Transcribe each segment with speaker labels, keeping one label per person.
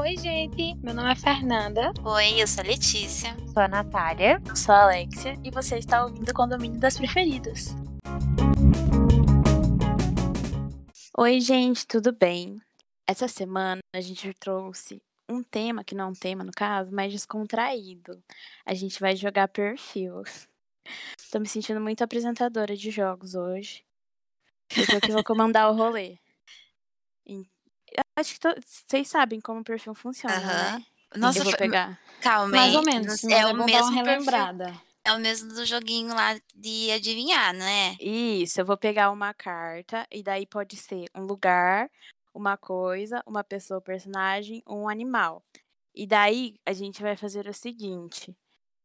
Speaker 1: Oi, gente. Meu nome é Fernanda.
Speaker 2: Oi, eu sou a Letícia.
Speaker 3: Sou a Natália.
Speaker 4: Eu sou a Alexia e você está ouvindo o Condomínio das Preferidas.
Speaker 5: Oi, gente, tudo bem? Essa semana a gente trouxe um tema, que não é um tema no caso, mas descontraído. A gente vai jogar perfil. Tô me sentindo muito apresentadora de jogos hoje. Eu que vou comandar o rolê. E- eu Acho que to- vocês sabem como o perfil funciona,
Speaker 2: Aham.
Speaker 5: né?
Speaker 2: Nossa,
Speaker 5: eu vou
Speaker 2: foi-
Speaker 5: pegar.
Speaker 2: calma
Speaker 1: Mais
Speaker 2: aí.
Speaker 1: ou menos.
Speaker 2: Não-
Speaker 1: mas
Speaker 2: É o
Speaker 1: bom dar uma
Speaker 2: mesmo perfil,
Speaker 1: relembrada.
Speaker 2: é o mesmo do joguinho lá de adivinhar, não é?
Speaker 5: Isso, eu vou pegar uma carta e daí pode ser um lugar, uma coisa, uma pessoa, personagem, um animal. E daí a gente vai fazer o seguinte.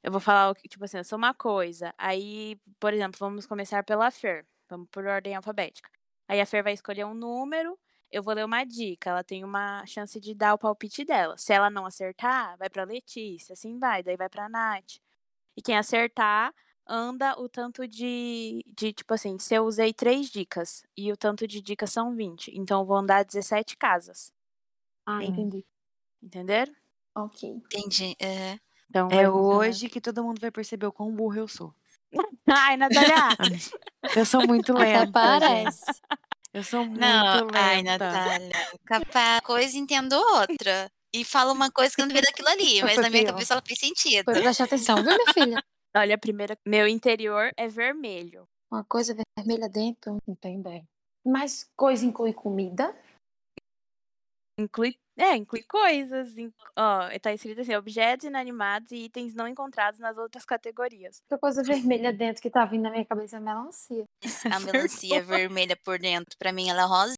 Speaker 5: Eu vou falar, o que- tipo assim, eu sou uma coisa. Aí, por exemplo, vamos começar pela Fer. Vamos por ordem alfabética. Aí a Fer vai escolher um número, eu vou ler uma dica. Ela tem uma chance de dar o palpite dela. Se ela não acertar, vai pra Letícia, assim vai. Daí vai pra Nath. E quem acertar, anda o tanto de, de, tipo assim, se eu usei três dicas e o tanto de dicas são 20, então eu vou andar 17 casas,
Speaker 1: Ah, entendi.
Speaker 5: entenderam?
Speaker 4: Ok.
Speaker 2: Entendi. é.
Speaker 5: Então, vai
Speaker 3: É
Speaker 5: funcionar.
Speaker 3: hoje que todo mundo vai perceber o quão burro eu sou.
Speaker 5: Ai, Natália!
Speaker 3: Eu sou muito lenta.
Speaker 2: é.
Speaker 1: Até
Speaker 3: gente.
Speaker 1: parece.
Speaker 3: Eu sou muito
Speaker 2: Não,
Speaker 3: lenta.
Speaker 2: ai, Natália. Capaz, coisa entendo outra. E fala uma coisa que eu não veio daquilo ali,
Speaker 3: Só
Speaker 2: mas
Speaker 3: foi
Speaker 2: na minha
Speaker 3: pior.
Speaker 2: cabeça ela fez sentido.
Speaker 1: Foi prestar atenção, viu, minha filha?
Speaker 5: Olha, a primeira. Meu interior é vermelho.
Speaker 1: Uma coisa vermelha dentro.
Speaker 4: Não tem ideia. Mas coisa inclui comida?
Speaker 5: Inclui. É, inclui coisas. in- Ó, tá escrito assim: objetos inanimados e itens não encontrados nas outras categorias.
Speaker 1: Outra coisa vermelha dentro que tá vindo na minha cabeça é melancia.
Speaker 2: A melancia vermelha por dentro, pra mim ela é rosa.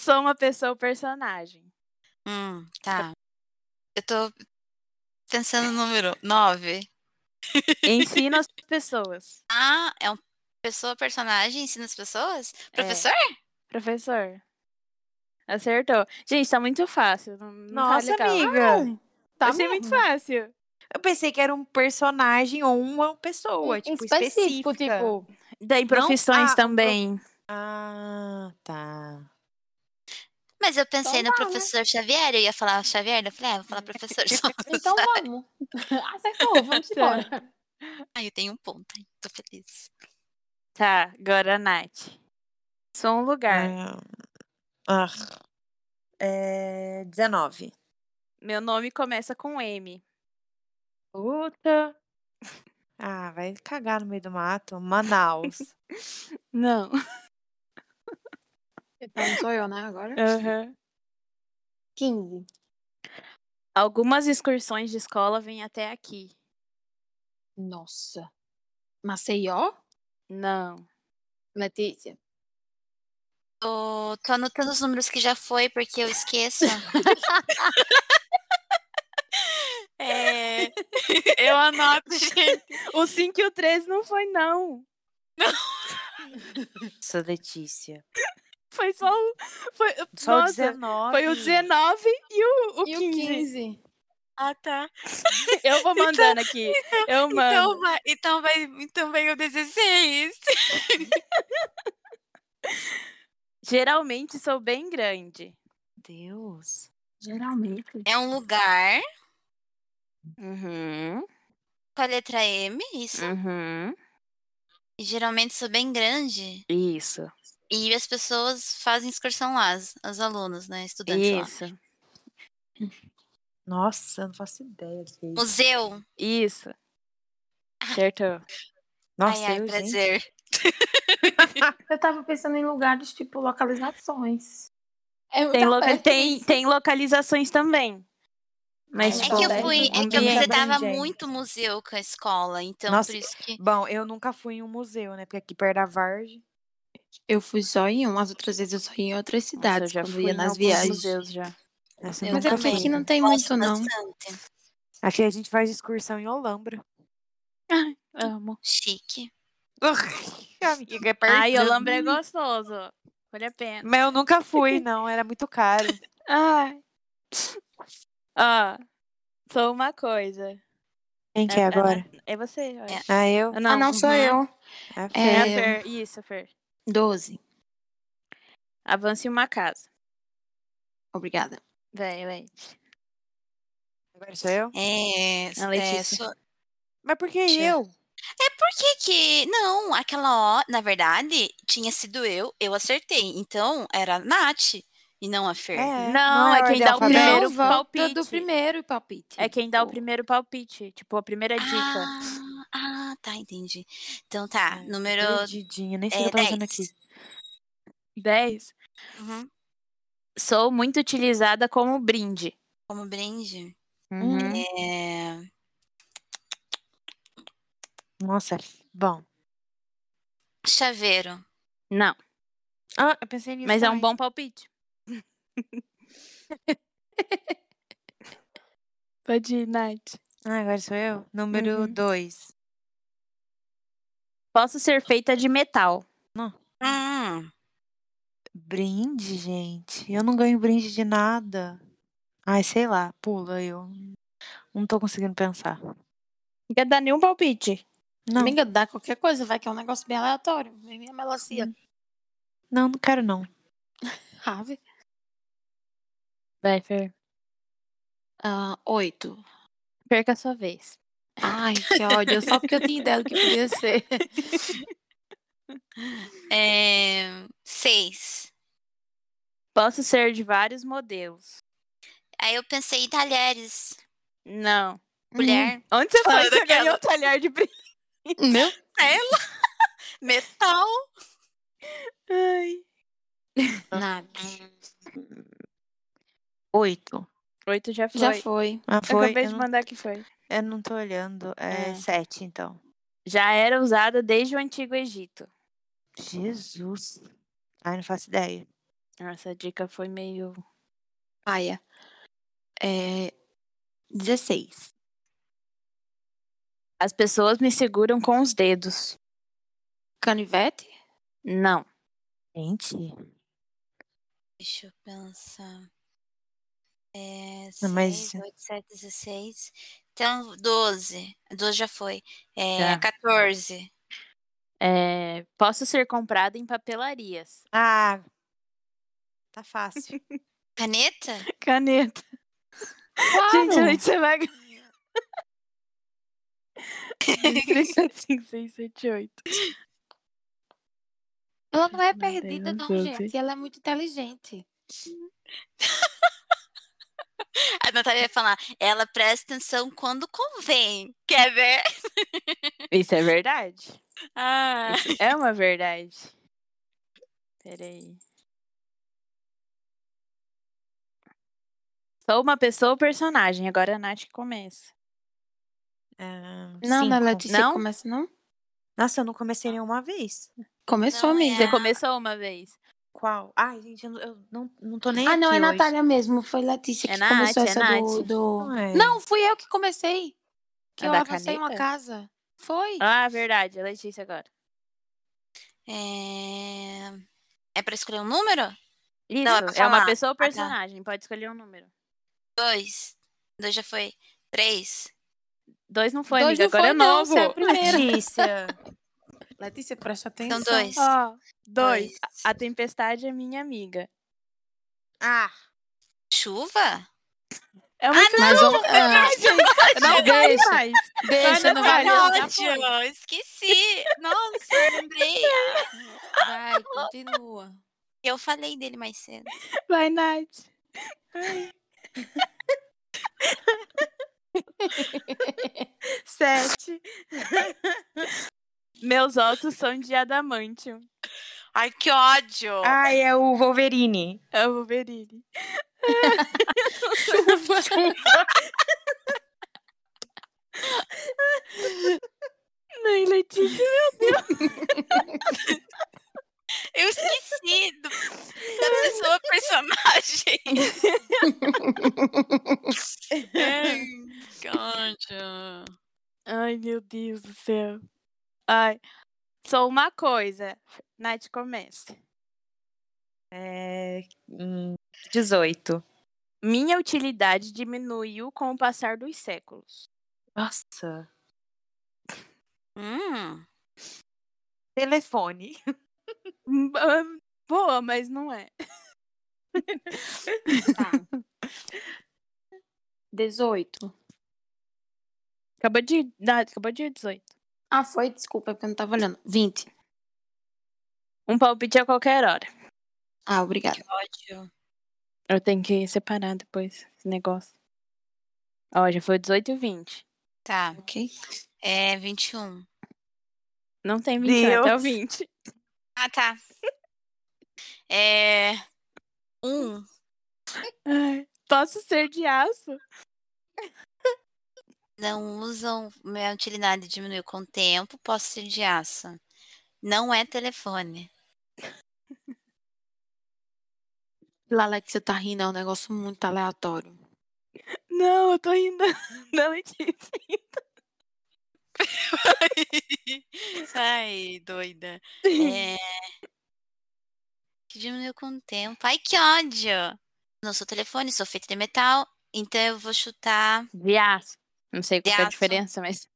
Speaker 5: Sou uma pessoa, personagem.
Speaker 2: Hum, tá. Eu tô pensando no número 9.
Speaker 5: Ensino as pessoas.
Speaker 2: Ah, é um pessoa, personagem, ensina as pessoas?
Speaker 5: É.
Speaker 2: Professor?
Speaker 5: Professor. Acertou. Gente, tá muito fácil. não- não tá
Speaker 3: Nossa,
Speaker 5: legal.
Speaker 3: amiga.
Speaker 4: Tá
Speaker 5: Achei muito fácil.
Speaker 3: Eu pensei que era um personagem ou uma
Speaker 2: é
Speaker 3: pessoa, tipo,
Speaker 1: específico,
Speaker 3: específica.
Speaker 1: tipo.
Speaker 5: Daí profissões
Speaker 3: ah, o pro-
Speaker 5: também.
Speaker 3: Ah, tá.
Speaker 2: Mas eu pensei
Speaker 1: Então
Speaker 2: no
Speaker 1: dá, né?
Speaker 2: professor Xavier, eu ia falar Xavier, eu falei, ah, vou falar professor só.
Speaker 1: Então vamos. Acertou, vamos embora.
Speaker 2: Ai, eu tenho um ponto, ai, tô feliz.
Speaker 5: Tá, agora a Nath. Sou um
Speaker 3: É.
Speaker 5: lugar.
Speaker 3: Ah. Ah. É, 19.
Speaker 5: Meu nome começa com M. Puta.
Speaker 3: Ah, vai cagar no meio do mato. Manaus.
Speaker 5: Não.
Speaker 1: Então sou eu, né, agora?
Speaker 2: É.
Speaker 5: Aham.
Speaker 1: 15.
Speaker 5: Algumas excursões de escola vêm até aqui.
Speaker 1: Nossa. Maceió?
Speaker 5: Não.
Speaker 1: Letícia.
Speaker 2: Tô, tô anotando os números que já foi, porque eu esqueço. É, eu anoto, gente.
Speaker 5: O 5 e o 3 não foi, não.
Speaker 3: Nossa, Letícia.
Speaker 5: Foi só o. Foi,
Speaker 3: Só o
Speaker 5: nossa,
Speaker 3: 19.
Speaker 5: foi o 19 e o, o
Speaker 1: E
Speaker 5: 15.
Speaker 1: o 15?
Speaker 2: Ah, tá.
Speaker 5: Eu vou mandando aqui. Eu mando.
Speaker 2: Então vai, então vai, então vai o 16.
Speaker 5: Geralmente sou bem grande.
Speaker 3: Deus.
Speaker 1: Geralmente.
Speaker 2: É um lugar
Speaker 5: Uhum.
Speaker 2: com a letra M,
Speaker 3: Hum.
Speaker 2: isso.
Speaker 5: Uhum.
Speaker 2: E geralmente sou bem grande.
Speaker 5: Isso.
Speaker 2: E as pessoas fazem excursão lá, as- os alunos, né? Estudantes lá.
Speaker 5: Isso.
Speaker 3: Nossa, eu não faço ideia é disso.
Speaker 2: Museu.
Speaker 5: Isso.
Speaker 2: Ah,
Speaker 5: Acertou.
Speaker 3: Nossa,
Speaker 2: ai, ai,
Speaker 3: eu, gente.
Speaker 2: prazer.
Speaker 4: Eu tava pensando em lugares tipo localizações.
Speaker 1: É
Speaker 5: Tem,
Speaker 1: tá
Speaker 5: loca-
Speaker 1: perto
Speaker 5: tem,
Speaker 1: disso.
Speaker 5: tem localizações também. Mas,
Speaker 1: É
Speaker 2: É
Speaker 5: tipo,
Speaker 2: que eu
Speaker 1: Também,
Speaker 2: fui, é que eu
Speaker 5: ambiente
Speaker 2: visitava
Speaker 3: abrangente.
Speaker 2: muito museu com a escola, então
Speaker 3: Nossa,
Speaker 2: por isso que.
Speaker 3: Bom, eu nunca fui em um museu, né? Porque aqui perto da Varge.
Speaker 1: Eu fui só em um, as outras vezes eu só ia em outras
Speaker 5: Nossa, eu
Speaker 1: cidades,
Speaker 5: já
Speaker 1: quando
Speaker 5: fui
Speaker 1: ia
Speaker 5: em
Speaker 1: nas
Speaker 5: alguns
Speaker 1: viagens.
Speaker 5: museus já.
Speaker 3: Essa
Speaker 5: Eu
Speaker 3: eu
Speaker 1: Mas
Speaker 3: assim, nunca
Speaker 1: é porque
Speaker 3: fui.
Speaker 1: aqui não tem muito,
Speaker 2: Gosto
Speaker 1: não.
Speaker 2: bastante.
Speaker 3: Aqui a gente faz excursão em Olambra.
Speaker 5: Amo.
Speaker 2: Chique.
Speaker 3: Amiga, é perto.
Speaker 5: Ai, Olambra é gostoso. Vale a pena.
Speaker 3: Mas eu nunca fui, não. Era muito caro.
Speaker 5: Ai. Ó, sou uma coisa.
Speaker 3: Quem que
Speaker 5: É-
Speaker 3: é
Speaker 5: é na-
Speaker 3: agora?
Speaker 5: É você, eu acho.
Speaker 3: Ah, eu?
Speaker 5: Ah,
Speaker 1: Ah, não, sou
Speaker 5: uhum.
Speaker 1: eu.
Speaker 3: É
Speaker 5: É a
Speaker 3: feio.
Speaker 5: Fer. Isso, Fer.
Speaker 2: 12.
Speaker 5: Avance uma casa.
Speaker 2: Obrigada.
Speaker 5: Véi, véi.
Speaker 3: Agora sou eu?
Speaker 2: É,
Speaker 5: A
Speaker 2: é,
Speaker 5: Letícia.
Speaker 2: so-
Speaker 3: Mas por que
Speaker 2: Tia.
Speaker 3: eu?
Speaker 2: é por que que... Não, aquela O, na verdade, tinha sido eu, eu acertei. Então, era a Nath e não a Fer.
Speaker 5: Não,
Speaker 3: a
Speaker 5: é quem
Speaker 3: ordem
Speaker 4: um
Speaker 5: dá o primeiro
Speaker 3: alfabética?
Speaker 1: volta
Speaker 5: palpite.
Speaker 1: do primeiro palpite.
Speaker 5: É quem dá o primeiro palpite. Tipo, a primeira dica.
Speaker 2: Ah, ah, tá, entendi. Então tá,
Speaker 3: É,
Speaker 2: número...
Speaker 3: Doidinha, nem sei o
Speaker 2: é,
Speaker 3: que eu tô fazendo
Speaker 2: 10.
Speaker 3: aqui.
Speaker 5: 10.
Speaker 2: Uhum,
Speaker 5: Sou muito utilizada como brinde.
Speaker 2: como brinde.
Speaker 5: Hum,
Speaker 3: Uhum.
Speaker 2: É,
Speaker 3: Nossa, bom.
Speaker 2: chaveiro.
Speaker 5: Não,
Speaker 3: Ah, eu pensei nisso.
Speaker 5: mas é um
Speaker 3: também.
Speaker 5: bom palpite. Pode ir, Nath.
Speaker 3: Ah, agora sou eu? Número
Speaker 5: Uhum.
Speaker 3: 2.
Speaker 5: Posso ser feita de metal.
Speaker 2: Hum,
Speaker 3: Brinde, gente. Eu não ganho brinde de nada. Ai, sei lá, pula eu. Não tô conseguindo pensar.
Speaker 5: Não quer dar nenhum palpite.
Speaker 3: Não,
Speaker 4: Amiga, dá qualquer coisa, vai que é um negócio bem aleatório. Vem minha melancia.
Speaker 3: não, não quero não.
Speaker 4: Rave.
Speaker 5: Vai, Fer.
Speaker 4: Ah, oito.
Speaker 5: Perca a sua vez.
Speaker 4: Ai, que ódio. Só porque eu tinha ideia do que podia ser.
Speaker 2: é, seis.
Speaker 5: Posso ser de vários modelos.
Speaker 2: Aí eu pensei em talheres.
Speaker 5: Não.
Speaker 2: Mulher.
Speaker 5: Onde você
Speaker 2: Ah,
Speaker 5: foi que você
Speaker 2: daquela.
Speaker 5: ganhou o talhar de brinde?
Speaker 4: Meu?
Speaker 2: Metal.
Speaker 5: Ai.
Speaker 4: Nada.
Speaker 3: Oito.
Speaker 5: Oito já foi.
Speaker 4: Já foi.
Speaker 3: Ah,
Speaker 5: Eu
Speaker 3: foi.
Speaker 5: Acabei
Speaker 3: eu,
Speaker 5: de
Speaker 3: não,
Speaker 5: mandar que foi.
Speaker 3: eu não tô olhando. É
Speaker 5: É.
Speaker 3: sete, então.
Speaker 5: Já era usada desde o Antigo Egito.
Speaker 3: Jesus. Ai, não faço ideia.
Speaker 5: Nossa, a dica foi meio.
Speaker 4: Paia. É. 16.
Speaker 5: As pessoas me seguram com os dedos.
Speaker 4: Canivete?
Speaker 5: Não.
Speaker 3: Gente.
Speaker 2: Deixa eu pensar. É,
Speaker 3: Não, mas-
Speaker 2: 6, 8, 7, 16. Então, 12. 12 já foi. É,
Speaker 5: Já.
Speaker 2: 14.
Speaker 5: É, posso ser comprada em papelarias.
Speaker 3: Ah, tá fácil.
Speaker 2: Caneta?
Speaker 5: Caneta. Gente,
Speaker 4: Claro.
Speaker 5: você vai. 3, 4, 5, 6, 7, 8.
Speaker 4: Ela não é
Speaker 5: Meu
Speaker 4: perdida,
Speaker 5: Deus,
Speaker 4: não,
Speaker 5: eu
Speaker 4: gente. Ela é muito inteligente.
Speaker 2: A Natália vai falar, ela presta atenção quando convém. Quer ver?
Speaker 5: Isso é verdade.
Speaker 2: Ah.
Speaker 5: Isso é uma verdade. Peraí. Sou uma pessoa ou personagem? Agora a Nath que começa.
Speaker 3: Ah,
Speaker 4: Não, na
Speaker 3: cinco.
Speaker 4: Letícia
Speaker 5: Não?
Speaker 4: começa, não?
Speaker 3: Nossa, eu não comecei nenhuma vez.
Speaker 4: Começou,
Speaker 2: Não, é
Speaker 4: amiga.
Speaker 5: Você começou uma vez.
Speaker 3: Qual? Ai, gente, eu, não- eu não, não tô nem
Speaker 4: Ah, não,
Speaker 3: aqui
Speaker 4: é
Speaker 3: hoje.
Speaker 4: Natália mesmo. Foi Letícia
Speaker 5: É
Speaker 4: que
Speaker 5: Nath,
Speaker 4: começou
Speaker 5: é
Speaker 4: essa do,
Speaker 5: Nath.
Speaker 4: do-
Speaker 3: Não é.
Speaker 4: Não, fui eu que comecei. Que
Speaker 5: É
Speaker 4: eu
Speaker 5: da
Speaker 4: avancei uma
Speaker 5: caneta?
Speaker 4: casa. Foi?
Speaker 5: Ah, verdade. A Letícia agora.
Speaker 2: É... é pra escolher um número?
Speaker 5: Isso,
Speaker 2: Não, é pra
Speaker 5: é uma
Speaker 2: falar.
Speaker 5: pessoa ou
Speaker 2: tá.
Speaker 5: personagem. Pode escolher um número.
Speaker 2: Dois. Dois já foi. Três.
Speaker 5: Dois não foi,
Speaker 4: Dois não
Speaker 5: amiga. Agora
Speaker 4: foi,
Speaker 5: é
Speaker 4: não,
Speaker 5: novo.
Speaker 4: você é a primeira.
Speaker 3: Letícia.
Speaker 4: Letícia, presta atenção.
Speaker 2: São Então, dois.
Speaker 5: Ó, Ah, dois.
Speaker 2: Dois.
Speaker 5: A- A tempestade é minha amiga.
Speaker 3: ah,
Speaker 2: Chuva?
Speaker 5: É uma
Speaker 4: Mas vamos. ah,
Speaker 5: personagem. Não vale
Speaker 4: Deixa.
Speaker 5: mais.
Speaker 4: deixa,
Speaker 5: Vai,
Speaker 4: não
Speaker 5: Natália,
Speaker 4: vale.
Speaker 5: não.
Speaker 2: Ótimo, esqueci. Nossa, eu lembrei.
Speaker 4: Vai, continua.
Speaker 2: Eu falei dele mais cedo.
Speaker 5: Vai, Nath.
Speaker 3: sete.
Speaker 5: Meus ossos são de adamantium.
Speaker 2: Ai, que ódio.
Speaker 3: Ai, é o Wolverine.
Speaker 5: É o Wolverine. Não, Letícia.
Speaker 2: Eu esqueci do- da pessoa personagem.
Speaker 5: É.
Speaker 2: Ai, que ódio.
Speaker 5: Ai, meu Deus do céu. Ai. Sou uma coisa. Nath, começa.
Speaker 3: É, hum, 18.
Speaker 5: Minha utilidade diminuiu com o passar dos séculos.
Speaker 3: Nossa.
Speaker 2: Hum,
Speaker 3: Telefone.
Speaker 5: Hum, Boa, mas não é.
Speaker 4: Tá. 18.
Speaker 5: Acabou de. Não, acabou de 18.
Speaker 4: Ah, foi? Desculpa, é porque eu não tava olhando. 20.
Speaker 5: Um palpite a qualquer hora.
Speaker 4: Ah, obrigada.
Speaker 2: Ódio.
Speaker 5: Eu tenho que separar depois esse negócio. Ó, já foi 18 e 20.
Speaker 2: Tá.
Speaker 4: Ok.
Speaker 2: É 21.
Speaker 5: Não tem 20 até o
Speaker 3: Deus.
Speaker 5: 20.
Speaker 2: Ah, tá. É. Um.
Speaker 5: Ai, Posso ser de aço?
Speaker 2: Não usam. Minha utilidade diminuiu com o tempo. Posso ser de aço. Não é telefone.
Speaker 4: Lala, que você tá rindo é um negócio muito aleatório.
Speaker 5: Não, eu tô rindo. Não, Letícia.
Speaker 2: Ai, doida. É. Que diminuiu com o tempo. Ai, que ódio! Não sou telefone, sou feito de metal. Então eu vou chutar.
Speaker 5: De aço. Não sei qual que é a
Speaker 2: aço.
Speaker 5: diferença, mas.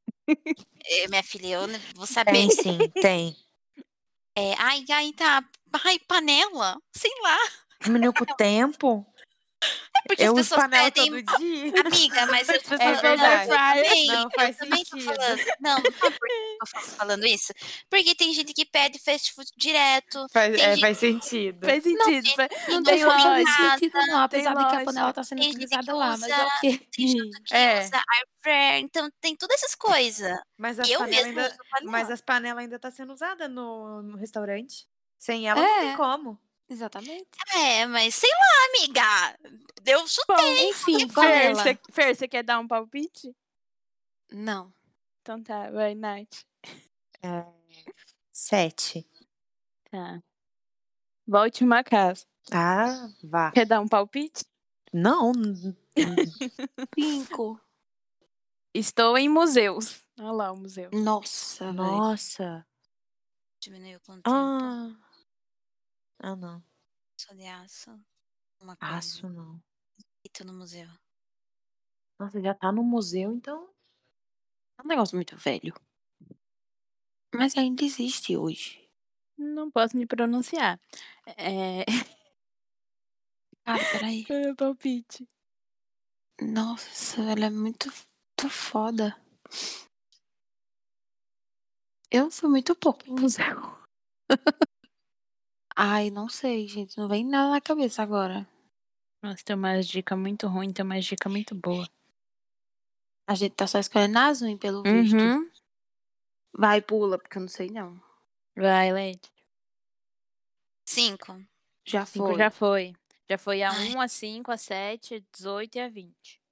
Speaker 2: Eh, Minha filha, eu não vou saber.
Speaker 3: Tem sim, tem.
Speaker 2: É, ai, ai, tá. Ai, panela? Sei lá.
Speaker 3: Diminuiu com o tempo.
Speaker 2: É porque
Speaker 3: eu
Speaker 2: as
Speaker 3: uso
Speaker 2: pessoas
Speaker 3: um panela
Speaker 2: pedem.
Speaker 3: todo dia.
Speaker 2: Amiga, mas eu tô
Speaker 3: É
Speaker 2: falando.
Speaker 3: verdade.
Speaker 2: Não, eu também,
Speaker 3: Não, faz
Speaker 2: eu também tô
Speaker 3: sentido.
Speaker 2: falando. Não, não por que eu tô falando isso. Porque tem gente que pede fast food direto.
Speaker 3: Faz,
Speaker 2: Tem
Speaker 3: é,
Speaker 2: gente-
Speaker 3: faz sentido.
Speaker 5: Faz sentido. faz-
Speaker 4: Não
Speaker 2: Tem
Speaker 4: tem nada
Speaker 2: lógica.
Speaker 4: sentido, não.
Speaker 5: Tem
Speaker 4: Apesar de que
Speaker 5: lógica.
Speaker 4: a panela tá sendo
Speaker 2: Tem gente que
Speaker 4: utilizada lá, mas é
Speaker 2: usa-
Speaker 4: ok.
Speaker 2: Tem gente que
Speaker 5: É.
Speaker 2: usa air fryer. Então tem todas essas coisas.
Speaker 3: Mas as
Speaker 2: eu
Speaker 3: panelas
Speaker 2: mesma
Speaker 3: ainda,
Speaker 2: uso panela.
Speaker 3: mas as panelas ainda tá sendo usada no, no restaurante. Sem ela não tem
Speaker 4: É.
Speaker 3: como.
Speaker 4: Exatamente.
Speaker 2: É, mas sei lá, amiga. Deu chute.
Speaker 5: Bom,
Speaker 4: Enfim,
Speaker 5: Fer,
Speaker 4: panela.
Speaker 5: você- Fer, você quer dar um palpite?
Speaker 4: Não.
Speaker 5: Então tá, vai, Nath.
Speaker 3: É. Sete.
Speaker 5: Tá. Volte uma casa.
Speaker 3: Ah, vá.
Speaker 5: Quer dar um palpite?
Speaker 3: Não. n- n-
Speaker 4: Cinco.
Speaker 5: Estou em museus. Olha lá o museu.
Speaker 4: Nossa, velho.
Speaker 3: Nossa.
Speaker 2: Diminuiu com o tempo.
Speaker 3: Ah. Ah, não.
Speaker 2: Sou de aço. Uma coisa.
Speaker 3: Aço não.
Speaker 2: Feito no museu.
Speaker 3: Nossa, já tá no museu, então.
Speaker 4: É um negócio muito velho. Mas ainda existe hoje.
Speaker 5: Não posso me pronunciar. É.
Speaker 4: Cara, Ah, peraí.
Speaker 5: Qual é o palpite?
Speaker 4: Nossa, ela é muito, muito foda. Eu fui muito pouco no museu. Ai, não sei, gente. Não vem nada na cabeça agora.
Speaker 5: Nossa, tem umas dicas muito ruins, tem umas dicas muito boas.
Speaker 4: A gente tá só escolhendo a Zoom, pelo visto.
Speaker 5: Uhum.
Speaker 4: Vai, pula, porque eu não sei, não.
Speaker 5: Vai, Led.
Speaker 2: Cinco.
Speaker 4: Já
Speaker 5: Cinco
Speaker 4: foi.
Speaker 5: já foi. Já foi a
Speaker 2: Ai.
Speaker 5: 1, a 5, a 7, a 18 e a 20.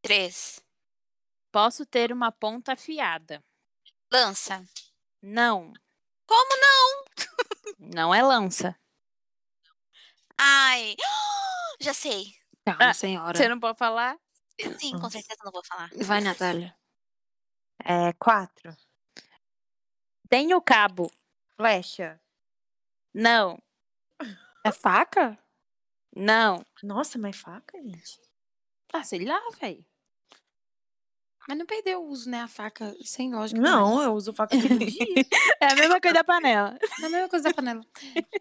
Speaker 2: Três.
Speaker 5: Posso ter uma ponta afiada.
Speaker 2: Lança.
Speaker 5: Não.
Speaker 2: Como
Speaker 5: não? Não é lança.
Speaker 2: Ai. Já sei.
Speaker 4: Calma,
Speaker 5: Ah,
Speaker 4: senhora.
Speaker 5: Você não pode falar?
Speaker 2: Sim, com certeza não vou falar.
Speaker 4: Vai, Natália.
Speaker 3: É quatro.
Speaker 5: Tem o cabo.
Speaker 3: Flecha.
Speaker 5: Não.
Speaker 4: É faca?
Speaker 5: Não.
Speaker 3: Nossa, mas faca, gente.
Speaker 4: Ah, sei lá, velho. Mas não perdeu o uso, né? A faca sem lógica.
Speaker 3: Não, eu uso faca todo dia.
Speaker 5: É a mesma coisa da panela.
Speaker 4: É a mesma coisa da panela.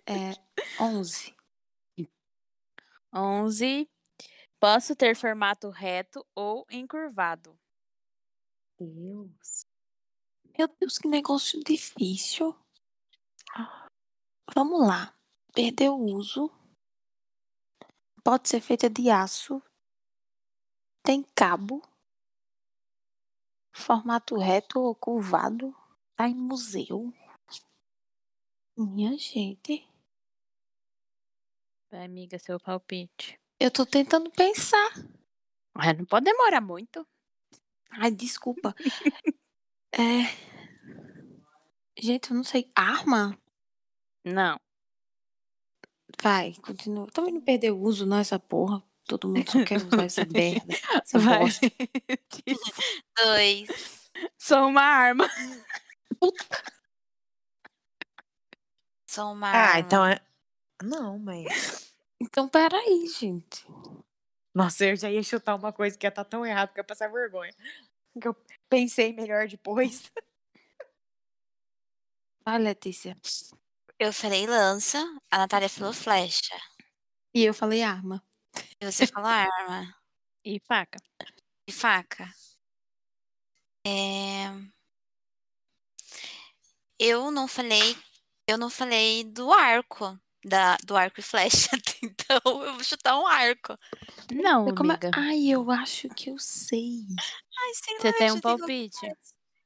Speaker 4: É, 11.
Speaker 5: 11. Posso ter formato reto ou encurvado.
Speaker 3: Deus.
Speaker 4: Meu Deus, que negócio difícil. Vamos lá. Perdeu o uso. Pode ser feita de aço. Tem cabo. Formato reto ou curvado. Tá em museu. Minha gente.
Speaker 5: Vai, amiga, seu palpite.
Speaker 4: Eu tô tentando pensar.
Speaker 5: Ah, não pode demorar muito.
Speaker 4: Ai, desculpa. é. Gente, eu não sei. Arma?
Speaker 5: Não.
Speaker 4: Vai, continua. Também não perdeu o uso, não, essa porra. Todo mundo só quer usar essa merda.
Speaker 3: Ah,
Speaker 4: Essa
Speaker 5: Vai.
Speaker 4: bosta.
Speaker 2: Dois.
Speaker 5: Sou uma arma.
Speaker 2: Sou uma.
Speaker 3: Ah,
Speaker 2: arma.
Speaker 3: então é. Não, mas.
Speaker 4: Então, peraí, gente.
Speaker 3: Nossa, eu já ia tá chutar uma coisa que ia estar tão errado que eu ia passar vergonha. Que eu pensei melhor depois.
Speaker 4: Ah, Letícia.
Speaker 2: Eu falei lança, a Natália falou flecha.
Speaker 4: E eu falei arma.
Speaker 2: E você falou arma
Speaker 5: E faca.
Speaker 2: e faca. É, Eu não falei, eu não falei do arco, da, do arco e flecha, então eu vou chutar um arco.
Speaker 5: Não,
Speaker 4: Eu come-
Speaker 5: amiga.
Speaker 4: é? Ai, eu acho que eu sei.
Speaker 2: Ai, sei
Speaker 5: Você
Speaker 2: lá,
Speaker 5: tem
Speaker 2: já
Speaker 5: um
Speaker 2: qualquer
Speaker 5: palpite?
Speaker 2: coisa.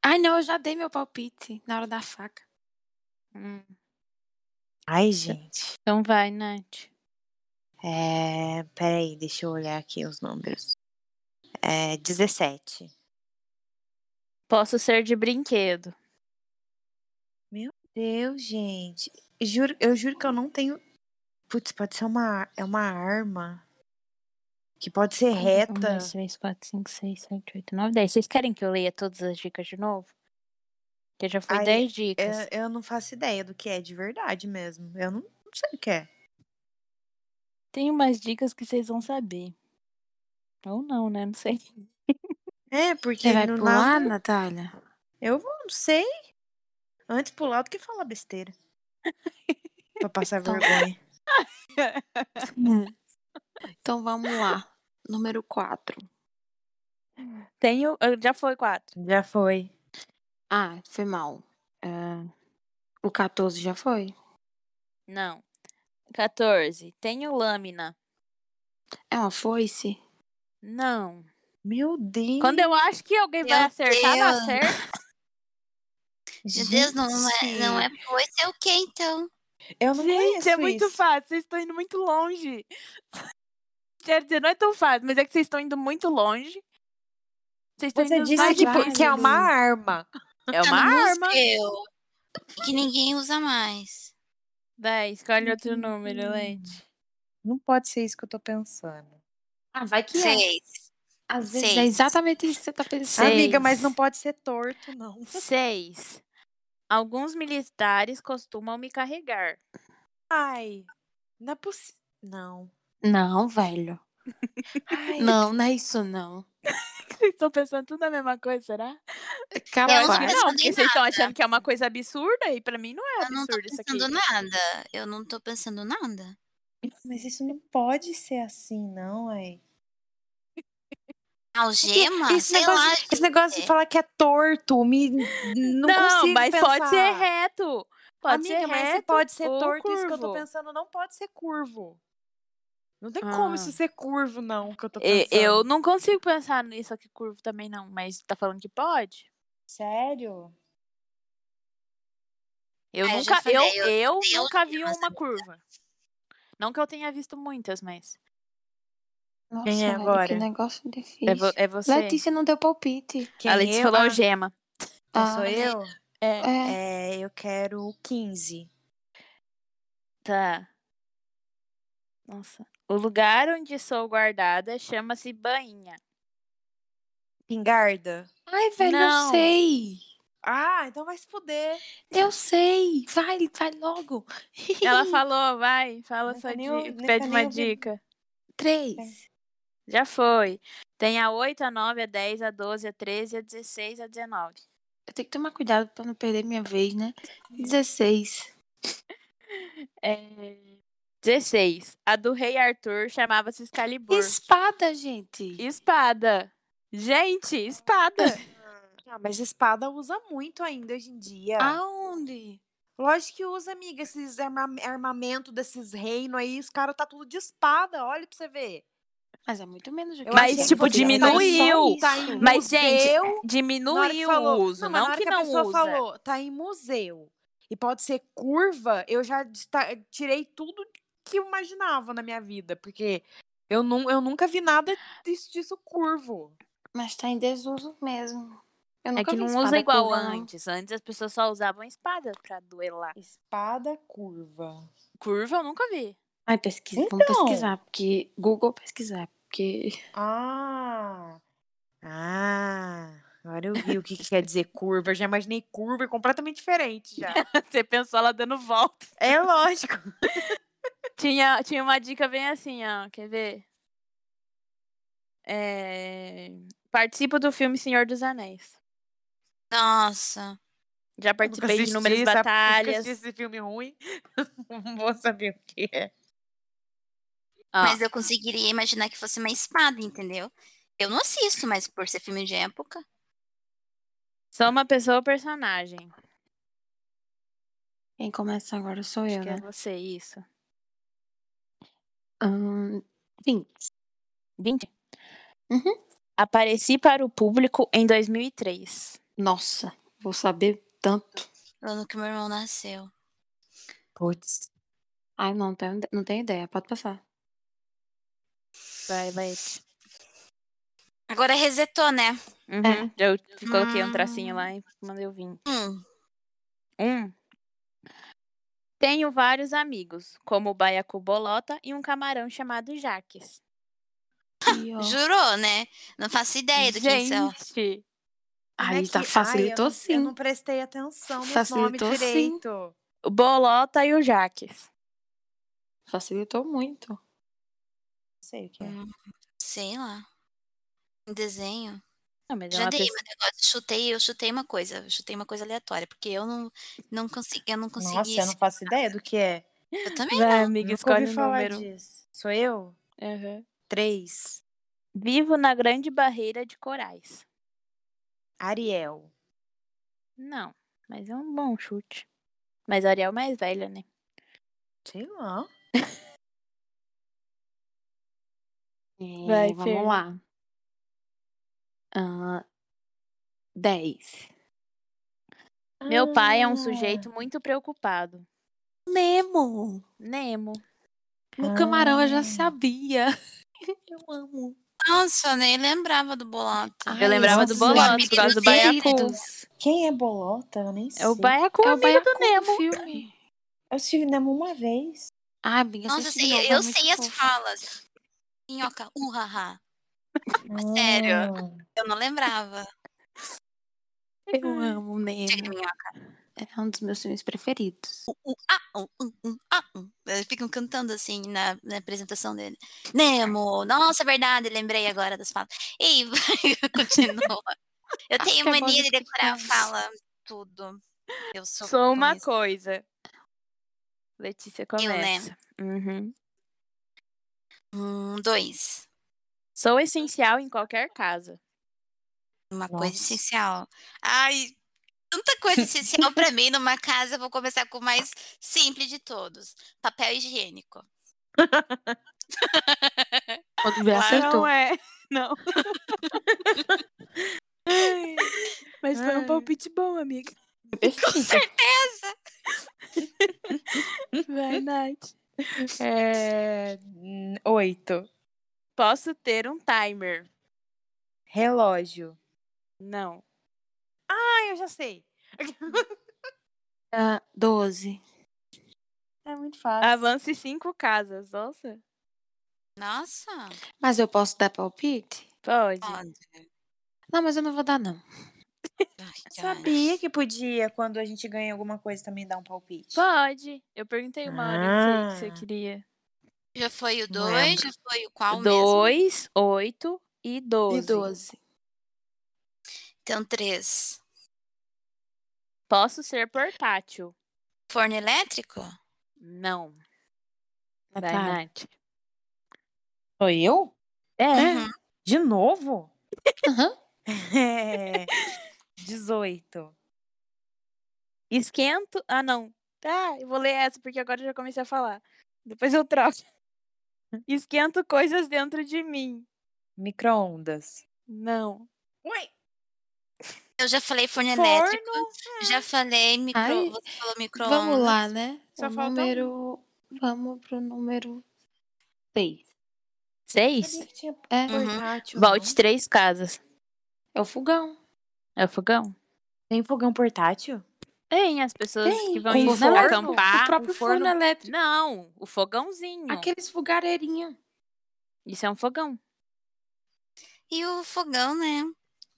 Speaker 4: Ai, não, eu já dei meu palpite na hora da faca.
Speaker 5: Hum,
Speaker 3: Ai, gente.
Speaker 5: Então vai, Nath.
Speaker 3: É, peraí, deixa eu olhar aqui os números. É, 17.
Speaker 5: Posso ser de brinquedo.
Speaker 3: Deus, gente. Juro, eu juro que eu não tenho. Putz, pode ser uma, é uma arma. Que pode ser
Speaker 5: Um,
Speaker 3: reta.
Speaker 5: dois, três, quatro, cinco, seis, sete, oito, nove, dez. Vocês querem que eu leia todas as dicas de novo? Que já foi
Speaker 3: Ai,
Speaker 5: dez dicas.
Speaker 3: Eu, eu não faço ideia do que é de verdade mesmo. Eu não, não sei o que é.
Speaker 5: Tem umas dicas que vocês vão saber. Ou não, né? Não sei.
Speaker 3: É, porque
Speaker 4: Você vai
Speaker 3: no-
Speaker 4: pular,
Speaker 3: na-
Speaker 4: Natália?
Speaker 3: eu vou, não sei. Antes pular do que falar besteira. pra passar
Speaker 4: Então-
Speaker 3: vergonha.
Speaker 4: Então vamos lá. Número 4.
Speaker 5: Tenho. ah, Já foi quatro.
Speaker 3: Já foi.
Speaker 4: Ah, foi mal. Ah, o 14 já foi?
Speaker 5: Não. 14. Tenho lâmina.
Speaker 4: É uma foice?
Speaker 5: Não.
Speaker 3: Meu Deus.
Speaker 5: Quando eu acho que alguém vai
Speaker 2: Meu
Speaker 5: acertar, não
Speaker 2: Deus.
Speaker 5: acerta.
Speaker 2: Meu Deus, não é, não é pois, é o que então?
Speaker 3: Eu não
Speaker 5: Gente,
Speaker 3: conheço
Speaker 5: é muito
Speaker 3: isso.
Speaker 5: fácil. Vocês estão indo muito longe. Quer dizer, não é tão fácil, mas é que vocês estão indo muito longe. Vocês estão
Speaker 3: Você
Speaker 5: indo
Speaker 3: disse
Speaker 5: mais
Speaker 3: que,
Speaker 5: longe.
Speaker 4: vai,
Speaker 3: que é uma
Speaker 4: Lulu.
Speaker 3: arma.
Speaker 5: É
Speaker 2: Tá
Speaker 5: uma
Speaker 2: no
Speaker 5: arma.
Speaker 2: museu, e que ninguém usa mais.
Speaker 5: Vai, escolhe
Speaker 3: Uhum.
Speaker 5: outro número, Leite.
Speaker 3: Não pode ser isso que eu tô pensando.
Speaker 4: Ah, vai que é.
Speaker 2: Seis.
Speaker 4: Às vezes é
Speaker 2: Seis.
Speaker 4: exatamente isso que você tá pensando.
Speaker 5: Seis.
Speaker 3: Amiga, mas não pode ser torto, não.
Speaker 5: Seis. Alguns militares costumam me carregar.
Speaker 3: Ai, não é possível. Não.
Speaker 4: Não, velho.
Speaker 3: Ai,
Speaker 4: Não, não é isso, não.
Speaker 5: Vocês estão pensando tudo a mesma coisa, será? é
Speaker 2: Eu não
Speaker 5: Acho que
Speaker 4: Capaz.
Speaker 2: sei.
Speaker 5: não,
Speaker 2: pensando em
Speaker 5: porque vocês estão achando que é uma coisa absurda e pra mim não é
Speaker 2: Eu não tô
Speaker 5: absurdo isso aqui.
Speaker 2: pensando nada. Eu não tô pensando nada.
Speaker 3: mas isso não pode ser assim, não, ai.
Speaker 2: Algema?
Speaker 3: Esse
Speaker 2: Ah, Sei
Speaker 3: negócio,
Speaker 2: lá.
Speaker 3: esse negócio de falar que é torto, me não, consigo
Speaker 5: mas pode ser
Speaker 3: pensar.
Speaker 5: reto. Pode
Speaker 3: Amiga,
Speaker 5: ser
Speaker 3: mas se
Speaker 5: reto.
Speaker 3: pode ser
Speaker 5: ou
Speaker 3: torto, isso que eu tô
Speaker 5: tá curvo.
Speaker 3: pensando não pode ser curvo. Não tem como
Speaker 5: Ah.
Speaker 3: isso ser curvo, não, que eu tô
Speaker 5: E-
Speaker 3: pensando.
Speaker 5: Eu não consigo pensar nisso aqui curvo também não, mas tá falando que pode?
Speaker 3: Sério?
Speaker 5: Eu
Speaker 2: Ah, eu já
Speaker 5: nunca, eu,
Speaker 2: falei, eu
Speaker 5: eu
Speaker 2: sei
Speaker 5: nunca vi
Speaker 2: algemas,
Speaker 5: uma
Speaker 2: amiga.
Speaker 5: curva. Não que eu tenha visto muitas, mas
Speaker 4: Nossa,
Speaker 3: Quem é
Speaker 4: velho,
Speaker 3: agora?
Speaker 4: que negócio difícil.
Speaker 5: é, vo- é você.
Speaker 4: Letícia não deu palpite.
Speaker 3: Quem
Speaker 5: a Letícia
Speaker 3: eu?
Speaker 5: falou
Speaker 3: Ah,
Speaker 5: algema.
Speaker 3: não
Speaker 4: Ah,
Speaker 3: sou eu?
Speaker 5: É.
Speaker 4: É.
Speaker 3: É, eu quero o 15.
Speaker 5: Tá. Nossa. O lugar onde sou guardada chama-se bainha.
Speaker 3: Pingarda.
Speaker 4: Ai, velho,
Speaker 5: Não.
Speaker 4: eu sei.
Speaker 3: Ah, então vai se fuder.
Speaker 4: Eu sei. Vai, vai logo.
Speaker 5: Ela falou, vai, fala
Speaker 3: Nunca
Speaker 5: sua
Speaker 3: tá nem
Speaker 5: dica,
Speaker 3: ouvi- nunca
Speaker 5: pede
Speaker 3: nem
Speaker 5: uma
Speaker 3: ouvi.
Speaker 5: dica.
Speaker 4: Três.
Speaker 5: Já foi. Tem a 8, a 9, a 10, a 12, a 13, a 16, a 19.
Speaker 4: Eu tenho que tomar cuidado pra não perder minha vez, né? 16.
Speaker 5: É... 16. A do rei Arthur chamava-se Excalibur.
Speaker 4: Espada, gente.
Speaker 5: Espada. Gente, espada.
Speaker 3: Ah, mas espada usa muito ainda hoje em dia.
Speaker 4: Aonde?
Speaker 3: Lógico que usa, amiga, esses arma- armamento desses reinos aí, os caras tá tudo de espada, olha pra você ver.
Speaker 4: Mas é muito menos do que
Speaker 3: Eu
Speaker 5: Mas,
Speaker 3: achei que
Speaker 5: tipo,
Speaker 3: fosse espada,
Speaker 5: diminuiu.
Speaker 3: Tá
Speaker 4: um
Speaker 3: em
Speaker 5: Mas, gente,
Speaker 3: museu, na hora que
Speaker 5: Diminuiu
Speaker 3: falou-
Speaker 5: o uso,
Speaker 3: mas
Speaker 5: não,
Speaker 3: na hora
Speaker 5: que,
Speaker 3: que
Speaker 5: não
Speaker 3: a pessoa
Speaker 5: usa.
Speaker 3: falou, tá em museu e pode ser curva, eu já desta- tirei tudo que eu imaginava na minha vida, porque eu, nu- eu nunca vi nada disso, disso curvo.
Speaker 4: Mas tá em desuso mesmo. Eu
Speaker 5: É
Speaker 4: nunca
Speaker 5: que
Speaker 4: vi
Speaker 5: não
Speaker 4: espada
Speaker 5: usa igual
Speaker 4: curva, não.
Speaker 5: antes. Antes as pessoas só usavam espada pra duelar.
Speaker 3: Espada curva.
Speaker 5: Curva eu nunca vi.
Speaker 4: Ai, pesquisa.
Speaker 3: Então.
Speaker 4: Vamos pesquisar, porque... Google pesquisar, porque...
Speaker 3: Ah! Ah! Agora eu vi o que, que quer dizer curva. Eu já imaginei curva é completamente diferente já.
Speaker 5: Você pensou ela dando volta.
Speaker 3: É lógico.
Speaker 5: Tinha, tinha uma dica bem assim, ó. Quer ver? É... Participo do filme Senhor dos Anéis.
Speaker 2: Nossa.
Speaker 5: Já participei de inúmeras
Speaker 3: sabe? Nunca
Speaker 5: batalhas.
Speaker 3: assisti esse filme ruim. Não vou saber o que é.
Speaker 5: Ó.
Speaker 2: Mas eu conseguiria imaginar que fosse uma espada, entendeu? Eu não assisto, mas por ser filme de época.
Speaker 5: Sou uma pessoa ou personagem?
Speaker 4: Quem começa agora sou
Speaker 5: Acho
Speaker 4: eu,
Speaker 5: que
Speaker 4: né?
Speaker 5: é você, isso.
Speaker 4: é. Ahn, 20.
Speaker 5: 20?
Speaker 4: Uhum.
Speaker 5: Apareci para o público em 2003.
Speaker 4: Nossa, vou saber tanto.
Speaker 2: Ano que meu irmão nasceu.
Speaker 3: Putz.
Speaker 4: Ai, não tenho, ide- não tenho ideia. Pode passar.
Speaker 5: Vai, vai.
Speaker 2: Agora resetou, né?
Speaker 5: Uhum. Eu te coloquei um
Speaker 2: Hum.
Speaker 5: tracinho lá e mandei eu vir.
Speaker 2: Hum.
Speaker 5: Um. Tenho vários amigos, como o Baiacu Bolota e um camarão chamado Jaques.
Speaker 4: Aqui, ó.
Speaker 2: Jurou, né? Não faço ideia do que é isso.
Speaker 5: Gente,
Speaker 3: Como é
Speaker 4: Aí
Speaker 3: que-
Speaker 4: tá,
Speaker 3: Ai, eu
Speaker 4: facilitou
Speaker 3: não-
Speaker 4: sim.
Speaker 3: Eu não prestei atenção nos nomes
Speaker 4: Facilitou, sim.
Speaker 3: direito.
Speaker 5: o Bolota e o Jaques.
Speaker 4: Facilitou muito.
Speaker 3: Não sei o que é.
Speaker 2: Sei lá. Um desenho.
Speaker 5: Não, mas é
Speaker 2: Já
Speaker 5: uma
Speaker 2: dei
Speaker 5: pessoa-
Speaker 2: um negócio, chutei, eu chutei uma coisa, eu chutei uma coisa aleatória, porque eu não, não consegui, eu não consegui.
Speaker 3: Nossa, eu não faço ideia do que é.
Speaker 2: Eu também.
Speaker 5: Vai, amiga,
Speaker 3: Nunca
Speaker 5: escolhe
Speaker 3: ouvi
Speaker 5: o
Speaker 3: falar
Speaker 5: número.
Speaker 3: disso. Sou eu?
Speaker 5: Uhum.
Speaker 3: Três.
Speaker 5: Vivo na grande barreira de corais.
Speaker 3: Ariel.
Speaker 5: Não, mas é um bom chute. Mas a Ariel é mais velha, né?
Speaker 3: Sei lá.
Speaker 4: É,
Speaker 5: Vai,
Speaker 4: vamos
Speaker 5: Fer.
Speaker 4: lá. Ahn, 10.
Speaker 5: Meu pai é um
Speaker 3: Ah,
Speaker 5: sujeito muito preocupado.
Speaker 4: Nemo!
Speaker 5: Nemo.
Speaker 4: No camarão eu já
Speaker 3: Ah.
Speaker 4: sabia. Eu amo.
Speaker 2: Nossa, nem lembrava do bolota.
Speaker 4: Ai,
Speaker 5: Eu lembrava
Speaker 4: nossa,
Speaker 5: do
Speaker 4: os
Speaker 5: Bolota por causa do
Speaker 4: apelidos
Speaker 5: Baiacu.
Speaker 4: deles.
Speaker 3: Quem é Bolota? Eu nem sei.
Speaker 5: É o Baiacu,
Speaker 4: É o
Speaker 5: amigo
Speaker 4: Baiacu
Speaker 5: do Nemo.
Speaker 4: filme.
Speaker 3: Eu estive Nemo uma vez.
Speaker 4: Ah, amiga,
Speaker 2: Nossa, eu
Speaker 4: assisti de
Speaker 2: sei,
Speaker 4: novo, é
Speaker 2: eu
Speaker 4: muito
Speaker 2: sei as
Speaker 4: fofo.
Speaker 2: falas. Minhoca, uhaha. sério?
Speaker 3: Hum.
Speaker 2: Eu não lembrava.
Speaker 4: Eu amo o
Speaker 2: Chega,
Speaker 4: Nemo.
Speaker 2: minhoca.
Speaker 4: É um dos meus filmes preferidos.
Speaker 2: U, u, ah, um, um, um, ah, um. Eles ficam cantando assim na, na apresentação dele. Nemo, nossa, é verdade, lembrei agora das falas. E continua. Eu
Speaker 4: Acho
Speaker 2: tenho
Speaker 4: que é bom
Speaker 2: mania de
Speaker 4: a gente
Speaker 2: decorar a
Speaker 4: ficar-
Speaker 2: fala, tudo. Eu sou,
Speaker 5: Sou uma
Speaker 2: coisa.
Speaker 5: coisa. Letícia começa. Uhum.
Speaker 2: Um, dois.
Speaker 5: Sou essencial em qualquer casa.
Speaker 2: Uma coisa
Speaker 3: Nossa.
Speaker 2: essencial. Ai, tanta coisa essencial pra mim numa casa. eu Vou começar com o mais simples de todos: papel higiênico.
Speaker 4: Quando vê, acertou.
Speaker 5: Não é. Não. Ai, Mas foi um
Speaker 3: Ai.
Speaker 5: palpite bom, amiga.
Speaker 2: Com certeza.
Speaker 5: Vai, Nath.
Speaker 3: É... hum, Oito.
Speaker 5: Posso ter um timer?
Speaker 3: Relógio.
Speaker 5: Não.
Speaker 3: Ah, eu já sei.
Speaker 4: Ah, 12.
Speaker 3: É muito fácil.
Speaker 5: Avance cinco casas. Nossa.
Speaker 2: Nossa.
Speaker 4: Mas eu posso dar palpite?
Speaker 5: Pode.
Speaker 2: Olha.
Speaker 4: Não, mas eu não vou dar, não.
Speaker 2: Ai, ai.
Speaker 3: Sabia que podia, quando a gente ganha alguma coisa, também dar um palpite.
Speaker 5: Pode. Eu perguntei uma hora que você,
Speaker 3: Ah.
Speaker 5: que você queria.
Speaker 2: Já foi o
Speaker 3: Não
Speaker 2: dois? Já foi o qual mesmo?
Speaker 5: Dois, oito e
Speaker 4: E
Speaker 5: doze.
Speaker 4: 12.
Speaker 2: Então, três.
Speaker 5: Posso ser portátil?
Speaker 2: Forno elétrico?
Speaker 5: Não. Vai,
Speaker 4: Natália.
Speaker 5: Nath.
Speaker 3: Sou eu?
Speaker 5: É.
Speaker 2: Uhum.
Speaker 3: De novo?
Speaker 4: Aham.
Speaker 3: É. 18.
Speaker 5: Esquento. Ah, não. Tá, eu vou ler essa porque agora eu já comecei a falar. Depois eu troco. Esquento coisas dentro de mim.
Speaker 3: Micro-ondas.
Speaker 5: Não.
Speaker 3: Ué,
Speaker 2: Eu já falei forno,
Speaker 5: Forno?
Speaker 2: elétrico. Já falei micro.
Speaker 4: Ai,
Speaker 2: Você falou micro.
Speaker 4: Vamos lá, né?
Speaker 3: Só
Speaker 4: o
Speaker 3: falta um.
Speaker 4: número. Vamos pro número 6.
Speaker 5: Seis?
Speaker 3: sabia que tinha
Speaker 4: É,
Speaker 2: Uhum.
Speaker 3: portátil.
Speaker 5: Volte três casas.
Speaker 4: é o fogão.
Speaker 5: É o fogão?
Speaker 3: não? Tem fogão portátil?
Speaker 5: Tem as pessoas que
Speaker 4: Tem,
Speaker 5: vão
Speaker 4: com
Speaker 5: em-
Speaker 4: forno,
Speaker 5: acampar.
Speaker 4: O próprio
Speaker 3: com forno.
Speaker 4: forno é elétrico.
Speaker 5: Não, o fogãozinho.
Speaker 4: Aqueles fogareirinhos.
Speaker 5: Isso é um fogão.
Speaker 2: E o fogão, né?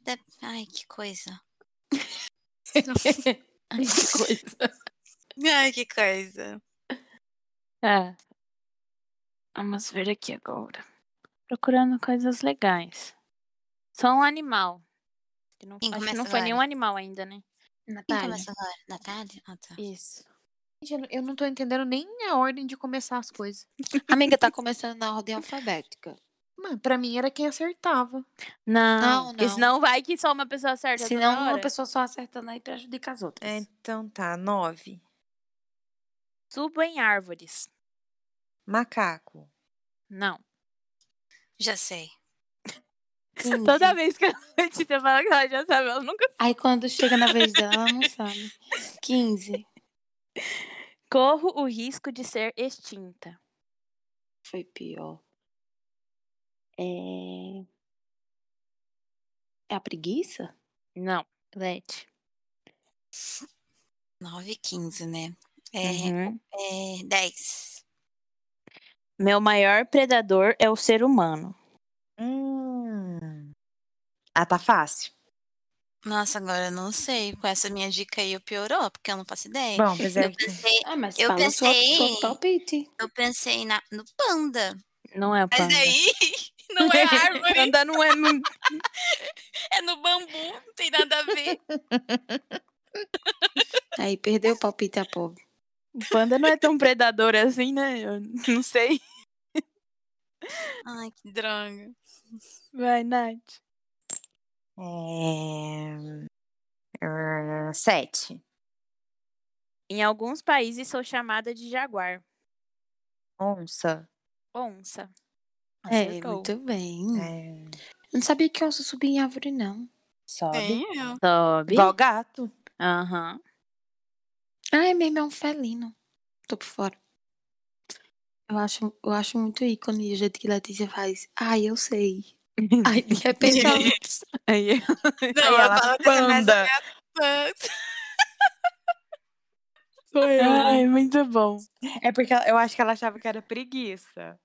Speaker 2: Da- Ai, que coisa.
Speaker 4: Ai, que coisa.
Speaker 2: Ai, que coisa.
Speaker 5: É. Vamos ver aqui agora. Procurando coisas legais. Só um animal. Que não,
Speaker 2: Quem
Speaker 5: acho que
Speaker 2: começa
Speaker 5: não foi
Speaker 2: agora?
Speaker 5: nenhum animal ainda, né?
Speaker 2: Quem
Speaker 1: Natália.
Speaker 2: começa agora? Natália? Ah, tá.
Speaker 5: Isso.
Speaker 3: Gente, eu não- eu não tô entendendo nem a ordem de começar as coisas.
Speaker 4: Amiga, tá começando na ordem alfabética.
Speaker 3: Mano, pra mim era quem acertava.
Speaker 5: Não,
Speaker 4: Não,
Speaker 5: porque
Speaker 4: não.
Speaker 5: senão vai que só uma pessoa acerta.
Speaker 4: Senão,
Speaker 5: toda
Speaker 4: uma
Speaker 5: hora.
Speaker 4: pessoa só acertando aí prejudica as outras.
Speaker 3: Então tá, nove.
Speaker 5: Suba em árvores.
Speaker 3: Macaco.
Speaker 5: Não.
Speaker 2: Já sei.
Speaker 5: Toda vez que a Letícia fala que ela já sabe, ela nunca sabe.
Speaker 4: Aí quando chega na vez dela, ela não sabe. 15.
Speaker 5: Corro o risco de ser extinta.
Speaker 4: Foi pior. É. É a preguiça?
Speaker 5: Não. Let.
Speaker 2: 9 e 15, né? É,
Speaker 5: Uhum.
Speaker 2: é 10.
Speaker 5: Meu maior predador é o ser humano.
Speaker 3: Hum. Ah, tá fácil.
Speaker 2: Nossa, agora eu não sei. Com essa minha dica aí eu piorou, porque eu não faço ideia.
Speaker 3: Bom, mas é
Speaker 2: Eu pensei,
Speaker 4: Ah, mas
Speaker 2: Eu
Speaker 4: fala sua-
Speaker 2: pensei-
Speaker 4: seu palpite.
Speaker 2: eu pensei na, no panda.
Speaker 5: Não é o
Speaker 2: Mas
Speaker 5: panda.
Speaker 2: aí não é árvore,
Speaker 5: Panda não é. não-
Speaker 2: é no bambu, não tem nada a ver.
Speaker 4: Aí perdeu o palpite a pobre.
Speaker 5: Panda não é tão predador assim, né? Eu não sei.
Speaker 2: Ai, que droga.
Speaker 5: Vai, Nath.
Speaker 3: É... Sete.
Speaker 5: Em alguns países sou chamada de jaguar.
Speaker 3: Onça.
Speaker 5: Onça.
Speaker 4: É,
Speaker 5: Acertou.
Speaker 4: muito bem.
Speaker 3: É...
Speaker 4: Eu não sabia que onça subia em árvore, não.
Speaker 3: Sobe.
Speaker 2: Nem eu.
Speaker 5: Sobe.
Speaker 3: Igual gato.
Speaker 5: Aham.
Speaker 4: Ah, é mesmo, é um felino. Tô por fora. Eu acho, eu acho muito ícone o jeito que Letícia faz. Ai, eu sei. Aí, de repente, ela...
Speaker 5: Aí-
Speaker 2: Não,
Speaker 3: ela,
Speaker 2: eu falo que
Speaker 3: panda.
Speaker 2: começa a minha-
Speaker 5: Ai, muito bom.
Speaker 3: É porque ela- eu acho que ela achava que era preguiça.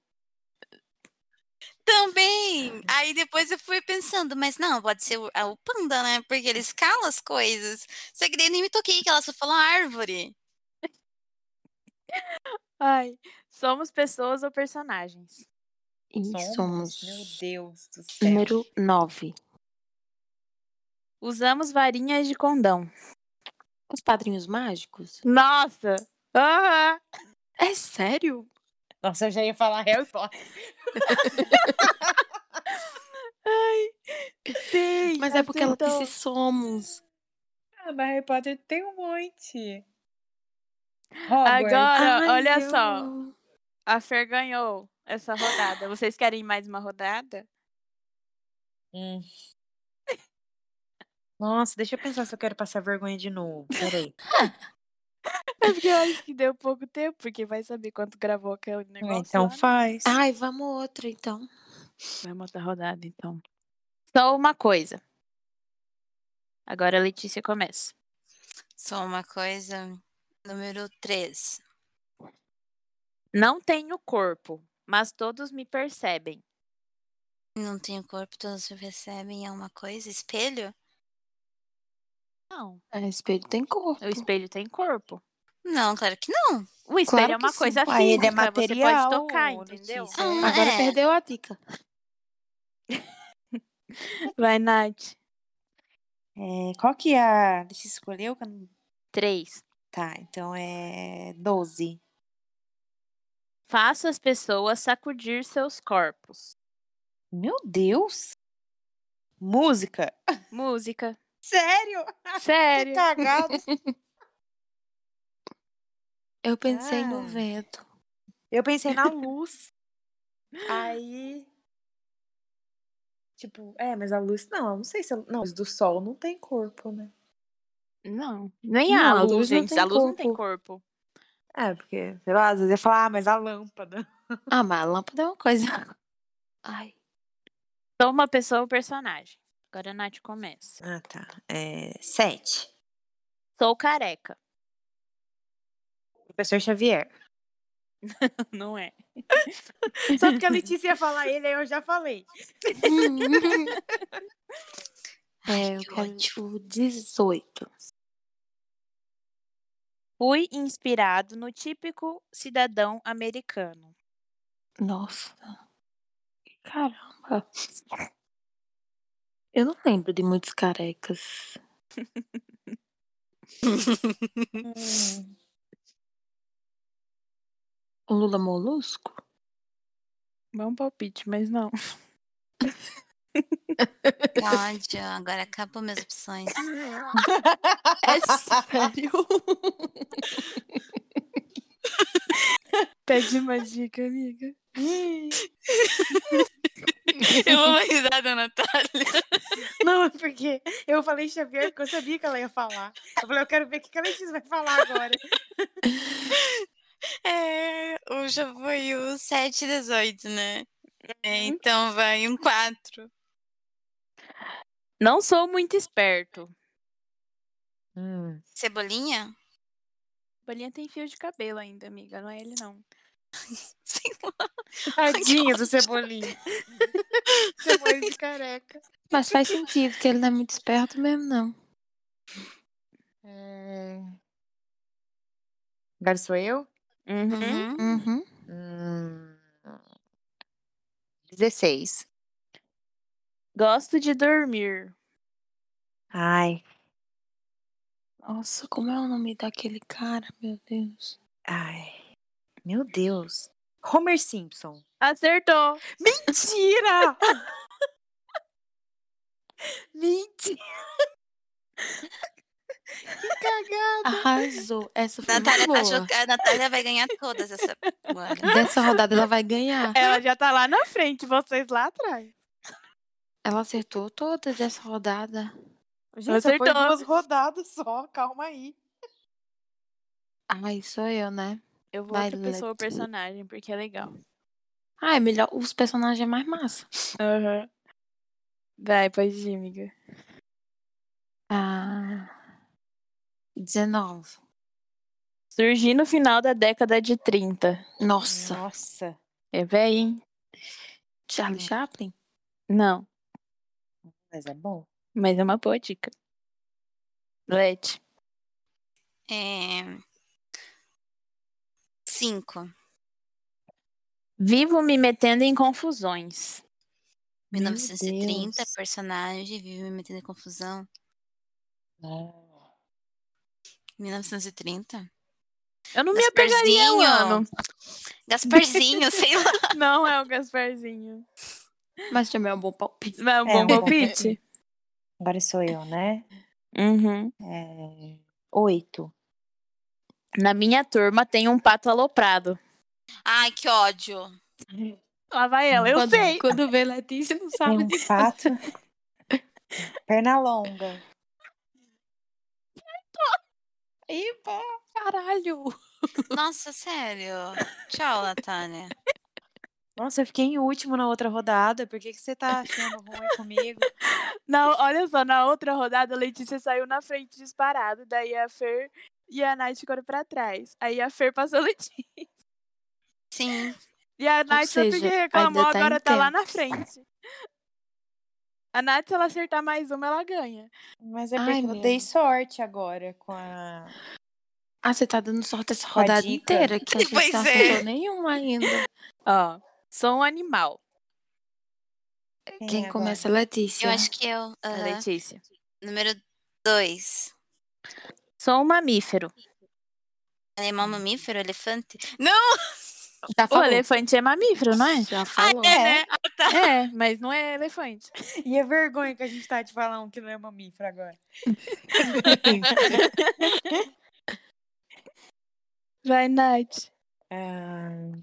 Speaker 2: Também. Aí depois eu fui pensando, mas não, pode ser o, é o panda, né? Porque ele escala as coisas. Só que daí eu nem me toquei que ela só falou árvore.
Speaker 5: Ai, somos pessoas ou personagens?
Speaker 4: E
Speaker 3: Meu
Speaker 4: somos
Speaker 3: Deus do céu.
Speaker 4: número 9.
Speaker 5: Usamos varinhas de condão.
Speaker 4: Os padrinhos mágicos?
Speaker 5: Nossa! Aham.
Speaker 4: É sério?
Speaker 3: Nossa, eu já ia falar Harry Potter.
Speaker 5: Sim,
Speaker 4: Mas é porque ela
Speaker 5: acertou.
Speaker 4: disse somos.
Speaker 3: Ah, mas Harry Potter tem um monte.
Speaker 5: Agora-
Speaker 3: Agora...
Speaker 5: Cara,
Speaker 4: Ai,
Speaker 5: olha
Speaker 4: eu-
Speaker 5: só. A Fer ganhou essa rodada. Vocês querem mais uma rodada?
Speaker 3: Hum. Nossa, deixa eu pensar se eu quero passar vergonha de novo. Peraí.
Speaker 5: É porque eu acho que deu pouco tempo, porque vai saber quanto gravou aquele negócio.
Speaker 3: então
Speaker 5: lá, né?
Speaker 3: faz.
Speaker 4: Ai, vamos outra então.
Speaker 5: Vamos outra rodada, então. Só uma coisa. Agora a Letícia começa.
Speaker 2: Só uma coisa. Número 3.
Speaker 5: Não tenho corpo, mas todos me percebem.
Speaker 2: Não tenho corpo, todos se percebem, é uma coisa. Espelho?
Speaker 5: Não.
Speaker 4: É, espelho tem corpo.
Speaker 5: O espelho tem corpo.
Speaker 2: Não, claro que não.
Speaker 5: O espelho
Speaker 4: Claro
Speaker 5: é
Speaker 4: que
Speaker 5: uma
Speaker 4: sim.
Speaker 5: coisa
Speaker 3: Ah, ele
Speaker 5: física,
Speaker 3: é
Speaker 5: você pode tocar,
Speaker 3: material, né,
Speaker 5: entendeu?
Speaker 3: Letícia.
Speaker 2: Ah,
Speaker 4: Agora
Speaker 2: é.
Speaker 4: perdeu a dica.
Speaker 5: Vai, Nath.
Speaker 3: É, qual que é a. Deixa eu escolher o que eu não-
Speaker 5: Três.
Speaker 3: Tá, então é 12.
Speaker 5: Faço as pessoas sacudir seus corpos.
Speaker 3: Meu Deus! Música?
Speaker 5: Música.
Speaker 3: Sério?
Speaker 5: Sério.
Speaker 3: tá. cagado.
Speaker 4: Eu pensei no
Speaker 3: Ah.
Speaker 4: vento.
Speaker 3: Eu pensei na luz. Aí. Tipo, é, mas a luz não, eu não sei se. a- Não, a luz do sol não tem corpo, né?
Speaker 5: Não. Nem
Speaker 4: Não,
Speaker 5: a luz, gente. a luz não tem corpo.
Speaker 3: É, porque, sei lá, às vezes eu ia falar, ah, mas a lâmpada.
Speaker 4: Ah, mas a lâmpada é uma coisa. Ai.
Speaker 5: Sou uma pessoa ou personagem. Agora a Nath começa.
Speaker 3: Ah, tá. É. 7.
Speaker 5: Sou careca.
Speaker 3: Professor Xavier.
Speaker 5: Não é.
Speaker 3: Só porque a Letícia ia falar ele, aí eu já falei.
Speaker 4: é, eu quero
Speaker 2: que ódio.
Speaker 4: o 18.
Speaker 5: Fui inspirado no típico cidadão americano.
Speaker 4: Nossa. Caramba. Eu não lembro de muitos carecas. O Lula Molusco?
Speaker 5: Bom um palpite, mas não.
Speaker 2: Que ódio, agora acabou minhas opções.
Speaker 4: É sério?
Speaker 5: Pede uma dica, amiga.
Speaker 2: Eu amo a risada, Natália.
Speaker 3: Não, é porque eu falei Xavier porque eu sabia que ela ia falar. Eu falei, eu quero ver o que que a Letícia vai falar agora.
Speaker 2: É, hoje foi o 7 e 18, né? É, então vai um 4.
Speaker 5: Não sou muito esperto.
Speaker 3: Hum.
Speaker 2: Cebolinha?
Speaker 5: Bolinha tem fio de cabelo ainda, amiga. Não é ele, não.
Speaker 2: Sei lá.
Speaker 3: Tadinho do Cebolinha. Cebolinha de é careca.
Speaker 4: Mas faz sentido, que ele não é muito esperto mesmo, não.
Speaker 3: É... Agora sou eu?
Speaker 5: Uhum.
Speaker 2: Uhum.
Speaker 4: Uhum.
Speaker 3: Hum, 16.
Speaker 5: Gosto de dormir.
Speaker 3: Ai,
Speaker 4: Nossa, como é o nome daquele cara, meu Deus.
Speaker 3: ai. Meu Deus. Homer Simpson.
Speaker 5: Acertou.
Speaker 3: Mentira! Mentira! Que cagada!
Speaker 4: Arrasou. Essa foi
Speaker 2: Natália,
Speaker 4: muito
Speaker 2: tá
Speaker 4: boa.
Speaker 2: joga- a Natália vai ganhar todas essa. Olha,
Speaker 4: Dessa rodada ela vai ganhar.
Speaker 5: Ela já tá lá na frente, vocês lá atrás.
Speaker 4: Ela acertou todas dessa rodada.
Speaker 3: Gente, só foi
Speaker 5: Acertou.
Speaker 3: duas rodadas só, calma aí.
Speaker 4: Ai, sou eu, né?
Speaker 5: Eu vou
Speaker 4: Vai,
Speaker 5: outra
Speaker 4: Lila.
Speaker 5: pessoa ou personagem, porque é legal.
Speaker 4: Ah, é melhor. Os personagens é mais massa.
Speaker 5: Aham. Vai, pode ir, amiga.
Speaker 4: Ah. 19.
Speaker 5: Surgi no final da década de 30.
Speaker 4: Nossa.
Speaker 3: Nossa.
Speaker 5: É véi, hein?
Speaker 4: Charlie Chaplin?
Speaker 5: Não,
Speaker 3: Mas é bom.
Speaker 5: mas é uma boa dica. Lete.
Speaker 2: é... Cinco.
Speaker 5: Vivo me metendo em confusões.
Speaker 3: Meu
Speaker 2: 1930,
Speaker 3: Deus.
Speaker 2: personagem, vive me metendo em confusão. 1930?
Speaker 5: Eu não me apegaria ao ano.
Speaker 2: Gasparzinho, sei lá.
Speaker 5: Não é o Gasparzinho.
Speaker 4: Mas também é um bom palpite.
Speaker 5: Não é um
Speaker 3: É,
Speaker 5: bom
Speaker 3: um bom
Speaker 5: palpite?
Speaker 3: Agora sou eu, né?
Speaker 5: Uhum.
Speaker 3: É... Oito.
Speaker 5: Na minha turma tem um pato aloprado.
Speaker 2: Ai, que ódio.
Speaker 5: Lá vai ela, eu
Speaker 4: quando, É.
Speaker 5: sei.
Speaker 4: Quando vê Letícia, não
Speaker 3: Tem
Speaker 4: sabe
Speaker 3: um
Speaker 4: disso.
Speaker 3: pato. Perna longa.
Speaker 4: Epa, caralho.
Speaker 2: Nossa, sério. Tchau, Natália.
Speaker 3: Nossa, eu fiquei em último na outra rodada. Por que, que você tá achando ruim comigo?
Speaker 5: Na, olha só, na outra rodada, a Letícia saiu na frente disparado. Daí a Fer e a Nath ficaram pra trás. Aí a Fer passou a Letícia.
Speaker 2: Sim.
Speaker 5: E a Nath foi porque
Speaker 4: seja, ainda
Speaker 5: reclamou,
Speaker 4: tá em
Speaker 5: agora tá lá na
Speaker 4: tempos.
Speaker 5: frente. A Nath, se ela acertar mais uma, ela ganha.
Speaker 3: Mas é
Speaker 4: Ai,
Speaker 3: porque
Speaker 4: meu.
Speaker 3: eu dei sorte agora com a.
Speaker 4: Ah, você tá dando sorte essa
Speaker 3: Com a
Speaker 4: rodada
Speaker 3: dica.
Speaker 4: inteira, que a gente
Speaker 2: Pois
Speaker 4: não
Speaker 2: é.
Speaker 4: acertou nenhuma ainda.
Speaker 5: Ó, sou um animal.
Speaker 4: Quem
Speaker 3: agora?
Speaker 4: começa é Letícia.
Speaker 2: Eu acho que eu.
Speaker 5: a
Speaker 2: aham.
Speaker 5: Letícia.
Speaker 2: Número dois.
Speaker 5: Sou um mamífero.
Speaker 2: Animal mamífero, elefante. Não!
Speaker 4: Já
Speaker 5: O
Speaker 4: falou.
Speaker 5: elefante é mamífero, não é?
Speaker 4: Já falou.
Speaker 2: É, né?
Speaker 5: É, mas não é elefante.
Speaker 3: E é vergonha que a gente tá de falar um que não é mamífero agora.
Speaker 5: Vai, Nath.
Speaker 3: Ah,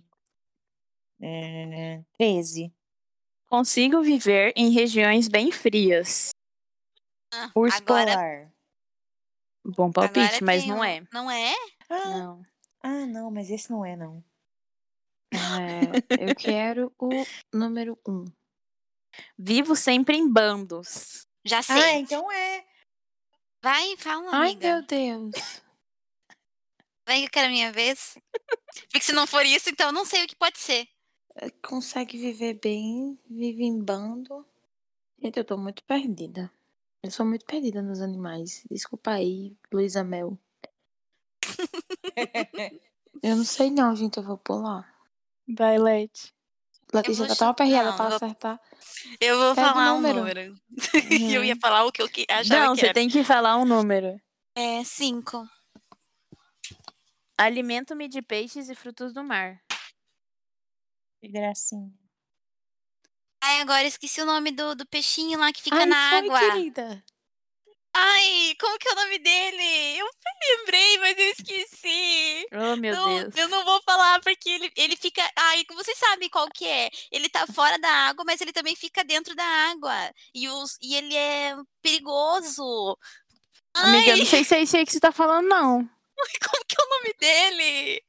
Speaker 3: é, 13.
Speaker 5: Consigo viver em regiões bem frias.
Speaker 2: Ah,
Speaker 3: Urso
Speaker 2: agora,
Speaker 3: polar.
Speaker 5: Bom palpite,
Speaker 2: agora
Speaker 5: mas
Speaker 2: tem
Speaker 5: não
Speaker 2: um-
Speaker 5: é.
Speaker 2: Não é?
Speaker 3: Ah,
Speaker 5: Não.
Speaker 3: ah, não, mas esse não é, não.
Speaker 4: É, eu quero o número 1. Um.
Speaker 5: Vivo sempre em bandos.
Speaker 2: Já sei.
Speaker 3: Ah, então é.
Speaker 2: Vai, fala,
Speaker 4: Ai,
Speaker 2: amiga.
Speaker 4: meu Deus.
Speaker 2: Vem que eu quero a minha vez. Porque se não for isso, então eu não sei o que pode ser.
Speaker 4: Consegue viver bem, vive em bando. Gente, eu tô muito perdida. Eu sou muito perdida nos animais. Desculpa aí, Luísa Mel. eu não sei não, gente. Eu vou pular.
Speaker 5: Vai, Leite.
Speaker 4: Letícia já
Speaker 2: vou
Speaker 4: tava perdida
Speaker 2: chutar,
Speaker 4: pra
Speaker 2: eu vou-
Speaker 4: acertar.
Speaker 2: Eu vou
Speaker 4: Pega o
Speaker 2: falar um
Speaker 4: número.
Speaker 2: número. E eu ia falar o que eu que- achava
Speaker 5: Não,
Speaker 2: que
Speaker 5: você
Speaker 2: era.
Speaker 5: tem que falar um número.
Speaker 2: É, cinco.
Speaker 5: Alimento-me de peixes e frutos do mar.
Speaker 6: Que gracinha.
Speaker 2: Ai, agora esqueci o nome do, do peixinho lá que fica
Speaker 4: Ai,
Speaker 2: na
Speaker 4: foi,
Speaker 2: água.
Speaker 4: querida.
Speaker 2: Ai, como que é o nome dele? Eu lembrei, mas eu esqueci.
Speaker 5: Oh, meu
Speaker 2: Não,
Speaker 5: Deus.
Speaker 2: eu não vou falar porque ele, ele fica. Ai, vocês sabem qual que é. Ele tá fora da água, mas ele também fica dentro da água. E, os, e ele é perigoso. Ai,
Speaker 5: Amiga, eu não sei se é isso aí que você tá falando, não.
Speaker 2: como que é o nome dele?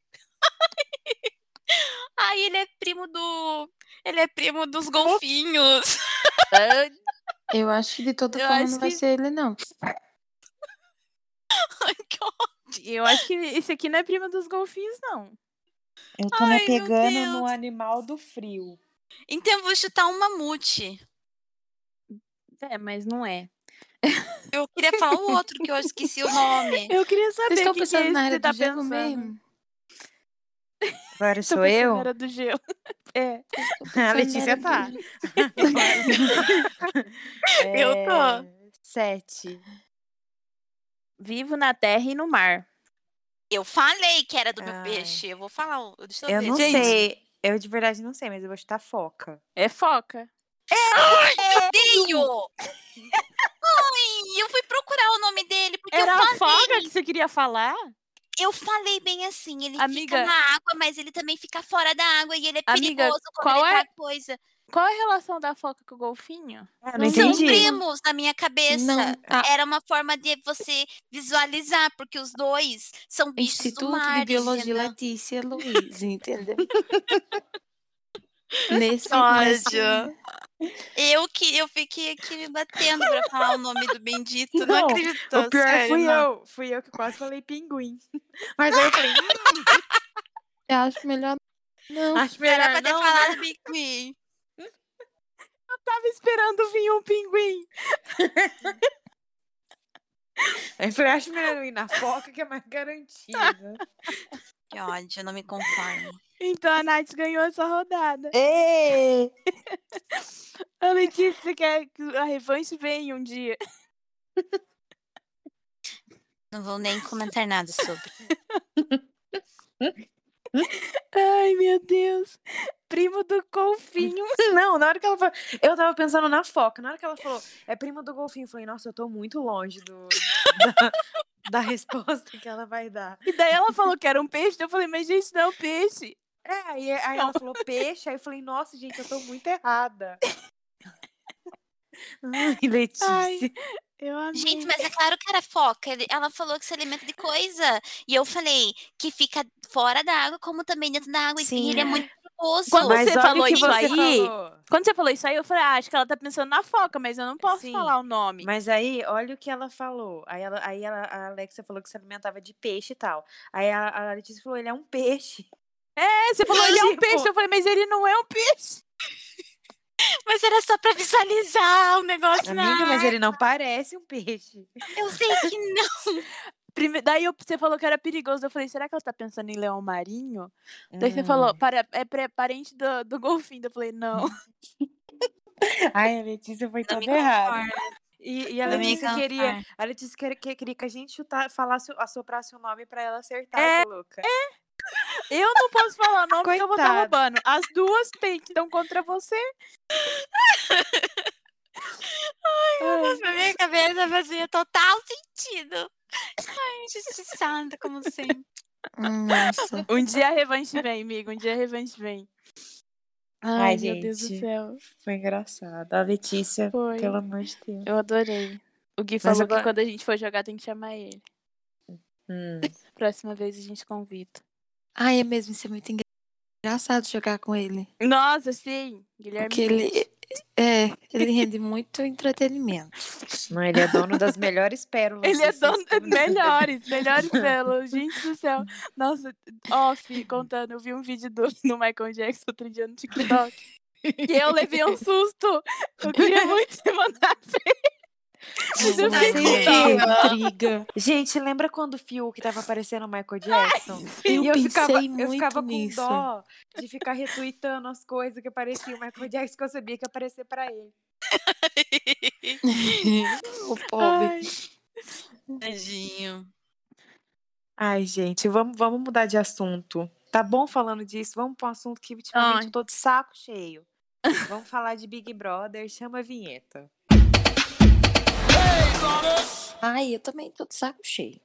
Speaker 2: Ai, ele é primo do. Ele é primo dos golfinhos.
Speaker 4: Eu acho que de toda
Speaker 5: Eu
Speaker 4: forma
Speaker 5: acho
Speaker 4: não vai
Speaker 5: que-
Speaker 4: ser ele, não.
Speaker 2: Ai, que horror.
Speaker 5: Eu acho que esse aqui não é primo dos golfinhos, não.
Speaker 6: Eu tô
Speaker 2: Ai,
Speaker 6: me
Speaker 2: meu
Speaker 6: pegando no
Speaker 2: Deus.
Speaker 6: animal do frio.
Speaker 2: então eu vou chutar um mamute.
Speaker 5: É, mas não é.
Speaker 2: Eu queria falar o outro que eu esqueci o nome.
Speaker 5: Eu queria saber
Speaker 4: Vocês
Speaker 5: o
Speaker 4: estão
Speaker 5: que que é
Speaker 4: pensando
Speaker 5: esse
Speaker 4: na
Speaker 5: que
Speaker 4: área
Speaker 5: você tá
Speaker 4: do gelo
Speaker 5: pensando.
Speaker 4: mesmo?
Speaker 3: Agora
Speaker 5: Tô
Speaker 3: sou
Speaker 5: pensando
Speaker 3: eu?
Speaker 5: na área do gelo. É.
Speaker 4: Vocês estão pensando
Speaker 3: A
Speaker 4: na área
Speaker 3: Letícia
Speaker 4: do
Speaker 3: tá.
Speaker 4: gelo?
Speaker 3: Eu
Speaker 2: tô.
Speaker 3: É, Sete.
Speaker 5: Vivo na terra e no mar.
Speaker 2: Eu falei que era do meu
Speaker 3: Ai.
Speaker 2: peixe. Eu vou falar. o- Deixa eu,
Speaker 3: Eu
Speaker 2: ver.
Speaker 3: não
Speaker 2: Gente,
Speaker 3: sei. Eu de verdade não sei, mas eu vou chutar foca.
Speaker 5: É foca.
Speaker 2: Odeio! Ai, eu fui procurar o nome dele, porque eu,
Speaker 5: Era a
Speaker 2: fa-
Speaker 5: foca que você queria falar?
Speaker 2: eu falei bem assim. Ele
Speaker 5: Amiga.
Speaker 2: fica na água, mas ele também fica fora da água e ele é
Speaker 5: Amiga,
Speaker 2: perigoso quando
Speaker 5: qual
Speaker 2: ele
Speaker 5: é?
Speaker 2: tá coisa.
Speaker 5: Qual é a relação da foca com o golfinho?
Speaker 3: Ah,
Speaker 4: Não
Speaker 2: São
Speaker 4: entendi.
Speaker 2: primos na minha cabeça.
Speaker 4: Não, tá.
Speaker 2: Era uma forma de você visualizar, porque os dois são bichos
Speaker 4: Instituto
Speaker 2: do mar.
Speaker 4: de Biologia
Speaker 2: entendeu?
Speaker 4: Letícia Luiz, entendeu? nesse, nesse...
Speaker 2: Ódio. Eu que eu fiquei aqui me batendo pra falar o nome do bendito. Não,
Speaker 3: Não,
Speaker 2: acredito.
Speaker 3: O pior
Speaker 2: sério,
Speaker 3: fui
Speaker 2: não.
Speaker 3: eu. Fui eu que quase falei pinguim. Mas aí eu falei, "Hum,
Speaker 4: Eu acho melhor. Não,
Speaker 3: acho melhor
Speaker 2: Era pra ter
Speaker 3: não.
Speaker 2: falado Big Me.
Speaker 5: Tava esperando vir um pinguim.
Speaker 3: Aí eu falei, acho melhor eu ir na foca, que é mais garantido.
Speaker 2: Que ódio, eu não me conformo.
Speaker 5: Então a Nath ganhou essa rodada.
Speaker 6: Ei!
Speaker 5: A Letícia quer que a revanche venha um dia.
Speaker 2: Não vou nem comentar nada sobre.
Speaker 5: Ai, meu Deus. Primo do golfinho.
Speaker 3: Não, na hora que ela falou. Eu tava pensando na foca. Na hora que ela falou, é prima do golfinho, eu falei, nossa, eu tô muito longe do, da, da resposta que ela vai dar.
Speaker 5: E daí ela falou que era um peixe. Eu falei, mas gente, não é um peixe.
Speaker 3: É, aí, aí ela falou peixe, aí eu falei, nossa, gente, eu tô muito errada. Ai, Letícia.
Speaker 5: Ai. Eu amei.
Speaker 2: Gente, mas é claro que era foca. ele- Ela falou que se alimenta de coisa. E eu falei que fica fora da água, como também dentro da água. e- E ele é muito perigoso.
Speaker 5: Quando
Speaker 3: Mas
Speaker 5: você
Speaker 3: olha o
Speaker 5: falou
Speaker 3: que
Speaker 5: isso
Speaker 3: você
Speaker 5: aí,
Speaker 3: falou.
Speaker 5: Quando você falou isso aí, eu falei, ah, acho que ela tá pensando na foca, mas eu não posso
Speaker 3: Sim.
Speaker 5: falar o nome.
Speaker 3: Mas aí, olha o que ela falou. Aí, ela, aí ela- a Alexa falou que se alimentava de peixe e tal. Aí a, a Letícia falou, ele é um peixe.
Speaker 5: É, você falou, ele é um
Speaker 3: Tipo-
Speaker 5: peixe. Eu falei, mas ele não é um peixe.
Speaker 2: Mas era só pra visualizar o negócio na
Speaker 3: Amiga, mas
Speaker 2: água.
Speaker 3: ele não parece um peixe.
Speaker 2: Eu sei que não.
Speaker 5: Prime- Daí eu- você falou que era perigoso. Eu falei, será que ela tá pensando em leão marinho? Daí você
Speaker 3: Hum.
Speaker 5: falou, para, é pre- parente do, do golfinho. Daí Eu falei, não.
Speaker 3: Ai, a Letícia foi
Speaker 2: Não
Speaker 3: toda
Speaker 2: me
Speaker 3: errada.
Speaker 2: conformo.
Speaker 3: E, e a
Speaker 2: Não me
Speaker 3: Letícia queria,
Speaker 2: conformo.
Speaker 3: a Letícia quer- quer- queria que a gente chutar, falasse, assoprasse o nome pra ela acertar,
Speaker 5: É,
Speaker 3: seu louca.
Speaker 5: Eu não posso falar o nome porque eu vou estar
Speaker 3: Coitada.
Speaker 5: roubando. As duas têm que estão contra você.
Speaker 2: Nossa, na minha cabeça fazia total sentido. Ai, injustiçada, como sempre.
Speaker 4: Hum, nossa.
Speaker 5: Um dia a revanche vem, amigo. Um dia a revanche vem. Ai,
Speaker 3: Ai,
Speaker 5: meu Deus do
Speaker 3: gente.
Speaker 5: céu.
Speaker 3: Foi engraçado. A Letícia,
Speaker 5: Foi.
Speaker 3: pelo amor de Deus.
Speaker 5: Eu adorei. O Gui
Speaker 3: Mas
Speaker 5: falou
Speaker 3: agora-
Speaker 5: que quando a gente for jogar tem que chamar ele.
Speaker 3: Hum,
Speaker 5: Próxima vez a gente convida.
Speaker 4: Ai, é mesmo, isso é muito engra- engraçado jogar com ele.
Speaker 5: Nossa, sim. Guilherme.
Speaker 4: Porque ele.
Speaker 5: Leite.
Speaker 4: É, ele rende muito entretenimento.
Speaker 3: Não, ele é dono das melhores pérolas.
Speaker 5: Ele é
Speaker 3: desse
Speaker 5: dono
Speaker 3: estudo.
Speaker 5: melhores, melhores pelos, gente do céu. Nossa, off, contando, eu vi um vídeo do, do Michael Jackson outro dia no TikTok. E eu levei um susto. Eu queria muito te mandar ver. Mas eu
Speaker 2: Ai,
Speaker 5: fiquei com dó.
Speaker 2: gente.
Speaker 4: briga.
Speaker 3: Gente, lembra quando o Fiuk tava aparecendo o Michael Jackson?
Speaker 4: Eu,
Speaker 3: E eu
Speaker 4: pensei
Speaker 3: ficava,
Speaker 4: muito
Speaker 3: eu ficava com
Speaker 4: nisso.
Speaker 3: dó de ficar retweetando as coisas que apareciam o Michael Jackson, que eu sabia que ia aparecer pra ele.
Speaker 4: o pobre.
Speaker 5: Ai.
Speaker 2: Tadinho.
Speaker 3: Ai, gente, vamos, vamos mudar de assunto. Tá bom falando disso? Vamos para um assunto que ultimamente
Speaker 5: Ai.
Speaker 3: eu tô de saco cheio. Vamos falar de Big Brother, chama a vinheta.
Speaker 4: Ai, eu também tô de saco cheio.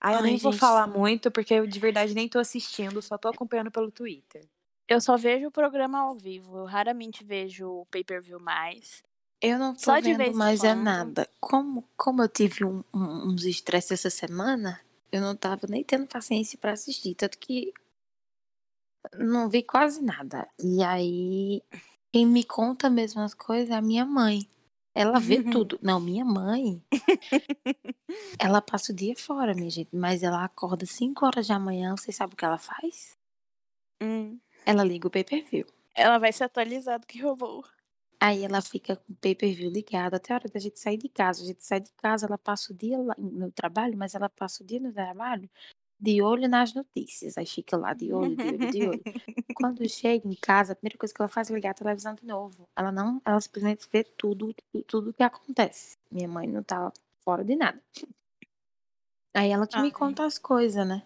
Speaker 3: Ai, eu
Speaker 2: Ai,
Speaker 3: nem vou
Speaker 2: gente.
Speaker 3: falar muito, porque eu de verdade nem tô assistindo, só tô acompanhando pelo Twitter.
Speaker 5: Eu só vejo o programa ao vivo. Eu raramente vejo o pay-per-view mais.
Speaker 4: Eu não tô
Speaker 5: Só de vez
Speaker 4: vendo
Speaker 5: em
Speaker 4: mais é
Speaker 5: quando.
Speaker 4: nada. Como, como eu tive um- um- uns estresses essa semana, eu não tava nem tendo paciência pra assistir. Tanto que não vi quase nada. E aí, quem me conta mesmo as coisas é a minha mãe. Ela vê tudo. Não, minha mãe. ela passa o dia fora, minha gente. Mas ela acorda 5 horas da manhã. Vocês sabem o que ela faz?
Speaker 5: Hum.
Speaker 4: Ela liga o pay per view.
Speaker 5: Ela vai se atualizar do que roubou.
Speaker 4: Aí ela fica com o pay-per-view ligado até a hora da gente sair de casa. A gente sai de casa, ela passa o dia lá no trabalho, mas ela passa o dia no trabalho de olho nas notícias. Aí fica lá de olho, de olho, de olho. Quando chega em casa, a primeira coisa que ela faz é ligar a televisão de novo. Ela não, ela simplesmente vê tudo, tudo, tudo que acontece. Minha mãe não tá fora de nada. Aí ela que
Speaker 5: Ah,
Speaker 4: me
Speaker 5: é.
Speaker 4: conta as coisas, né?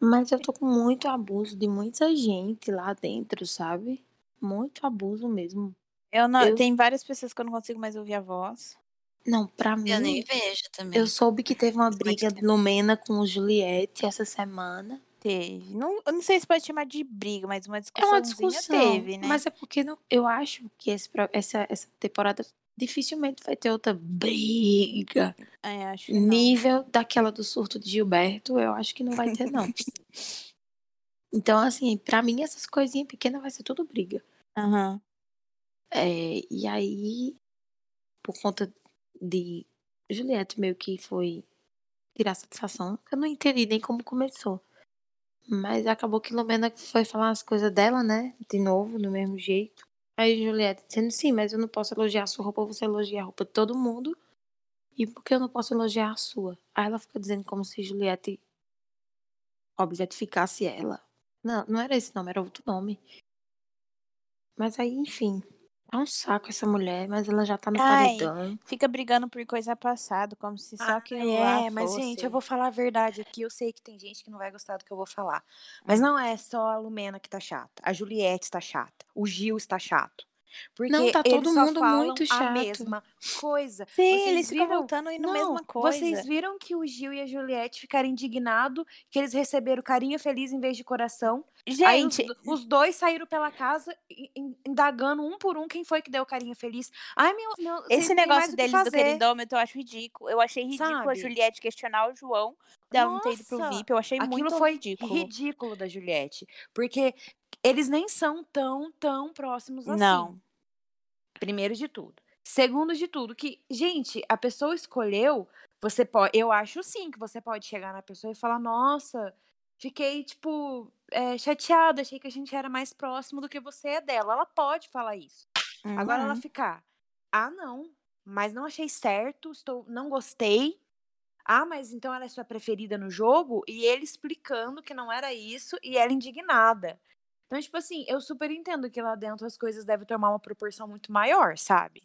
Speaker 4: Mas eu tô com muito abuso de muita gente lá dentro, sabe? Muito abuso mesmo.
Speaker 5: Eu não,
Speaker 4: Eu-
Speaker 5: Tem várias pessoas que eu não consigo mais ouvir a voz.
Speaker 4: Não, pra mim.
Speaker 2: Eu nem né. vejo também.
Speaker 4: Eu soube que teve uma
Speaker 2: Mas
Speaker 4: briga de Lumena com o Juliette essa semana.
Speaker 5: Teve. Não, eu não sei se pode chamar de briga, mas uma
Speaker 4: É
Speaker 5: discussão.
Speaker 4: uma discussão,
Speaker 5: Teve, né?
Speaker 4: mas é porque não- eu acho que esse pro- essa, essa temporada dificilmente vai ter outra briga.
Speaker 5: É, acho que não.
Speaker 4: Nível daquela do surto de Gilberto, eu acho que não vai ter, não. então, assim, pra mim, essas coisinhas pequenas vai ser tudo briga.
Speaker 5: Aham.
Speaker 4: É, e aí, por conta de Juliette meio que foi tirar satisfação, eu não entendi nem como começou. Mas acabou que Lumena foi falar as coisas dela, né? De novo, do mesmo jeito. Aí Juliette dizendo, sim, mas eu não posso elogiar a sua roupa, você elogia a roupa de todo mundo. E por que eu não posso elogiar a sua? Aí ela fica dizendo como se Juliette objetificasse ela. Não, não era esse nome, era outro nome. Mas aí, enfim, é um saco essa mulher, mas ela já tá no
Speaker 5: Ai,
Speaker 4: paredão.
Speaker 5: Fica brigando por coisa passada, como se só que lá
Speaker 3: é, mas
Speaker 5: fosse.
Speaker 3: gente, eu vou falar a verdade aqui. Eu sei que tem gente que não vai gostar do que eu vou falar. Mas não é só a Lumena que tá chata. A Juliette tá chata. O Gil está chato. Porque
Speaker 4: Não, tá todo
Speaker 3: eles só
Speaker 4: mundo
Speaker 3: falam
Speaker 4: muito
Speaker 3: a
Speaker 4: chato.
Speaker 3: mesma coisa.
Speaker 5: Sim,
Speaker 3: Vocês
Speaker 5: eles ficam
Speaker 3: viram?
Speaker 5: voltando e no
Speaker 3: não,
Speaker 5: mesma coisa.
Speaker 3: Vocês viram que o Gil e a Juliette ficaram indignados que eles receberam carinha feliz em vez de coração? Aí os
Speaker 5: Gente, é
Speaker 3: do- os, dois saíram pela casa in- in- indagando um por um quem foi que deu carinha feliz. Ai, meu, meu vocês
Speaker 5: esse
Speaker 3: não têm
Speaker 5: negócio
Speaker 3: mais o que
Speaker 5: deles do
Speaker 3: fazer.
Speaker 5: queridômetro eu acho ridículo. Eu achei ridículo a
Speaker 3: Sabe?
Speaker 5: Juliette questionar o João dela não ter ido pro
Speaker 3: Nossa,
Speaker 5: VIP. Eu achei
Speaker 3: Aquilo
Speaker 5: é muito
Speaker 3: foi
Speaker 5: ridículo.
Speaker 3: ridículo da Juliette, porque eles nem são tão, tão próximos assim.
Speaker 5: Não.
Speaker 3: Primeiro de tudo. Segundo de tudo, que, gente, a pessoa escolheu, você pode. Eu acho sim que você pode chegar na pessoa e falar, nossa, fiquei, tipo, é, chateada, achei que a gente era mais próximo do que você é dela. Ela pode falar isso. Agora ela
Speaker 5: Uhum.
Speaker 3: ficar, ah, não, mas não achei certo, estou, não gostei. Ah, mas então ela é sua preferida no jogo? E ele explicando que não era isso e ela indignada. Então, tipo assim, eu super entendo que lá dentro as coisas devem tomar uma proporção muito maior, sabe?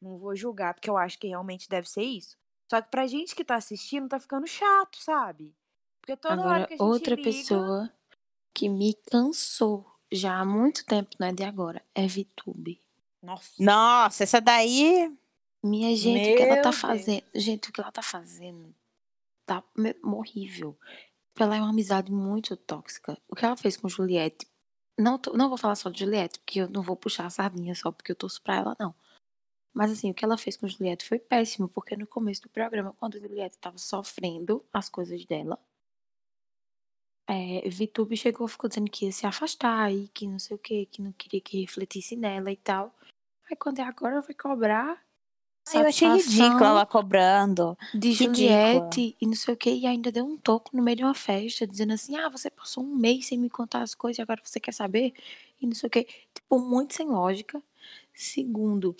Speaker 3: Não vou julgar, porque eu acho que realmente deve ser isso. Só que pra gente que tá assistindo, tá ficando chato, sabe? Porque toda hora
Speaker 4: Agora,
Speaker 3: que a gente
Speaker 4: outra
Speaker 3: liga,
Speaker 4: pessoa que me cansou já há muito tempo, não é de agora, é VTube.
Speaker 3: Nossa.
Speaker 5: Nossa, essa daí.
Speaker 4: Minha gente, o que ela
Speaker 3: Meu
Speaker 4: tá
Speaker 3: Deus.
Speaker 4: fazendo? Gente, o que ela tá fazendo tá me- horrível. Ela é uma amizade muito tóxica. O que ela fez com Juliette. Não, tô- não vou falar só de Juliette, porque eu não vou puxar a sardinha só porque eu torço pra ela, não. Mas assim, o que ela fez com Juliette foi péssimo, porque no começo do programa, quando Juliette tava sofrendo as coisas dela, É, Vitube chegou, ficou dizendo que ia se afastar e que não sei o que, que não queria que refletisse nela e tal. Aí quando é agora, vai cobrar
Speaker 5: Ai, eu achei ridícula ela cobrando.
Speaker 4: de
Speaker 5: ridícula.
Speaker 4: Juliette e não sei o que, e ainda deu um toco no meio de uma festa, dizendo assim: ah, você passou um mês sem me contar as coisas e agora você quer saber? E não sei o que. Tipo, muito sem lógica. Segundo,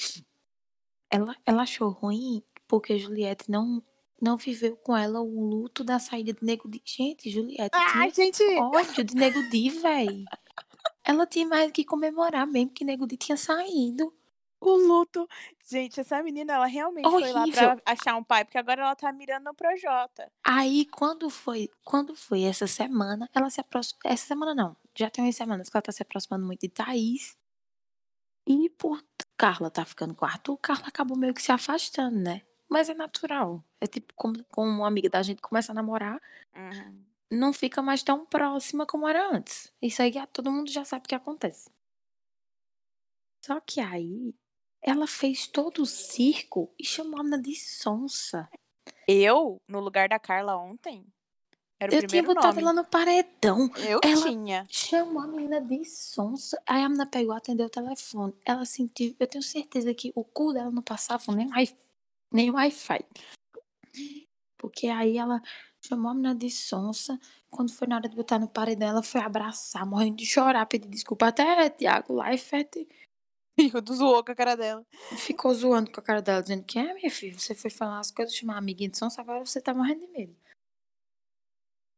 Speaker 4: ela, ela achou ruim porque Juliette não, não viveu com ela o luto da saída de Nego Di. Gente, Juliette tinha
Speaker 5: gente.
Speaker 4: ódio de Nego Di, véi. Ela tinha mais que comemorar mesmo que Nego Di tinha saído.
Speaker 5: O luto. Gente, essa menina, ela realmente foi lá
Speaker 4: Horrível.
Speaker 5: pra achar um pai, porque agora ela tá mirando no Projota.
Speaker 4: Aí quando foi, quando foi essa semana, ela se aproximou. Essa semana não, já tem umas semanas que ela tá se aproximando muito de Thaís. E por Carla tá ficando com o Arthur, Carla acabou meio que se afastando, né? Mas é natural. É tipo como, como uma amiga da gente começa a namorar,
Speaker 5: Uhum.
Speaker 4: não fica mais tão próxima como era antes. Isso aí ah, todo mundo já sabe o que acontece. Só que aí ela fez todo o circo e chamou a menina de sonsa.
Speaker 5: Eu, no lugar da Carla ontem, era o
Speaker 4: Eu tinha
Speaker 5: primeiro
Speaker 4: botado
Speaker 5: nome.
Speaker 4: ela no paredão.
Speaker 5: Eu
Speaker 4: Ela-
Speaker 5: tinha.
Speaker 4: Chamou a menina de sonsa. Aí a menina pegou, atendeu o telefone. Ela sentiu. Eu tenho certeza que o cu dela não passava nem wi- nem Wi-Fi. Porque aí ela chamou a menina de sonsa. Quando foi na hora de botar no paredão, ela foi abraçar, morrendo de chorar, pedir desculpa. Até é Tiago Leifert
Speaker 5: E o zoou com a cara dela.
Speaker 4: ficou zoando com a cara dela, dizendo que é, minha filha, você foi falar as coisas, chamar a amiguinha de sonsa, agora você tá morrendo de medo.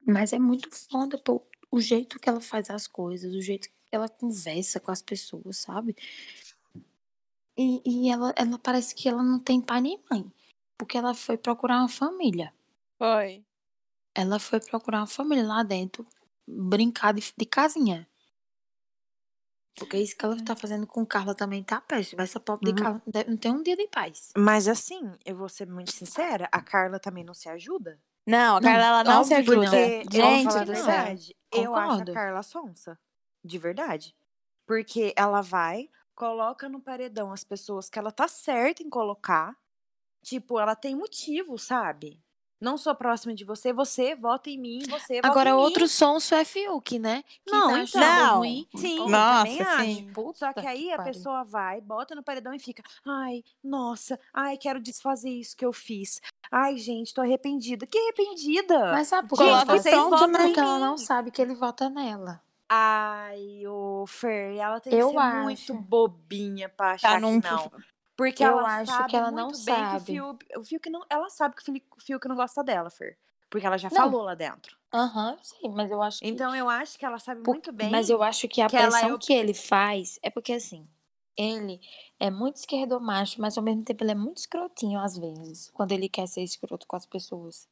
Speaker 4: Mas é muito foda, pô, o jeito que ela faz as coisas, o jeito que ela conversa com as pessoas, sabe? E, e ela, ela parece que ela não tem pai nem mãe, porque ela foi procurar uma família.
Speaker 5: Foi.
Speaker 4: Ela foi procurar uma família lá dentro, brincar de, de casinha. Porque isso que ela tá fazendo com Carla também tá péssimo. Essa pobre
Speaker 3: Uhum.
Speaker 4: de Carla não deve- não tem um dia de paz.
Speaker 3: Mas assim, eu vou ser muito sincera, a Carla também não se ajuda.
Speaker 5: Não, a
Speaker 4: Não,
Speaker 5: Carla ela não se
Speaker 4: óbvio que
Speaker 5: ajuda. É,
Speaker 4: não. é.
Speaker 3: Porque, vamos falar a
Speaker 5: Gente, é. do céu.
Speaker 3: verdade, eu acho
Speaker 4: Concordo.
Speaker 3: a Carla sonsa. De verdade. Porque ela vai, coloca no paredão as pessoas que ela tá certa em colocar. Tipo, ela tem motivo, sabe? Não sou próxima de você, você vota em mim, você vota em
Speaker 4: Agora,
Speaker 3: mim.
Speaker 4: outro sonso é Fiuk, né? Que
Speaker 3: Não,
Speaker 4: tá
Speaker 3: então.
Speaker 4: achando
Speaker 5: Não.
Speaker 4: ruim.
Speaker 3: Sim, eu
Speaker 5: Nossa,
Speaker 3: também acho.
Speaker 5: sim.
Speaker 4: Puta
Speaker 3: Só que aí a
Speaker 4: pariu.
Speaker 3: pessoa vai, bota no paredão e fica: ai, nossa, ai, quero desfazer isso que eu fiz. Ai, gente, tô arrependida. Que arrependida?
Speaker 4: Mas sabe por que
Speaker 3: Gente,
Speaker 4: ela tá
Speaker 3: vocês
Speaker 4: sonsa?
Speaker 3: votam em
Speaker 4: Porque ela
Speaker 3: mim.
Speaker 4: não sabe que ele vota nela.
Speaker 3: Ai, ô Fer, ela tem
Speaker 4: Eu
Speaker 3: que ser muito
Speaker 4: acho.
Speaker 3: bobinha pra achar
Speaker 5: Tá num
Speaker 3: que não. Porque
Speaker 4: Eu
Speaker 3: ela
Speaker 4: acho
Speaker 3: sabe
Speaker 4: que ela
Speaker 3: muito
Speaker 4: não
Speaker 3: bem
Speaker 4: sabe.
Speaker 3: que o Fiuk, o Fiuk não, ela sabe que o Fili- o Fiuk não gosta dela, Fer. Porque ela já
Speaker 4: Não.
Speaker 3: falou lá dentro.
Speaker 4: Aham, sim, mas eu acho que.
Speaker 3: Então eu acho que ela sabe
Speaker 4: por-
Speaker 3: muito bem.
Speaker 4: Mas eu acho que a
Speaker 3: que ela é
Speaker 4: pressão
Speaker 3: o-
Speaker 4: que ele faz é porque assim. Ele é muito esquerdomacho, mas ao mesmo tempo ele é muito escrotinho às vezes, quando ele quer ser escroto com as pessoas.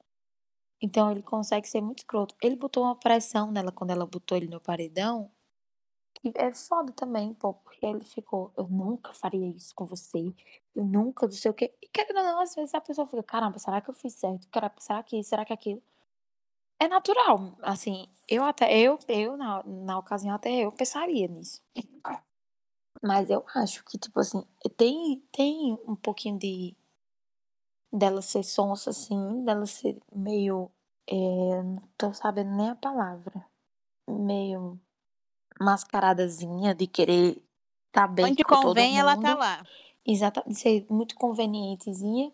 Speaker 4: Então ele consegue ser muito escroto. Ele botou uma pressão nela quando ela botou ele no paredão, E é foda também, pô, porque ele ficou, eu nunca faria isso com você, eu nunca, não sei o quê. E querendo ou não, às vezes a pessoa fica, caramba, será que eu fiz certo? Cara, será que isso? Será que aquilo? É natural, assim, eu até, eu, eu na, na ocasião até eu pensaria nisso. Mas eu acho que, tipo assim, tem, tem um pouquinho de, dela ser sonsa, assim, dela ser meio, é, não tô sabendo nem a palavra, meio mascaradazinha de querer tá bem
Speaker 5: Onde
Speaker 4: com todo
Speaker 5: convém, ela tá
Speaker 4: mundo.
Speaker 5: lá.
Speaker 4: Exatamente, ser é muito convenientezinha.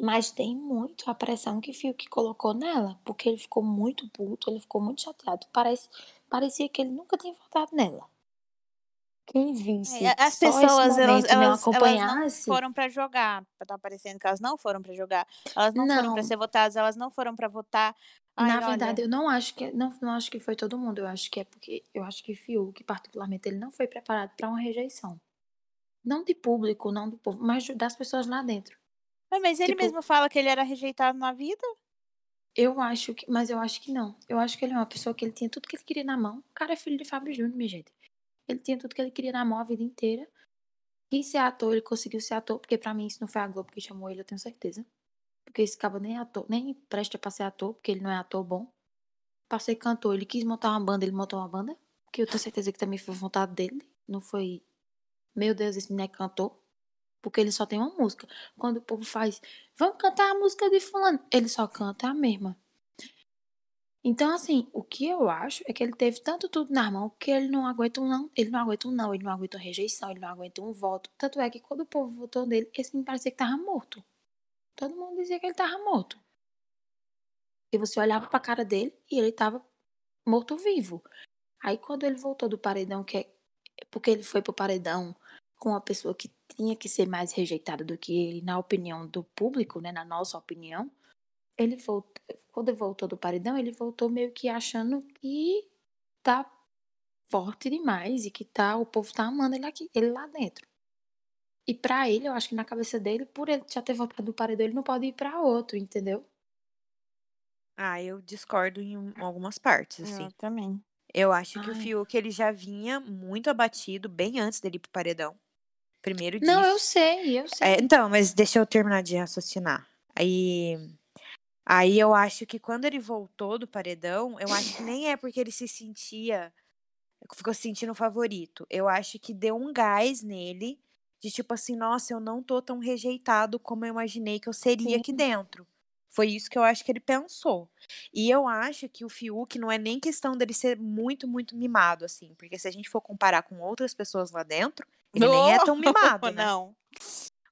Speaker 4: Mas tem muito a pressão que Fiuk colocou nela, porque ele ficou muito puto, ele ficou muito chateado. Parece, parecia que ele nunca tinha votado nela. Quem visse
Speaker 5: É, As
Speaker 4: só esse
Speaker 5: pessoas, elas,
Speaker 4: momento não
Speaker 5: elas, elas não
Speaker 4: acompanhasse,
Speaker 5: foram pra jogar. Tá parecendo que elas não foram pra jogar. Elas não, foram pra
Speaker 4: Não.
Speaker 5: ser votadas, elas não foram pra votar. Ai,
Speaker 4: na
Speaker 5: olha,
Speaker 4: verdade, eu não acho que não, não acho que foi todo mundo. Eu acho que é porque eu acho que Fiuk, particularmente, ele não foi preparado para uma rejeição. Não de público, não do povo, mas das pessoas lá dentro.
Speaker 5: Ué, Mas ele
Speaker 4: tipo-
Speaker 5: mesmo fala que ele era rejeitado na vida?
Speaker 4: Eu acho que, mas eu acho que não. Eu acho que ele é uma pessoa que ele tinha tudo que ele queria na mão. O cara é filho de Fábio Júnior, minha gente. Ele tinha tudo que ele queria na mão a vida inteira. Quis ser ator, ele conseguiu ser ator, porque pra mim isso não foi a Globo que chamou ele, eu tenho certeza. Porque esse cabo nem é ator, nem presta pra ser ator, porque ele não é ator bom. Pra ser cantor, ele quis montar uma banda, ele montou uma banda. Que eu tenho certeza que também foi vontade dele. Não foi, meu Deus, esse menino é cantor. Porque ele só tem uma música. Quando o povo faz, vamos cantar a música de fulano. Ele só canta a mesma. Então, assim, o que eu acho é que ele teve tanto tudo na mão que ele não aguenta um não, ele não aguenta um não, ele não aguenta uma rejeição, ele não aguenta um voto. Tanto é que quando o povo votou nele, esse menino parecia que tava morto. Todo mundo dizia que ele tava morto. E você olhava pra cara dele e ele tava morto-vivo. Aí quando ele voltou do paredão, que é porque ele foi pro paredão com uma pessoa que tinha que ser mais rejeitada do que ele, na opinião do público, né, na nossa opinião, ele voltou, quando ele voltou do paredão, ele voltou meio que achando que tá forte demais e que tá, o povo tá amando ele aqui, ele lá dentro. E pra ele, eu acho que na cabeça dele, por ele já ter voltado do paredão, ele não pode ir pra outro, entendeu?
Speaker 3: Ah, eu discordo em um- algumas partes, assim.
Speaker 5: Eu também.
Speaker 3: Eu acho que o
Speaker 4: Ai.
Speaker 3: Fiuk ele já vinha muito abatido bem antes dele ir pro paredão. Primeiro disso.
Speaker 4: Não, eu sei, eu sei.
Speaker 3: É, então, mas deixa eu terminar de raciocinar. Aí, aí eu acho que quando ele voltou do paredão, eu acho que nem é porque ele se sentia, ficou se sentindo favorito. Eu acho que deu um gás nele de tipo assim, nossa, eu não tô tão rejeitado como eu imaginei que eu seria aqui dentro. Foi isso que eu acho que ele pensou. E eu acho que o Fiuk não é nem questão dele ser muito, muito mimado, assim. Porque se a gente for comparar com outras pessoas lá dentro, ele nem é tão mimado, né?
Speaker 5: Não.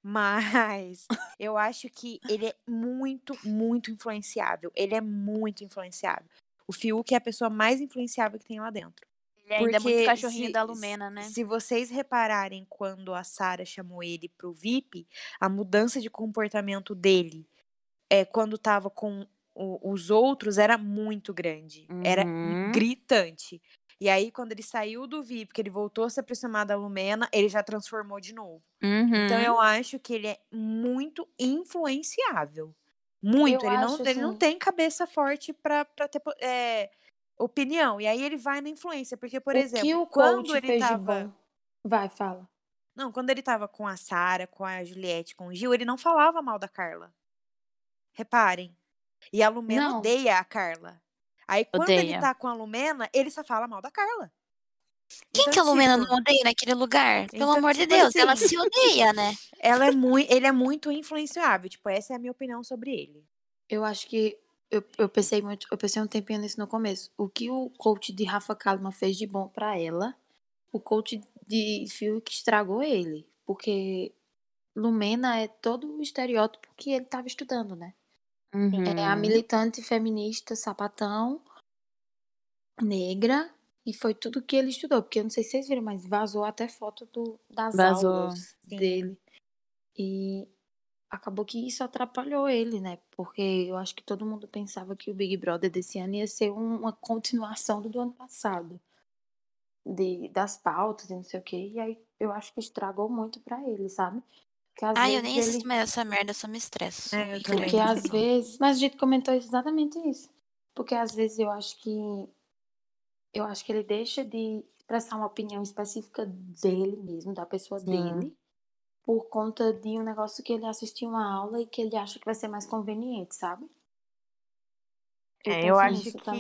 Speaker 3: Mas eu acho que ele é muito, muito influenciável. Ele é muito influenciável. O Fiuk é a pessoa mais influenciável que tem lá dentro.
Speaker 5: Ele ainda é muito
Speaker 3: Porque
Speaker 5: cachorrinho
Speaker 3: se-
Speaker 5: da Lumena, né?
Speaker 3: Se vocês repararem quando a Sara chamou ele pro VIP, a mudança de comportamento dele é quando tava com o- os outros era muito grande. Era
Speaker 5: Uhum.
Speaker 3: gritante. E aí, quando ele saiu do VIP, que ele voltou a se aproximar da Lumena, ele já transformou de novo.
Speaker 5: Uhum,
Speaker 3: Então
Speaker 2: Uhum.
Speaker 3: eu acho que ele é muito influenciável. Muito.
Speaker 4: Eu
Speaker 3: Ele não,
Speaker 4: acho,
Speaker 3: ele não
Speaker 4: assim-
Speaker 3: tem cabeça forte pra pra ter po- é, opinião. E aí ele vai na influência. Porque, por exemplo, quando ele tava.
Speaker 4: Vai, fala.
Speaker 3: Não, quando ele tava com a Sara, com a Juliette, com o Gil, ele não falava mal da Carla. Reparem. E a Lumena
Speaker 4: Não.
Speaker 3: odeia a Carla. Aí quando ele
Speaker 5: Odeia.
Speaker 3: tá com a Lumena, ele só fala mal da Carla.
Speaker 2: Quem
Speaker 3: Então,
Speaker 2: que é a Lumena
Speaker 3: tipo,
Speaker 2: não odeia naquele lugar? Pelo
Speaker 3: então,
Speaker 2: amor de
Speaker 3: tipo
Speaker 2: Deus, ela
Speaker 3: assim.
Speaker 2: se odeia, né?
Speaker 3: Ela é muito, ele é muito influenciável. Tipo, essa é a minha opinião sobre ele.
Speaker 4: Eu acho que eu, eu pensei muito, eu pensei um tempinho nisso no começo. O que o coach de Rafa Kalman fez de bom pra ela, o coach de Fiuk estragou ele, porque Lumena é todo o estereótipo que ele tava estudando, né? É
Speaker 5: uhum.
Speaker 2: Uhum.
Speaker 4: a militante feminista sapatão negra e foi tudo que ele estudou, porque eu não sei se vocês viram, mas vazou até foto do, das
Speaker 5: Vazou,
Speaker 4: aulas dele. E acabou que isso atrapalhou ele, né? Porque eu acho que todo mundo pensava que o Big Brother desse ano ia ser um- uma continuação do, do ano passado. De, das pautas e não sei o quê. E aí eu acho que estragou muito pra ele, sabe? Porque às
Speaker 2: Ai,
Speaker 4: vezes
Speaker 2: eu nem
Speaker 4: ele-
Speaker 2: assisto mais essa merda, eu só me estresso.
Speaker 3: É, eu
Speaker 2: E
Speaker 3: também.
Speaker 4: porque
Speaker 2: grande.
Speaker 4: às vezes. Mas a gente comentou exatamente isso. Porque às vezes eu acho que. Eu acho que ele deixa de expressar uma opinião específica dele mesmo, da pessoa
Speaker 5: Sim.
Speaker 4: dele, por conta de um negócio que ele assistiu uma aula e que ele acha que vai ser mais conveniente, sabe?
Speaker 3: É, eu
Speaker 4: penso
Speaker 3: acho
Speaker 4: nisso
Speaker 3: que a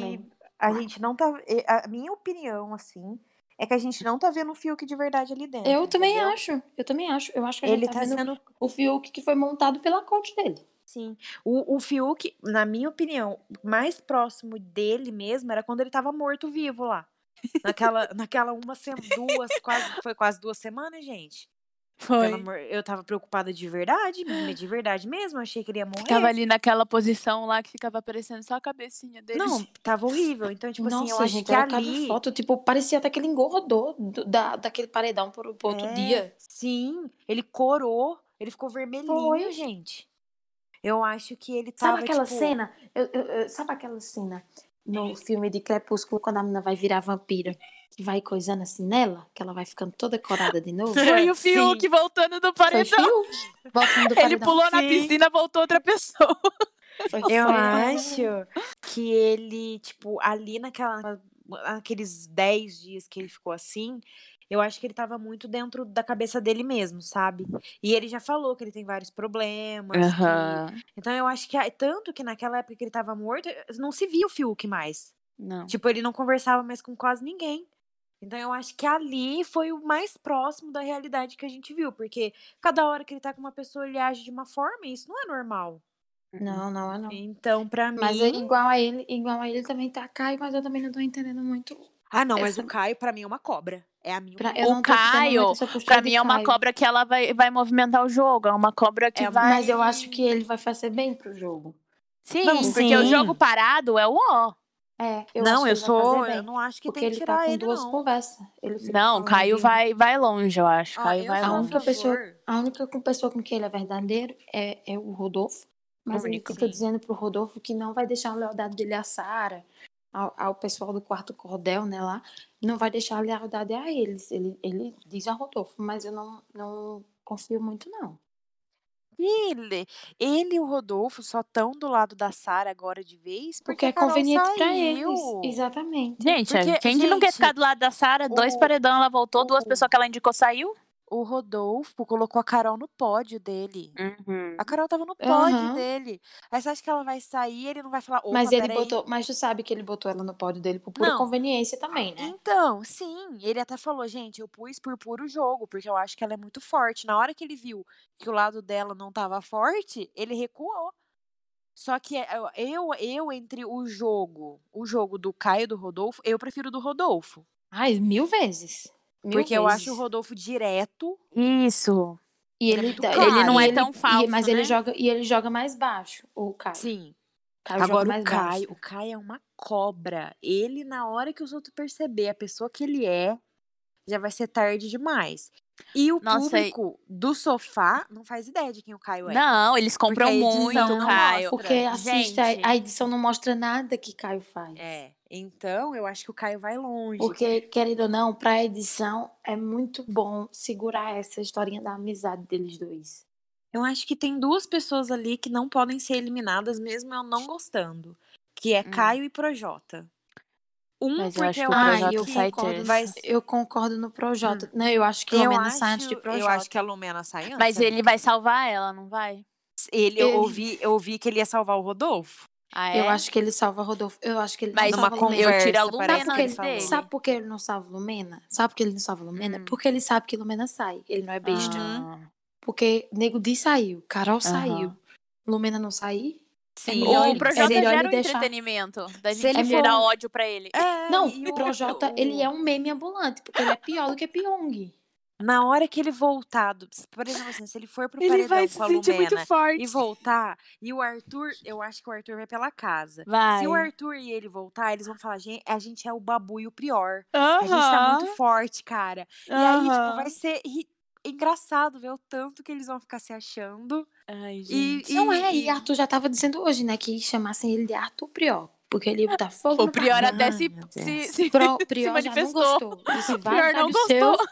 Speaker 3: gente não tá. e- A minha opinião, assim, é que a gente não tá vendo o Fiuk de verdade ali dentro.
Speaker 4: Eu também
Speaker 3: é, entendeu?
Speaker 4: acho. Eu também acho. Eu acho que a
Speaker 3: Ele
Speaker 4: gente tá
Speaker 3: tá
Speaker 4: vendo
Speaker 3: sendo.
Speaker 4: o Fiuk que foi montado pela coach dele.
Speaker 3: Sim. O, o Fiuk, na minha opinião, mais próximo dele mesmo era quando ele tava morto-vivo lá. Naquela, naquela uma, sem- duas, quase. Foi quase duas semanas, gente.
Speaker 5: Foi.
Speaker 3: Pelo amor, eu tava preocupada de verdade, menina, de verdade mesmo. Eu achei que ele ia morrer.
Speaker 5: Ficava ali naquela posição lá que ficava aparecendo só a cabecinha dele.
Speaker 3: Não, tava horrível. Então, tipo assim,
Speaker 4: Nossa,
Speaker 3: eu acho
Speaker 4: gente,
Speaker 3: que
Speaker 4: era cada
Speaker 3: ali.
Speaker 4: foto, tipo, parecia até que ele engordou do- da, daquele paredão pro, pro outro
Speaker 3: É,
Speaker 4: dia.
Speaker 3: Sim, ele corou, ele ficou vermelhinho,
Speaker 4: Foi.
Speaker 3: gente. Eu acho que ele tava,
Speaker 4: Sabe aquela
Speaker 3: tipo,
Speaker 4: cena? Eu- eu- eu- sabe aquela cena no filme de Crepúsculo, quando a menina vai virar vampira? Que vai coisando assim nela, que ela vai ficando toda corada de novo.
Speaker 5: Foi o
Speaker 3: Sim.
Speaker 5: Fiuk voltando do
Speaker 4: Foi
Speaker 5: paredão.
Speaker 4: Fiuk. Voltando do
Speaker 5: Ele
Speaker 4: paredão.
Speaker 5: pulou na
Speaker 3: Sim.
Speaker 5: piscina, voltou outra pessoa.
Speaker 4: Foi
Speaker 3: Eu
Speaker 4: Fiuk.
Speaker 3: acho que ele, tipo, ali naquela, naqueles 10 dias que ele ficou assim, eu acho que ele tava muito dentro da cabeça dele mesmo, sabe? E ele já falou que ele tem vários problemas. que- Então eu acho que. a- Tanto que naquela época que ele tava morto, não se via o Fiuk mais.
Speaker 5: Não.
Speaker 3: Tipo, ele não conversava mais com quase ninguém. Então eu acho que ali foi o mais próximo da realidade que a gente viu, porque cada hora que ele tá com uma pessoa, ele age de uma forma, e isso não é normal.
Speaker 4: Não, não, não.
Speaker 3: Então, pra mim.
Speaker 4: Mas é igual a ele, igual a ele também tá Caio, mas eu também não tô entendendo muito.
Speaker 3: Ah, não, mas
Speaker 4: essa-
Speaker 3: o Caio, pra mim, é uma cobra. É a minha.
Speaker 4: Pra,
Speaker 3: opinião.
Speaker 4: eu
Speaker 5: O
Speaker 4: não tô entendendo
Speaker 5: Caio,
Speaker 4: muito essa postura
Speaker 5: Pra
Speaker 4: de
Speaker 5: mim é uma
Speaker 4: Caio.
Speaker 5: cobra que ela vai, vai movimentar o jogo. É uma cobra que
Speaker 3: É,
Speaker 5: vai.
Speaker 4: Mas eu acho que ele vai fazer bem pro jogo.
Speaker 5: Sim,
Speaker 3: Não,
Speaker 5: porque o
Speaker 3: sim.
Speaker 5: jogo parado é o ó.
Speaker 4: É, eu acho que
Speaker 3: não, eu
Speaker 4: ele vai fazer
Speaker 3: sou.
Speaker 4: bem.
Speaker 3: Eu não acho que
Speaker 4: porque
Speaker 3: tem que
Speaker 4: ele tá
Speaker 3: tirar
Speaker 4: com
Speaker 3: ele,
Speaker 4: duas
Speaker 3: não.
Speaker 4: conversas. Ele fica
Speaker 5: Não,
Speaker 4: falando
Speaker 5: Caio
Speaker 4: de-
Speaker 5: vai, vai longe, eu acho.
Speaker 3: Ó,
Speaker 5: Caio
Speaker 3: Ah, eu
Speaker 5: vai
Speaker 3: sou
Speaker 4: A
Speaker 3: um a
Speaker 5: longe.
Speaker 4: única pessoa-
Speaker 3: favor.
Speaker 4: A única com- pessoa com quem ele é verdadeiro é, é o tá Rodolfo. Mas ele
Speaker 3: Único,
Speaker 4: fica
Speaker 3: sim.
Speaker 4: dizendo pro Rodolfo que não vai deixar a lealdade dele a Sara. ao, ao pessoal do quarto cordel, né, lá, não vai deixar a lealdade a eles. Ele, ele diz a Rodolfo, mas eu não, não confio muito, não.
Speaker 3: Ele, ele e o Rodolfo só estão do lado da Sara agora de vez
Speaker 4: Porque, é
Speaker 3: a Carol
Speaker 4: conveniente pra
Speaker 3: saiu.
Speaker 4: eles. Exatamente.
Speaker 5: Gente,
Speaker 3: Porque,
Speaker 5: quem que não quer
Speaker 3: gente,
Speaker 5: ficar do lado da Sara? Dois
Speaker 3: o-
Speaker 5: paredão, ela voltou, duas
Speaker 3: o-
Speaker 5: pessoas que ela indicou saiu.
Speaker 3: O Rodolfo colocou a Carol no pódio dele.
Speaker 5: Uhum.
Speaker 3: A Carol tava no pódio
Speaker 4: Uhum. Aham.
Speaker 3: dele. Aí você acha que ela vai sair, ele não vai falar, opa,
Speaker 4: Mas ele
Speaker 3: peraí.
Speaker 4: botou, mas tu sabe que ele botou ela no pódio dele por pura
Speaker 3: Não.
Speaker 4: conveniência também, né?
Speaker 3: Então, sim, ele até falou, gente, eu pus por puro jogo, porque eu acho que ela é muito forte. Na hora que ele viu que o lado dela não tava forte, ele recuou. Só que é, eu, eu, eu, entre o jogo, o jogo do Caio e do Rodolfo, eu prefiro o do Rodolfo.
Speaker 4: Ai, mil vezes. Mil
Speaker 3: porque eu acho o
Speaker 4: vezes.
Speaker 3: Rodolfo direto.
Speaker 5: Isso.
Speaker 4: E
Speaker 3: ele é
Speaker 4: ele,
Speaker 3: muito
Speaker 4: dá-
Speaker 3: claro.
Speaker 5: Ele não é
Speaker 4: e
Speaker 5: tão
Speaker 4: e-
Speaker 5: falso,
Speaker 4: mas ele
Speaker 5: né?
Speaker 4: joga e ele joga mais baixo, o Caio.
Speaker 3: Sim.
Speaker 4: Caio joga
Speaker 3: Agora o
Speaker 4: mais
Speaker 3: Caio, o
Speaker 4: baixo.
Speaker 3: Caio é uma cobra. Ele, na hora que os outros perceber a pessoa que ele é, já vai ser tarde demais. E o
Speaker 5: Nossa, e-
Speaker 3: público do sofá não faz ideia de quem o Caio é.
Speaker 5: Não, eles compram
Speaker 3: a edição
Speaker 5: muito,
Speaker 3: não
Speaker 5: Caio.
Speaker 3: mostra.
Speaker 4: Porque assista,
Speaker 5: É Gente.
Speaker 4: a edição não mostra nada que Caio faz.
Speaker 3: É. Então, eu acho que o Caio vai longe.
Speaker 4: Porque, querendo ou não, pra edição é muito bom segurar essa historinha da amizade deles dois.
Speaker 3: Eu acho que tem duas pessoas ali que não podem ser eliminadas, mesmo eu não gostando. Que é
Speaker 5: Hum.
Speaker 3: Caio e Projota. Um,
Speaker 5: Mas eu acho
Speaker 3: porque
Speaker 5: que
Speaker 3: eu
Speaker 5: o
Speaker 3: acho
Speaker 5: Projota
Speaker 4: eu
Speaker 3: que
Speaker 5: sai
Speaker 4: concordo,
Speaker 3: vai
Speaker 4: no-
Speaker 3: ser-
Speaker 4: eu concordo no Projota. Não, eu acho que o
Speaker 3: Eu
Speaker 4: menos sai antes de
Speaker 3: acho,
Speaker 4: Projota.
Speaker 3: eu acho que a Lumena sai antes.
Speaker 5: Mas
Speaker 3: amiga.
Speaker 5: ele vai salvar ela, não vai?
Speaker 3: Ele, eu
Speaker 4: Ele-
Speaker 3: ouvi, eu ouvi que ele ia salvar o Rodolfo.
Speaker 5: Ah,
Speaker 4: Eu
Speaker 5: é?
Speaker 4: acho que ele salva Rodolfo. Eu acho que ele
Speaker 5: Mas
Speaker 4: não
Speaker 3: numa
Speaker 4: salva Lumena.
Speaker 5: eu tiro a
Speaker 3: conversa, parece
Speaker 5: Lumena
Speaker 4: Sabe por,
Speaker 3: que
Speaker 4: que ele,
Speaker 3: ele
Speaker 5: antes
Speaker 3: falou.
Speaker 5: dele.
Speaker 4: sabe por que ele não salva Lumena? Sabe por que ele não salva Lumena?
Speaker 5: Hum.
Speaker 4: Porque ele sabe que Lumena sai. Ele não é besta.
Speaker 5: Ah,
Speaker 4: Porque Nego Di saiu, Carol saiu.
Speaker 5: Aham.
Speaker 4: Lumena não sair? É
Speaker 3: Sim.
Speaker 4: melhor
Speaker 5: O
Speaker 4: ele-
Speaker 5: Projota
Speaker 4: é melhor
Speaker 5: gera
Speaker 4: ele
Speaker 5: um
Speaker 4: deixar-
Speaker 5: entretenimento da
Speaker 3: Se
Speaker 5: gente
Speaker 3: ele
Speaker 5: gerar
Speaker 3: for um-
Speaker 5: ódio pra ele.
Speaker 3: É,
Speaker 4: Não,
Speaker 3: e
Speaker 4: o Projota, ele é um meme ambulante, porque ele é pior do que Pyong.
Speaker 3: Na hora que ele voltar, do- se- por exemplo, assim, se ele for pro
Speaker 5: Ele
Speaker 3: paredão
Speaker 5: vai se
Speaker 3: com a
Speaker 5: sentir muito
Speaker 3: Lumena
Speaker 5: forte.
Speaker 3: e voltar, e o Arthur, eu acho que o Arthur vai pela casa.
Speaker 5: Vai.
Speaker 3: Se o Arthur e ele voltar, eles vão falar, gente, a gente é o babu e o prior. A gente tá muito forte, cara. E aí, tipo, vai ser ri- engraçado ver o tanto que eles vão ficar se achando.
Speaker 5: Ai,
Speaker 3: E,
Speaker 5: gente.
Speaker 3: e-
Speaker 4: Não é,
Speaker 3: e-
Speaker 4: e Arthur já tava dizendo hoje, né, que chamassem ele de Arthur Prior. Porque ele tá fogo
Speaker 5: O
Speaker 4: no
Speaker 5: Prior
Speaker 4: carro.
Speaker 5: até se,
Speaker 3: Ai, meu
Speaker 5: se,
Speaker 3: Deus.
Speaker 5: se-
Speaker 4: Pro,
Speaker 5: se
Speaker 4: Prior já não
Speaker 5: manifestou.
Speaker 4: gostou. Disse,
Speaker 5: O
Speaker 4: vai,
Speaker 5: Prior
Speaker 4: vai
Speaker 5: não
Speaker 4: do seu.
Speaker 5: gostou.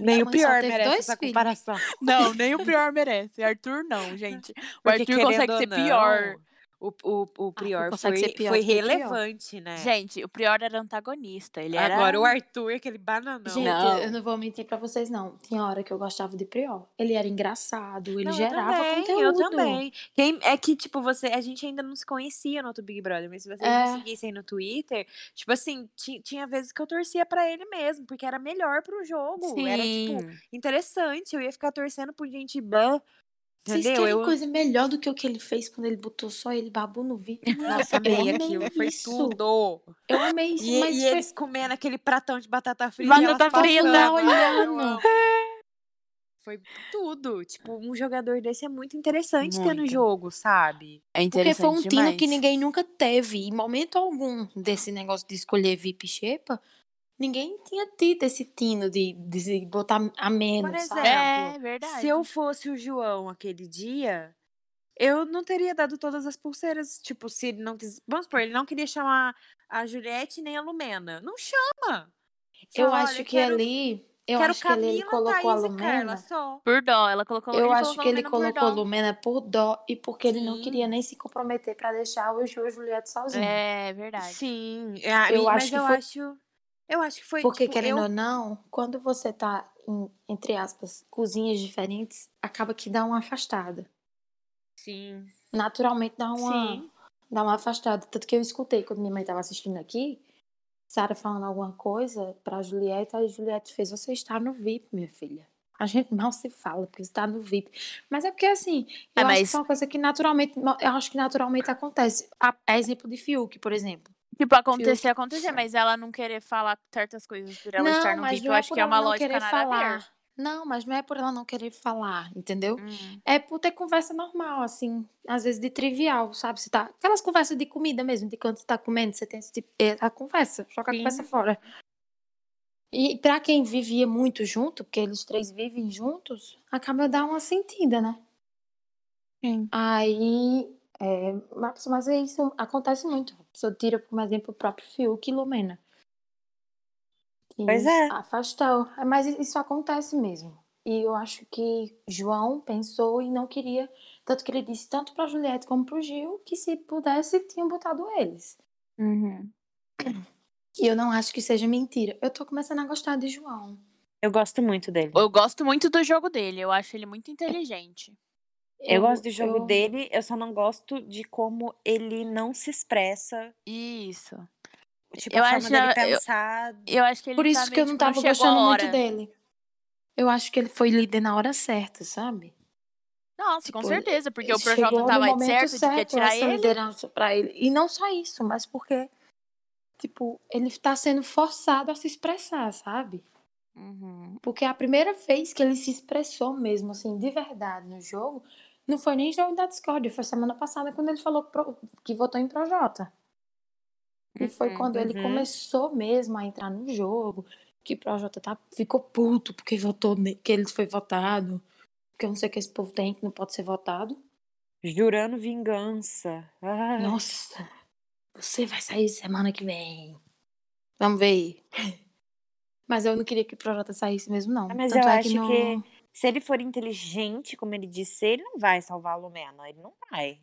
Speaker 3: nem
Speaker 4: Mãe
Speaker 3: o
Speaker 4: só
Speaker 3: pior
Speaker 4: teve
Speaker 3: merece
Speaker 4: dois
Speaker 3: essa
Speaker 4: filhos.
Speaker 3: comparação.
Speaker 5: Não, nem o Prior merece. Arthur não, gente. O
Speaker 3: Porque,
Speaker 5: Arthur consegue
Speaker 3: querendo ou
Speaker 5: ser
Speaker 3: não,
Speaker 5: pior.
Speaker 3: O, o, o Prior
Speaker 4: Ah, consegue
Speaker 3: foi,
Speaker 4: ser pior
Speaker 3: foi
Speaker 4: do que o Prior.
Speaker 3: relevante, né?
Speaker 5: é. Gente, o Prior era antagonista. Ele era...
Speaker 3: Agora o Arthur, aquele bananão.
Speaker 4: Gente,
Speaker 5: Não.
Speaker 4: eu não vou mentir pra vocês, não. Tinha hora que eu gostava de Prior. Ele era engraçado, ele
Speaker 3: Não,
Speaker 4: gerava
Speaker 3: eu também,
Speaker 4: conteúdo.
Speaker 3: eu também. Quem- é que, tipo, você, a gente ainda não se conhecia no outro Big Brother, mas se vocês
Speaker 4: É.
Speaker 3: me seguissem no Twitter, tipo assim, ti- tinha vezes que eu torcia pra ele mesmo, porque era melhor pro jogo. Era, tipo,
Speaker 5: Sim.
Speaker 3: interessante. Eu ia ficar torcendo por gente bã.
Speaker 4: Vocês
Speaker 3: Entendeu?
Speaker 4: querem
Speaker 3: Eu
Speaker 4: coisa melhor do que o que ele fez quando ele botou só ele babu no vídeo?
Speaker 3: nossa,
Speaker 4: eu
Speaker 3: amei
Speaker 4: amei
Speaker 3: aquilo, foi
Speaker 4: isso.
Speaker 3: tudo.
Speaker 4: Eu amei isso, é
Speaker 3: E,
Speaker 4: mas
Speaker 3: e
Speaker 4: foi
Speaker 3: eles comendo aquele pratão de batata frita. e
Speaker 5: Batata
Speaker 3: elas
Speaker 5: frita.
Speaker 3: passando. Ai, eu
Speaker 4: Olhando.
Speaker 3: amo. Foi tudo. Tipo, um jogador desse é muito interessante ter no
Speaker 5: Muito.
Speaker 3: jogo, sabe?
Speaker 4: porque
Speaker 5: É interessante
Speaker 4: foi um tino que
Speaker 5: demais.
Speaker 4: ninguém nunca teve. Em momento algum desse negócio de escolher VIP Xepa, ninguém tinha tido esse tino de, de botar a menos,
Speaker 3: Por
Speaker 4: sabe?
Speaker 5: É, verdade.
Speaker 3: Se eu fosse o João aquele dia, eu não teria dado todas as pulseiras. Tipo, se ele não quis. Vamos supor, ele não queria chamar a Juliette nem a Lumena. Não chama!
Speaker 4: Eu
Speaker 3: Fala,
Speaker 4: acho
Speaker 3: "Olha,
Speaker 4: que
Speaker 3: quero-
Speaker 4: ali... Eu
Speaker 3: quero
Speaker 4: acho que ali ele colocou
Speaker 3: Thaís
Speaker 4: a
Speaker 3: e Carla assim,
Speaker 4: Lumena...
Speaker 3: só.
Speaker 5: Por dó, ela colocou
Speaker 4: Eu
Speaker 5: ele
Speaker 4: acho que ele
Speaker 5: Lumena por
Speaker 4: colocou a
Speaker 5: dó.
Speaker 4: Lumena por dó e porque ele não
Speaker 3: Sim.
Speaker 4: queria nem se comprometer pra deixar o Ju e a Juliette sozinhos.
Speaker 5: É verdade.
Speaker 3: Sim, é, a
Speaker 4: Eu
Speaker 3: mim-
Speaker 4: acho
Speaker 3: mas
Speaker 4: que
Speaker 3: eu
Speaker 4: foi-
Speaker 3: acho. Eu acho que foi.
Speaker 4: Porque,
Speaker 3: tipo,
Speaker 4: querendo
Speaker 3: eu...
Speaker 4: ou não, quando você tá em, entre aspas, cozinhas diferentes, acaba que dá uma afastada.
Speaker 3: Sim.
Speaker 4: Naturalmente dá uma,
Speaker 5: Então,
Speaker 3: Sim.
Speaker 4: dá uma afastada. Tanto que eu escutei quando minha mãe tava assistindo aqui, Sara falando alguma coisa pra Juliette, aí Juliette fez: Você está no VIP, minha filha. A gente mal se fala porque está no VIP. Mas é porque assim, eu
Speaker 5: Ah,
Speaker 4: acho
Speaker 5: mas-
Speaker 4: que é uma coisa que naturalmente, eu acho que naturalmente acontece. A, é exemplo de Fiuk, por exemplo.
Speaker 5: Tipo, acontecer, acontecer, mas ela não querer falar certas coisas por ela estar no VIP, eu acho que é uma lógica nada a ver.
Speaker 4: Não, mas não é por ela não querer falar, entendeu?
Speaker 5: Hum.
Speaker 4: É por ter conversa normal, assim, às vezes de trivial, sabe? Você tá, aquelas conversas de comida mesmo, de quando você tá comendo, você tem esse tipo, é, a conversa, joga a
Speaker 3: Sim.
Speaker 4: conversa fora. E pra quem vivia muito junto, porque eles três vivem juntos, acaba dar uma sentida, né?
Speaker 5: Sim.
Speaker 4: Aí É, mas, mas é isso acontece muito. A pessoa tira, por exemplo, o próprio Fiuk e Lumena. Que
Speaker 3: Pois é.
Speaker 4: Afastou. É, Mas isso acontece mesmo. E eu acho que João pensou e não queria. Tanto que ele disse tanto pra Juliette como pro Gil que se pudesse, tinham botado eles. Uhum. E eu não acho que seja mentira. Eu tô começando a gostar de João.
Speaker 3: Eu gosto muito dele.
Speaker 5: Eu gosto muito do jogo dele, eu acho ele muito inteligente.
Speaker 3: Eu, gosto do jogo
Speaker 4: eu-
Speaker 3: dele, eu só não gosto de como ele não se expressa.
Speaker 5: Isso.
Speaker 3: Tipo,
Speaker 5: Eu
Speaker 3: a
Speaker 5: acho-
Speaker 3: forma dele
Speaker 5: eu-
Speaker 3: pensar.
Speaker 5: Eu acho que ele
Speaker 4: Por isso
Speaker 5: tá
Speaker 4: que eu não
Speaker 5: meio, tipo,
Speaker 4: tava
Speaker 5: chegou a
Speaker 4: gostando muito
Speaker 5: hora.
Speaker 4: dele. Eu acho que ele foi líder na hora certa, sabe?
Speaker 5: Nossa, com
Speaker 4: Tipo,
Speaker 5: certeza, porque o
Speaker 4: Chegou
Speaker 5: Projota
Speaker 4: no
Speaker 5: tava aí
Speaker 4: momento
Speaker 5: certo, de querer tirar
Speaker 4: essa
Speaker 5: ele.
Speaker 4: liderança pra ele. E não só isso, mas porque, tipo, ele tá sendo forçado a se expressar, sabe?
Speaker 5: Uhum.
Speaker 4: Porque a primeira vez que ele se expressou mesmo, assim, de verdade no jogo, não foi nem jogo da Discord, foi semana passada quando ele falou pro- que votou em Projota. E foi
Speaker 5: Uhum,
Speaker 4: quando ele
Speaker 3: uhum.
Speaker 4: começou mesmo a entrar no jogo, que Projota tá, ficou puto porque votou ne- que ele foi votado, porque eu não sei o que esse povo tem que não pode ser votado.
Speaker 3: Jurando vingança. Ah. Ai.
Speaker 4: Nossa, você vai sair semana que vem. Vamos ver aí. Mas eu não queria que o Projota saísse mesmo, não.
Speaker 3: Ah, mas
Speaker 4: Tanto
Speaker 3: eu
Speaker 4: é
Speaker 3: acho
Speaker 4: que, no...
Speaker 3: que- Se ele for inteligente, como ele disse, ele não vai salvar a Lumena. Ele não vai.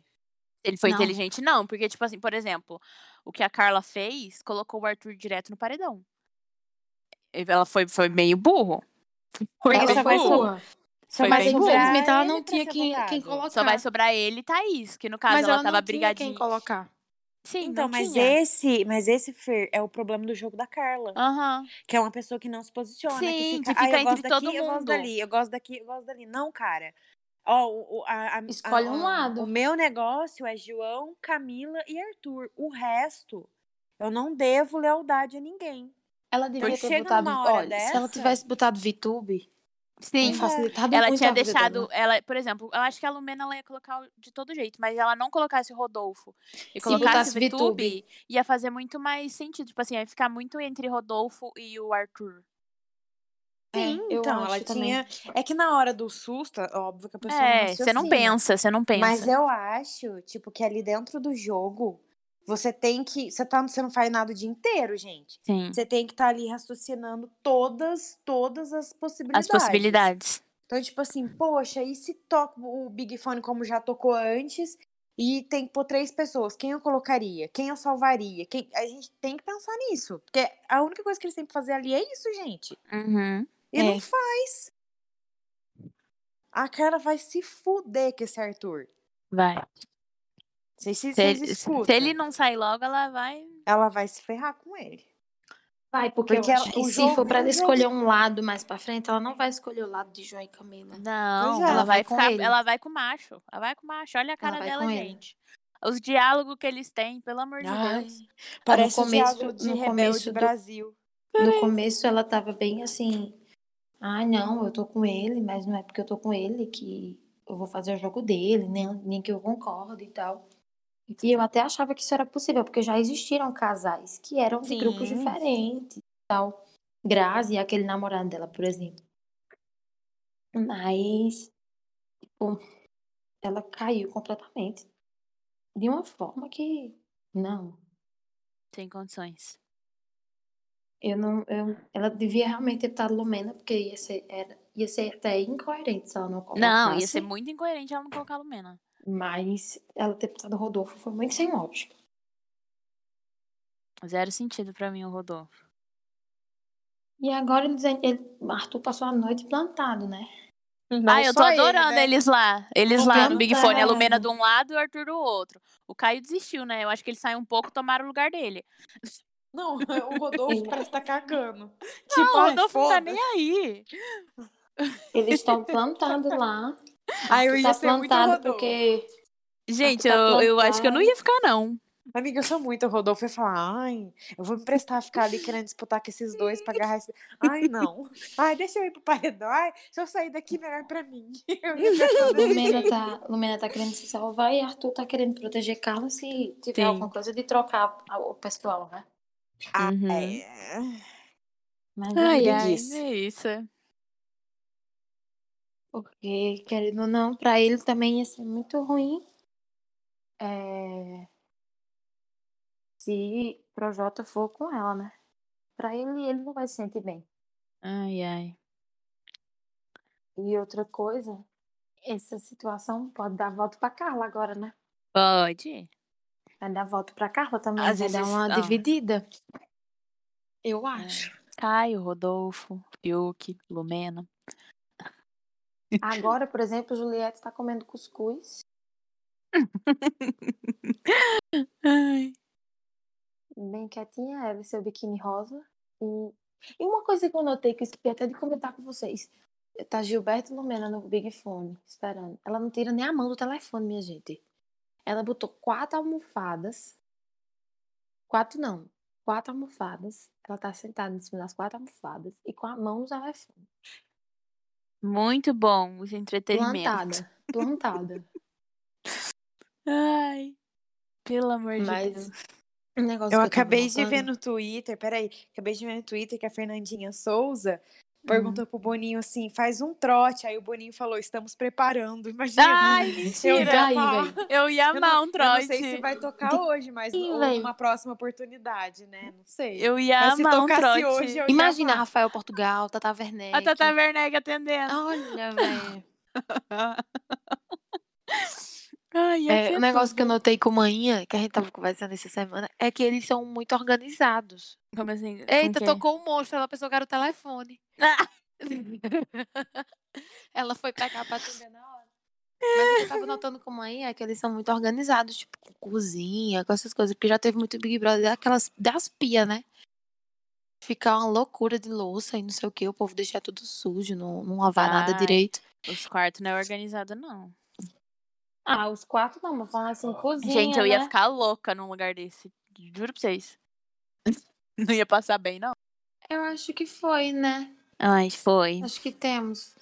Speaker 5: Ele foi
Speaker 4: Não.
Speaker 5: inteligente, não, porque, tipo assim, por exemplo, o que a Carla fez, colocou o Arthur direto no paredão. Ela foi, foi meio burro. Foi
Speaker 3: Ela
Speaker 4: Ela foi
Speaker 5: meio
Speaker 3: só vai
Speaker 5: burro.
Speaker 3: sobrar-
Speaker 4: boa.
Speaker 3: Só
Speaker 5: Foi
Speaker 3: vai
Speaker 4: Mas
Speaker 5: bem
Speaker 3: sobrar
Speaker 4: infelizmente ela não
Speaker 3: ele pra
Speaker 4: tinha
Speaker 3: ser
Speaker 4: quem,
Speaker 3: votado.
Speaker 4: quem colocar.
Speaker 5: Só vai sobrar ele e Thaís, que no caso
Speaker 4: Mas
Speaker 5: Tá. ela,
Speaker 4: ela
Speaker 5: tava
Speaker 4: não tinha
Speaker 5: brigadinha.
Speaker 4: quem colocar.
Speaker 5: Sim,
Speaker 3: Então,
Speaker 5: não
Speaker 3: mas
Speaker 5: tinha.
Speaker 3: esse, mas esse Fer, é o problema do jogo da Carla,
Speaker 5: Aham.
Speaker 3: que é uma pessoa que não se posiciona, que
Speaker 5: Sim,
Speaker 3: fica,
Speaker 5: que
Speaker 3: ah,
Speaker 5: fica
Speaker 3: eu gosto
Speaker 5: entre
Speaker 3: daqui,
Speaker 5: todo
Speaker 3: eu gosto
Speaker 5: mundo."
Speaker 3: dali, eu gosto daqui, eu gosto dali. Não, cara. Ó, o- o- a- a-
Speaker 4: Escolhe
Speaker 3: a-
Speaker 4: um
Speaker 3: a-
Speaker 4: lado.
Speaker 3: O meu negócio é João, Camila e Arthur. O resto, eu não devo lealdade a ninguém.
Speaker 4: Ela devia ter
Speaker 3: chega
Speaker 4: botado.
Speaker 3: numa hora
Speaker 4: Olha, se ela
Speaker 3: dessa-
Speaker 4: tivesse botado VTube,
Speaker 5: Sim.
Speaker 4: tinha facilitado
Speaker 5: Ela
Speaker 4: muito
Speaker 5: tinha
Speaker 4: a vida dela.
Speaker 5: deixado, ela, por exemplo, eu acho que a Lumena ela ia colocar o- de todo jeito, mas ela não colocasse o Rodolfo e
Speaker 4: Se
Speaker 5: colocasse
Speaker 4: botasse
Speaker 5: o Vitube, ia fazer muito mais sentido, tipo assim, ia ficar muito entre Rodolfo e o Arthur.
Speaker 4: É,
Speaker 3: Sim,
Speaker 4: eu
Speaker 3: então, ela
Speaker 4: acho também.
Speaker 3: tinha. É que na hora do susto, óbvio que a pessoa não
Speaker 5: É,
Speaker 3: raciocina.
Speaker 5: você não pensa, você não pensa.
Speaker 3: um Mas é eu acho, tipo, que ali dentro do jogo, você tem que. Você, tá, você não faz nada o dia inteiro, gente.
Speaker 5: Sim.
Speaker 3: Você tem que estar ali raciocinando todas, todas as
Speaker 5: As
Speaker 3: possibilidades.
Speaker 5: possibilidades.
Speaker 3: Então, tipo assim, poxa, e se toca o Big Fone como já tocou antes? E tem que pôr três pessoas. Quem eu colocaria? Quem eu salvaria? Quem... A gente tem que pensar nisso. Porque a única coisa que eles têm que fazer ali é isso, gente.
Speaker 5: Uhum.
Speaker 3: E
Speaker 4: É.
Speaker 3: não faz. A cara vai se fuder com esse Arthur.
Speaker 5: Vai.
Speaker 3: Vocês, se-
Speaker 5: Se,
Speaker 3: vocês
Speaker 5: ele- se
Speaker 3: escutam.
Speaker 5: ele não sair logo, ela vai.
Speaker 3: Ela vai se ferrar com ele.
Speaker 4: Vai, porque,
Speaker 3: Porque
Speaker 4: eu
Speaker 3: ela-
Speaker 4: acho que
Speaker 3: o
Speaker 4: se
Speaker 3: jogo-
Speaker 4: for pra ela
Speaker 3: o jogo-
Speaker 4: escolher um lado mais pra frente, ela não vai escolher o lado de João e Camila.
Speaker 5: Não,
Speaker 3: é,
Speaker 5: ela
Speaker 3: ela
Speaker 5: vai
Speaker 4: vai com
Speaker 5: ficar,
Speaker 4: ele.
Speaker 5: ela vai com o macho. Ela vai com o macho. Olha a cara
Speaker 4: vai
Speaker 5: dela,
Speaker 4: com ele.
Speaker 5: gente. Os diálogos que eles têm, pelo amor de
Speaker 3: Ai,
Speaker 5: Deus.
Speaker 3: Parece o
Speaker 4: começo-
Speaker 3: diabo de
Speaker 4: no
Speaker 3: Rebelde
Speaker 4: começo do-
Speaker 3: Brasil.
Speaker 4: No começo ela tava bem assim, ah, não, eu tô com ele, mas não é porque eu tô com ele que eu vou fazer o jogo dele, nem, nem que eu concordo e tal. E eu até achava que isso era possível, porque já existiram casais que eram de
Speaker 3: Sim.
Speaker 4: grupos diferentes e tal. Grazi e aquele namorado dela, por exemplo. Mas, tipo, ela caiu completamente. De uma forma que, não,
Speaker 5: Sem condições.
Speaker 4: Eu não, eu, ela devia realmente ter botado Lumena, porque ia ser, era, ia ser até incoerente se ela não colocasse.
Speaker 5: Não, ia
Speaker 3: assim?
Speaker 5: ser muito incoerente ela não colocar a Lumena.
Speaker 4: Mas ela ter botado Rodolfo foi muito sem lógica.
Speaker 5: Zero sentido pra mim o Rodolfo.
Speaker 4: E agora eles, ele, Arthur passou a noite plantado, né?
Speaker 5: ah, eu tô adorando
Speaker 3: né?
Speaker 5: eles lá. Eles
Speaker 4: Tô
Speaker 5: lá no Big Fone. A
Speaker 4: plantado.
Speaker 5: Lumena de um lado e o Arthur do outro. O Caio desistiu, né? Eu acho que ele saiu um pouco e tomaram o lugar dele.
Speaker 3: Não, o Rodolfo
Speaker 4: Ele-
Speaker 3: parece estar cagando.
Speaker 5: Não, o
Speaker 3: Tipo, ai,
Speaker 5: Rodolfo não tá
Speaker 3: foda-se.
Speaker 5: nem aí.
Speaker 4: Eles estão plantados lá.
Speaker 3: Ai, eu
Speaker 4: Arthur
Speaker 3: ia
Speaker 4: tá
Speaker 3: ser muito
Speaker 4: plantado
Speaker 3: Rodolfo.
Speaker 4: porque
Speaker 5: Gente,
Speaker 4: tá
Speaker 5: eu, eu acho que eu não
Speaker 4: plantado.
Speaker 5: ia ficar, não.
Speaker 3: Amiga, eu sou muito o Rodolfo. Eu ia falar, ai, eu vou me prestar a ficar ali querendo disputar com esses dois pra agarrar esse. Ai, não. Ai, deixa eu ir pro paredão. Ai, se eu sair daqui, melhor pra mim. Eu ia assim. pensar desse
Speaker 4: Lumena
Speaker 3: jeito.
Speaker 4: tá, Lumena tá querendo se salvar e Arthur tá querendo proteger Carla se tiver
Speaker 5: Sim.
Speaker 4: alguma coisa de trocar a- o pessoal, né?
Speaker 3: Ah,
Speaker 5: Uhum.
Speaker 3: é.
Speaker 4: Mas
Speaker 5: Ai,
Speaker 4: enfim.
Speaker 5: ai,
Speaker 3: preguiça.
Speaker 5: é isso.
Speaker 4: Porque, querendo ou não, pra ele também ia ser muito ruim É... Se Projota for com ela, né? Pra ele, ele não vai se sentir bem.
Speaker 5: Ai, ai.
Speaker 4: E outra coisa, essa situação pode dar voto pra Carla agora, né?
Speaker 5: Pode.
Speaker 4: Vai dar voto pra Carla também.
Speaker 5: Às
Speaker 4: vai dar
Speaker 5: vezes,
Speaker 4: uma
Speaker 5: ah.
Speaker 4: dividida. Eu acho.
Speaker 5: Caio, Rodolfo, Fiuk, Lumena.
Speaker 4: Agora, por exemplo, Juliette tá comendo cuscuz.
Speaker 5: Ai.
Speaker 4: bem quietinha, é, ela e seu biquíni rosa. E, e uma coisa que eu notei que eu esqueci até de comentar com vocês. Tá Gilberto e Lumena no Big Fone, esperando. Ela não tira nem a mão do telefone, minha gente. Ela botou quatro almofadas. Quatro não. Quatro almofadas. Ela tá sentada em cima das quatro almofadas e com a mão no telefone.
Speaker 5: Muito bom os entretenimentos.
Speaker 4: Plantada. Plantada.
Speaker 5: Ai. Pelo amor de
Speaker 4: Mas.
Speaker 5: Deus.
Speaker 4: um negócio
Speaker 3: Eu
Speaker 4: que tava
Speaker 3: acabei de ver
Speaker 4: notando-
Speaker 3: no Twitter, peraí, acabei de ver no Twitter que a Fernandinha Souza
Speaker 5: Hum.
Speaker 3: perguntou pro Boninho assim, faz um trote. Aí o Boninho falou, estamos preparando, imagina.
Speaker 5: Ai,
Speaker 4: Eu
Speaker 5: mentira.
Speaker 4: daí,
Speaker 3: mal.
Speaker 4: velho.
Speaker 5: Eu ia
Speaker 3: Eu não-
Speaker 5: amar um
Speaker 3: Eu
Speaker 5: trote.
Speaker 3: não sei se vai tocar hoje, mas
Speaker 4: Ih,
Speaker 3: ou
Speaker 4: véi.
Speaker 3: numa próxima oportunidade, né? Não sei.
Speaker 5: Eu ia
Speaker 3: mas se
Speaker 5: amar um
Speaker 3: tocasse
Speaker 5: trote.
Speaker 3: hoje, eu ia
Speaker 4: Imagina
Speaker 3: amar.
Speaker 4: Rafael Portugal, Tata Werneck.
Speaker 5: A Tata Werneck atendendo.
Speaker 4: Olha, velho.
Speaker 5: Ai, ia
Speaker 4: É,
Speaker 5: ser
Speaker 4: o negócio que eu
Speaker 5: tudo.
Speaker 4: notei com o Maninha, que a gente tava conversando essa semana, é que eles são muito organizados.
Speaker 5: Como assim? Como
Speaker 4: Eita,
Speaker 5: que é?
Speaker 4: tocou o monstro, ela pensou que era o telefone.
Speaker 5: Ah!
Speaker 4: ela foi pegar pra atender na hora. Mas o que eu tava notando com o Maninha é que eles são muito organizados, tipo, com cozinha, com essas coisas, porque já teve muito Big Brother daquelas, das pia, né? Ficar uma loucura de louça e não sei o que, o povo deixar tudo sujo, não, não lavar nada
Speaker 5: Ai.
Speaker 4: direito.
Speaker 5: Os quartos não é organizado, não.
Speaker 4: Ah, os quatro não, mas falando assim, cozinha,
Speaker 5: Gente, eu ia ficar louca num lugar desse. Juro pra vocês. Não ia passar bem, não.
Speaker 4: Eu acho que foi, né?
Speaker 5: Ai, foi.
Speaker 4: Acho que temos.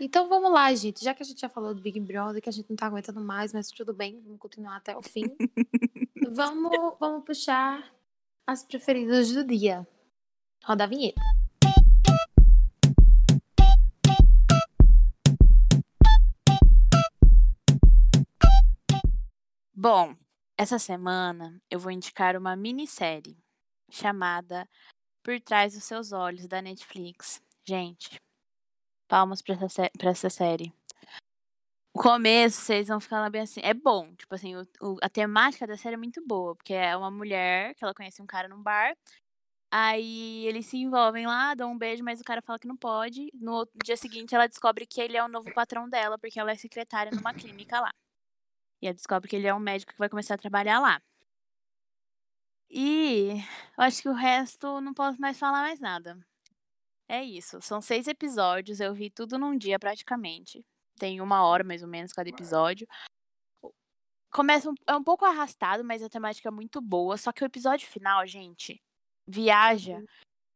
Speaker 4: Então vamos lá, gente. Já que a gente já falou do Big Brother, que a gente não tá aguentando mais, mas tudo bem, vamos continuar até o fim. vamos, vamos puxar as preferidas do dia. Roda a vinheta.
Speaker 5: Bom, essa semana eu vou indicar uma minissérie chamada Por Trás dos Seus Olhos, da Netflix. Gente, palmas pra essa, sé- pra essa série. O começo, vocês vão ficar bem assim. É bom, tipo assim, o- o- a temática da série é muito boa, porque é uma mulher que ela conhece um cara num bar. Aí eles se envolvem lá, dão um beijo, mas o cara fala que não pode. No outro- dia seguinte, ela descobre que ele é o novo patrão dela, porque ela é secretária numa clínica lá. E ela descobre que ele é um médico que vai começar a trabalhar lá. E eu acho que o resto eu não posso mais falar mais nada. É isso. São seis episódios, eu vi tudo num dia praticamente. Tem uma hora mais ou menos cada episódio. Começa um, é um pouco arrastado, mas a temática é muito boa. Só que o episódio final, gente, viaja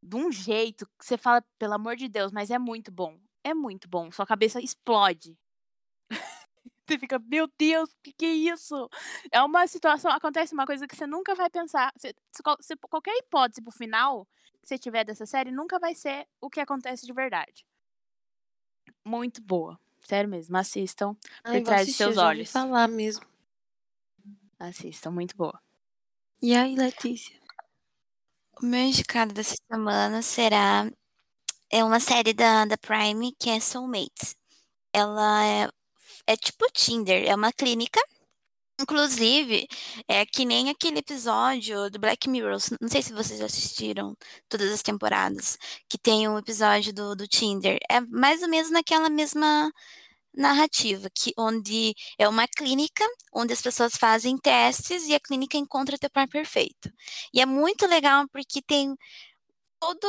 Speaker 5: de um jeito que você fala, pelo amor de Deus, mas é muito bom. É muito bom. Sua cabeça explode. Você fica, meu Deus, o que, que é isso? É uma situação, acontece uma coisa que você nunca vai pensar. Você, se qual- se qualquer hipótese pro final que você tiver dessa série nunca vai ser o que acontece de verdade. Muito boa. Sério mesmo, assistam. Por
Speaker 4: Ai, vou
Speaker 5: trás dos
Speaker 4: assistir,
Speaker 5: seus
Speaker 4: já ouvi
Speaker 5: olhos.
Speaker 4: falar mesmo.
Speaker 5: Assistam, muito boa.
Speaker 4: E aí, Letícia?
Speaker 2: O meu indicado dessa semana será é uma série da, da Prime que é Soulmates. Ela é, é tipo Tinder, é uma clínica. Inclusive, é que nem aquele episódio do Black Mirror. s- Não sei se vocês já assistiram todas as temporadas, que tem um episódio do, do Tinder. É mais ou menos naquela mesma narrativa, que onde é uma clínica onde as pessoas fazem testes e a clínica encontra teu par perfeito. E é muito legal porque tem toda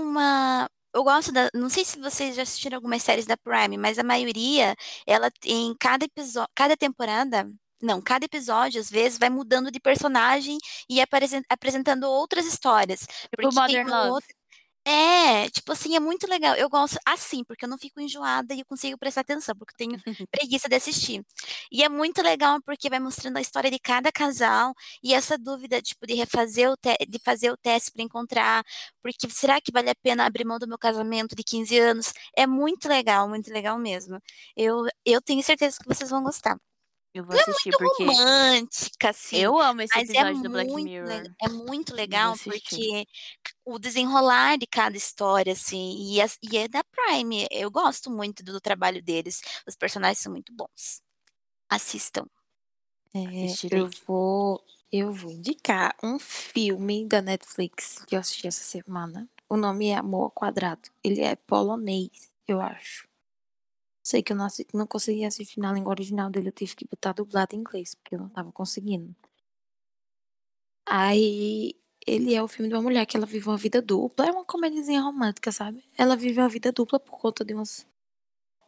Speaker 2: uma. Eu gosto da. Não sei se vocês já assistiram algumas séries da Prime, mas a maioria, ela tem cada episódio, cada temporada. Não, cada episódio, às vezes, vai mudando de personagem e apresen- apresentando outras histórias.
Speaker 5: Tipo Modern Love.
Speaker 2: um É, tipo assim, é muito legal. Eu gosto assim, porque eu não fico enjoada e eu consigo prestar atenção, porque eu tenho preguiça de assistir. E é muito legal porque vai mostrando a história de cada casal e essa dúvida, tipo, de refazer o te- de fazer o teste para encontrar, porque será que vale a pena abrir mão do meu casamento de 15 anos? É muito legal, muito legal mesmo. Eu, eu tenho certeza que vocês vão gostar.
Speaker 5: Eu vou
Speaker 2: Não é
Speaker 5: assistir
Speaker 2: muito
Speaker 5: porque
Speaker 2: romântica, assim.
Speaker 5: eu amo esse
Speaker 2: Mas é
Speaker 5: episódio
Speaker 2: muito,
Speaker 5: do Black Mirror.
Speaker 2: le- é muito legal
Speaker 5: assistir.
Speaker 2: porque o desenrolar de cada história, assim, e, as- e é da Prime. Eu gosto muito do, trabalho deles. Os personagens são muito bons. Assistam.
Speaker 4: É,
Speaker 5: Assistirei.
Speaker 4: eu vou, eu vou indicar um filme da Netflix que eu assisti essa semana. O nome é Amor ao Quadrado. Ele é polonês, eu acho. Sei que eu não, assi- não consegui assistir na língua original dele, eu tive que botar dublado em inglês, porque eu não tava conseguindo. Aí, ele é o filme de uma mulher que ela vive uma vida dupla. É uma comediazinha romântica, sabe? Ela vive uma vida dupla por conta de umas,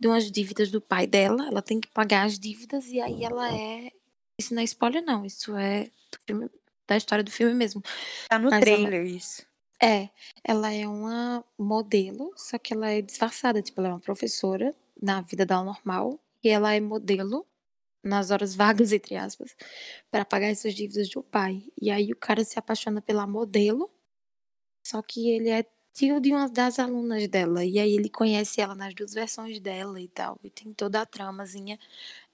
Speaker 4: de umas dívidas do pai dela. Ela tem que pagar as dívidas e aí ela é isso não é spoiler, não. Isso é do filme- da história do filme mesmo.
Speaker 3: Tá no
Speaker 4: Mas ela-
Speaker 3: trailer isso.
Speaker 4: É, ela é uma modelo, só que ela é disfarçada. Tipo, ela é uma professora na vida dela normal. E ela é modelo nas horas vagas, entre aspas, para pagar essas dívidas do pai. E aí o cara se apaixona pela modelo, só que ele é tio de uma das alunas dela. E aí ele conhece ela nas duas versões dela e tal. E tem toda a tramazinha.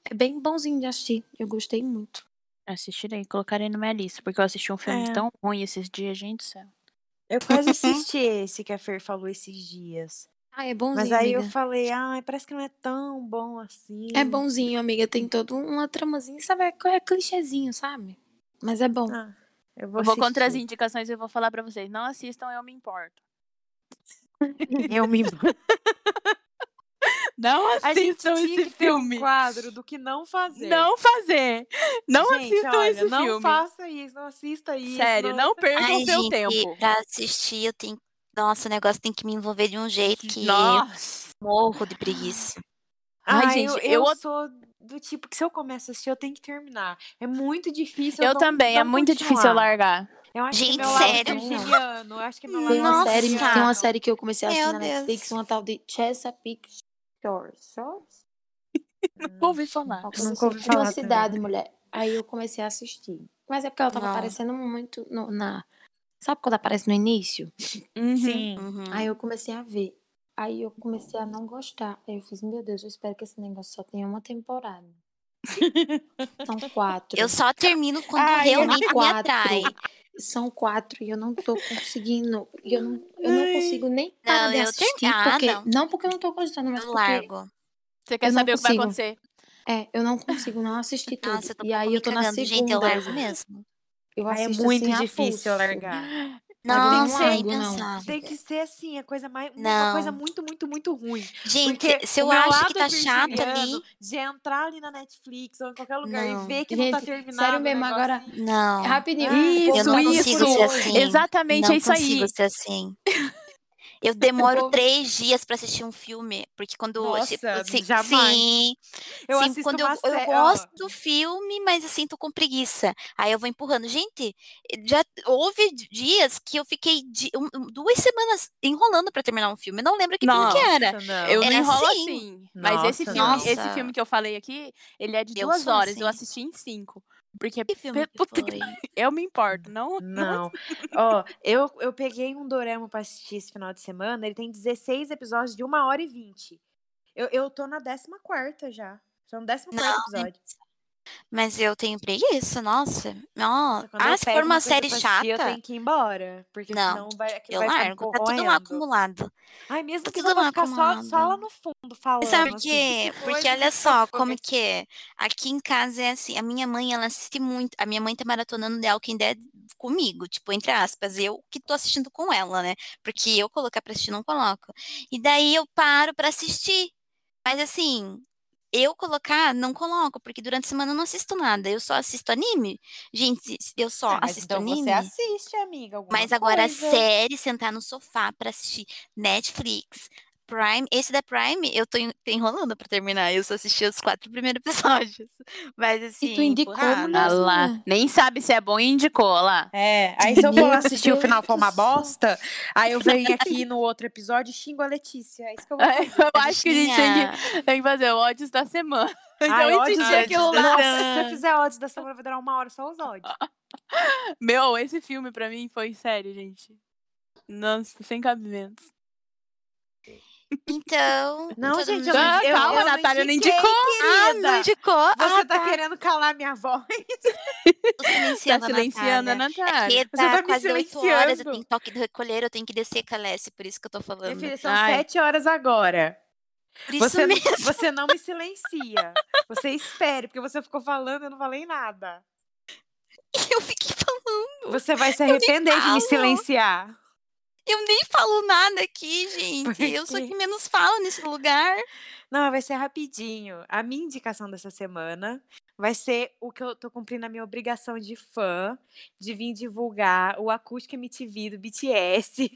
Speaker 4: É bem bonzinho de assistir. Eu gostei muito.
Speaker 5: Assistirei, colocarei na minha lista, porque eu assisti um filme
Speaker 3: É.
Speaker 5: tão ruim esses dias, gente do céu.
Speaker 3: Eu quase assisti esse que a Fer falou esses dias.
Speaker 4: Ah, é bonzinho.
Speaker 3: Mas aí eu
Speaker 4: amiga.
Speaker 3: falei, ai, parece que não é tão bom assim.
Speaker 4: É bonzinho, amiga. Tem toda
Speaker 7: um,
Speaker 4: uma tramazinha, sabe? É, é clichêzinho, sabe? Mas é bom.
Speaker 3: Ah, eu vou,
Speaker 5: Eu vou
Speaker 3: assistir.
Speaker 5: contra as indicações e vou falar pra vocês. Não assistam, eu me importo.
Speaker 3: Eu me
Speaker 5: Não
Speaker 3: A gente
Speaker 5: assistam
Speaker 3: tinha
Speaker 5: esse
Speaker 3: que ter um
Speaker 5: filme.
Speaker 3: quadro do que não fazer.
Speaker 5: Não fazer. Não
Speaker 3: Gente,
Speaker 5: assistam
Speaker 3: olha,
Speaker 5: esse
Speaker 3: não
Speaker 5: filme.
Speaker 3: faça isso, não assista isso.
Speaker 5: Sério, não percam
Speaker 2: Ai,
Speaker 5: seu
Speaker 2: gente,
Speaker 5: tempo.
Speaker 2: pra assistir, eu tenho. Nossa, o negócio tem que me envolver de um jeito que
Speaker 5: Nossa.
Speaker 2: eu morro de preguiça.
Speaker 5: Ai,
Speaker 3: Ai,
Speaker 5: gente,
Speaker 3: gente,
Speaker 5: eu
Speaker 3: eu,
Speaker 5: od-
Speaker 3: sou do tipo que se eu começo a assistir, eu tenho que terminar. É muito difícil.
Speaker 5: Eu,
Speaker 3: não-
Speaker 5: também, é
Speaker 3: não
Speaker 5: muito difícil eu
Speaker 3: continuar.
Speaker 5: largar.
Speaker 3: Eu acho
Speaker 2: Gente,
Speaker 3: que é meu lado
Speaker 2: sério.
Speaker 3: virginiano, eu acho que é meu lado
Speaker 4: Tem uma,
Speaker 2: Nossa.
Speaker 4: série, tem uma
Speaker 3: virginiano.
Speaker 4: série que eu comecei a assistir
Speaker 2: Meu
Speaker 4: na
Speaker 2: Deus.
Speaker 4: Netflix, uma tal de Chesapeake Shores. Shores?
Speaker 3: Hum.
Speaker 5: Não ouvi falar.
Speaker 4: Uma coisa
Speaker 3: Nunca ouvi
Speaker 4: assim. De uma
Speaker 3: falar também.
Speaker 4: cidade, mulher. Aí eu comecei a assistir. Mas é porque ela tava
Speaker 2: Não.
Speaker 4: aparecendo muito no- na... Sabe quando aparece no início?
Speaker 3: Sim.
Speaker 2: Uhum.
Speaker 4: Aí eu comecei a ver. Aí eu comecei a não gostar. Aí eu fiz, meu Deus, eu espero que esse negócio só tenha uma temporada. São quatro.
Speaker 2: Eu só termino quando
Speaker 3: Ai,
Speaker 2: realmente me
Speaker 4: quatro.
Speaker 2: atrai.
Speaker 4: São quatro e eu não tô conseguindo. E eu não, eu não consigo nem parar
Speaker 2: Não,
Speaker 4: de
Speaker 2: eu
Speaker 4: assistir.
Speaker 2: tenho- ah,
Speaker 4: porque,
Speaker 2: não.
Speaker 4: não. porque eu não tô gostando, mas
Speaker 2: Eu
Speaker 4: porque.
Speaker 2: largo.
Speaker 5: Você quer
Speaker 4: Eu não
Speaker 5: saber o que vai
Speaker 4: consigo.
Speaker 5: acontecer?
Speaker 4: É, eu não consigo não assistir tudo.
Speaker 2: Nossa, eu tô
Speaker 4: e aí
Speaker 2: me
Speaker 4: eu tô na
Speaker 2: cagando.
Speaker 4: segunda.
Speaker 2: Gente, eu largo mesmo.
Speaker 4: Eu
Speaker 3: Ai, é
Speaker 4: assisto
Speaker 3: muito
Speaker 4: assim, a
Speaker 3: difícil
Speaker 4: pulso.
Speaker 3: largar.
Speaker 4: Mas
Speaker 2: Nossa,
Speaker 4: eu
Speaker 2: nem
Speaker 4: não largo, não.
Speaker 2: pensar.
Speaker 3: Tem que ser assim, a coisa mais,
Speaker 2: Não.
Speaker 3: uma coisa muito, muito, muito ruim.
Speaker 2: Gente,
Speaker 3: Porque
Speaker 2: se
Speaker 3: o
Speaker 2: eu
Speaker 3: meu
Speaker 2: acho
Speaker 3: lado
Speaker 2: que tá chato
Speaker 3: virginiano
Speaker 2: ali,
Speaker 3: De entrar ali na Netflix ou em qualquer lugar
Speaker 4: Não.
Speaker 3: e ver que não tá
Speaker 4: Gente,
Speaker 3: terminado.
Speaker 4: sério
Speaker 3: o
Speaker 4: mesmo, agora-
Speaker 3: negocinho.
Speaker 2: não.
Speaker 4: Rapidinho.
Speaker 3: Isso,
Speaker 2: eu não consigo
Speaker 3: isso.
Speaker 2: ser assim.
Speaker 5: Exatamente,
Speaker 2: não
Speaker 5: é isso
Speaker 2: consigo
Speaker 5: aí.
Speaker 2: ser assim. Eu demoro
Speaker 4: vou-
Speaker 2: três dias pra assistir um filme, porque quando se-
Speaker 3: Nossa,
Speaker 2: se-
Speaker 3: jamais.
Speaker 2: sim,
Speaker 3: Eu
Speaker 2: sim,
Speaker 3: assisto
Speaker 2: quando eu,
Speaker 3: uma
Speaker 2: eu
Speaker 3: sé- ó,
Speaker 2: gosto do filme, mas assim tô com preguiça. Aí eu vou empurrando. Gente, já houve dias que eu fiquei de- um- um- duas semanas enrolando pra terminar um filme. Eu não lembro que filme que era.
Speaker 3: Nossa, não.
Speaker 5: Eu não
Speaker 2: Era
Speaker 5: enrolo
Speaker 2: assim.
Speaker 5: assim. Mas esse
Speaker 3: Nossa,
Speaker 5: filme,
Speaker 2: nossa.
Speaker 5: esse filme que eu falei aqui, ele é de
Speaker 2: Eu
Speaker 5: duas
Speaker 2: sou
Speaker 5: horas. Eu
Speaker 2: assim.
Speaker 5: assisti em cinco. Porque
Speaker 2: Que filme
Speaker 5: pe-
Speaker 2: que
Speaker 5: puta que
Speaker 2: foi?
Speaker 5: eu me importo. Não,
Speaker 3: Não. Ó, eu, eu peguei um dorama pra assistir esse final de semana. Ele tem 16 episódios de 1 hora e 20. Eu, eu tô na 14 já. Tô no 14
Speaker 2: Não, então.
Speaker 3: episódio.
Speaker 2: Mas eu tenho preguiça, nossa. Nossa,
Speaker 3: quando
Speaker 2: ah,
Speaker 3: eu
Speaker 2: se
Speaker 3: pego
Speaker 2: for uma
Speaker 3: coisa
Speaker 2: série
Speaker 3: pra
Speaker 2: chata,
Speaker 3: assistir, eu tenho que ir embora. Porque
Speaker 2: Não,
Speaker 3: senão vai, aquilo
Speaker 2: eu
Speaker 3: vai ficar me
Speaker 2: largo. Tá tudo lá
Speaker 3: corroendo.
Speaker 2: acumulado.
Speaker 3: Ai, mesmo
Speaker 2: tá
Speaker 3: que
Speaker 2: tudo
Speaker 3: não vou
Speaker 2: lá
Speaker 3: ficar só, só
Speaker 2: acumulado.
Speaker 3: lá no fundo falando.
Speaker 2: E sabe por
Speaker 3: assim,
Speaker 2: quê?
Speaker 3: que
Speaker 2: Porque
Speaker 3: coisa,
Speaker 2: olha
Speaker 3: que
Speaker 2: só como
Speaker 3: coisa.
Speaker 2: que é. Aqui em casa é assim, a minha mãe, ela assiste muito. A minha mãe tá maratonando The Walking Dead comigo, tipo, entre aspas, eu que tô assistindo com ela, né? Porque eu colocar pra assistir não coloco. E daí eu paro pra assistir. Mas assim, eu colocar não coloco, porque durante a semana eu não assisto nada. Eu só assisto anime. Gente, se- eu só
Speaker 3: Ah, mas
Speaker 2: assisto
Speaker 3: então você
Speaker 2: anime.
Speaker 3: assiste, amiga. Alguma
Speaker 2: Mas agora é
Speaker 3: coisa.
Speaker 2: série, sentar no sofá pra assistir Netflix, Prime. Esse da Prime, eu tô en- tô enrolando pra terminar. Eu só assisti os quatro primeiros episódios. Mas assim,
Speaker 4: E tu indicou,
Speaker 2: empurrado.
Speaker 5: Ah
Speaker 4: mulherzinha?
Speaker 5: lá. Nem sabe se é bom e indicou, olha lá.
Speaker 3: É, aí se eu for
Speaker 4: Meu
Speaker 3: lá assistir o final
Speaker 4: Deus
Speaker 3: for uma
Speaker 4: do céu.
Speaker 3: bosta, aí eu venho aqui no outro episódio e xingo a Letícia. É isso que eu vou fazer.
Speaker 5: Eu acho que a gente tem
Speaker 2: Bichinha.
Speaker 5: que, tem que fazer o ódios da semana.
Speaker 3: Ai,
Speaker 5: então,
Speaker 3: ódios
Speaker 5: existe
Speaker 3: da-
Speaker 5: aquilo lá.
Speaker 3: Nossa, Ah, se eu fizer ódios da semana, vai durar uma hora só os ódios.
Speaker 5: Meu, esse filme pra mim foi sério, gente. Nossa, sem cabimento.
Speaker 2: Então.
Speaker 3: Não,
Speaker 2: todo
Speaker 3: gente,
Speaker 2: mundo-
Speaker 3: eu-
Speaker 5: Ah,
Speaker 3: eu-
Speaker 5: calma,
Speaker 3: eu
Speaker 5: a Natália não
Speaker 3: indiquei,
Speaker 5: indicou.
Speaker 2: Ah,
Speaker 3: querida.
Speaker 2: não indicou?
Speaker 3: Você
Speaker 2: ah,
Speaker 3: tá, querendo calar minha voz?
Speaker 2: tô silenciando
Speaker 5: Tá
Speaker 2: a
Speaker 5: silenciando a
Speaker 2: Natália.
Speaker 5: Natália. é
Speaker 2: Aqui
Speaker 3: tá
Speaker 2: tá
Speaker 3: me
Speaker 2: quase 8 horas, eu
Speaker 3: silenciando.
Speaker 2: tenho toque do recolher, eu tenho que descer, Calesse, por isso que eu tô
Speaker 3: Minha
Speaker 2: falando.
Speaker 3: filha, são
Speaker 5: Ai.
Speaker 3: sete horas agora.
Speaker 2: Por isso
Speaker 3: Você,
Speaker 2: mesmo.
Speaker 3: você não me silencia. Você espere, porque você ficou falando e eu não falei nada.
Speaker 2: Eu fiquei falando.
Speaker 3: Você vai se arrepender de
Speaker 2: falo.
Speaker 3: me silenciar.
Speaker 2: Eu nem falo nada aqui, gente. Eu sou a que menos falo nesse lugar.
Speaker 3: Não, vai ser rapidinho. A minha indicação dessa semana vai ser o que eu tô cumprindo a minha obrigação de fã, de vir divulgar o Acústica MTV do BTS.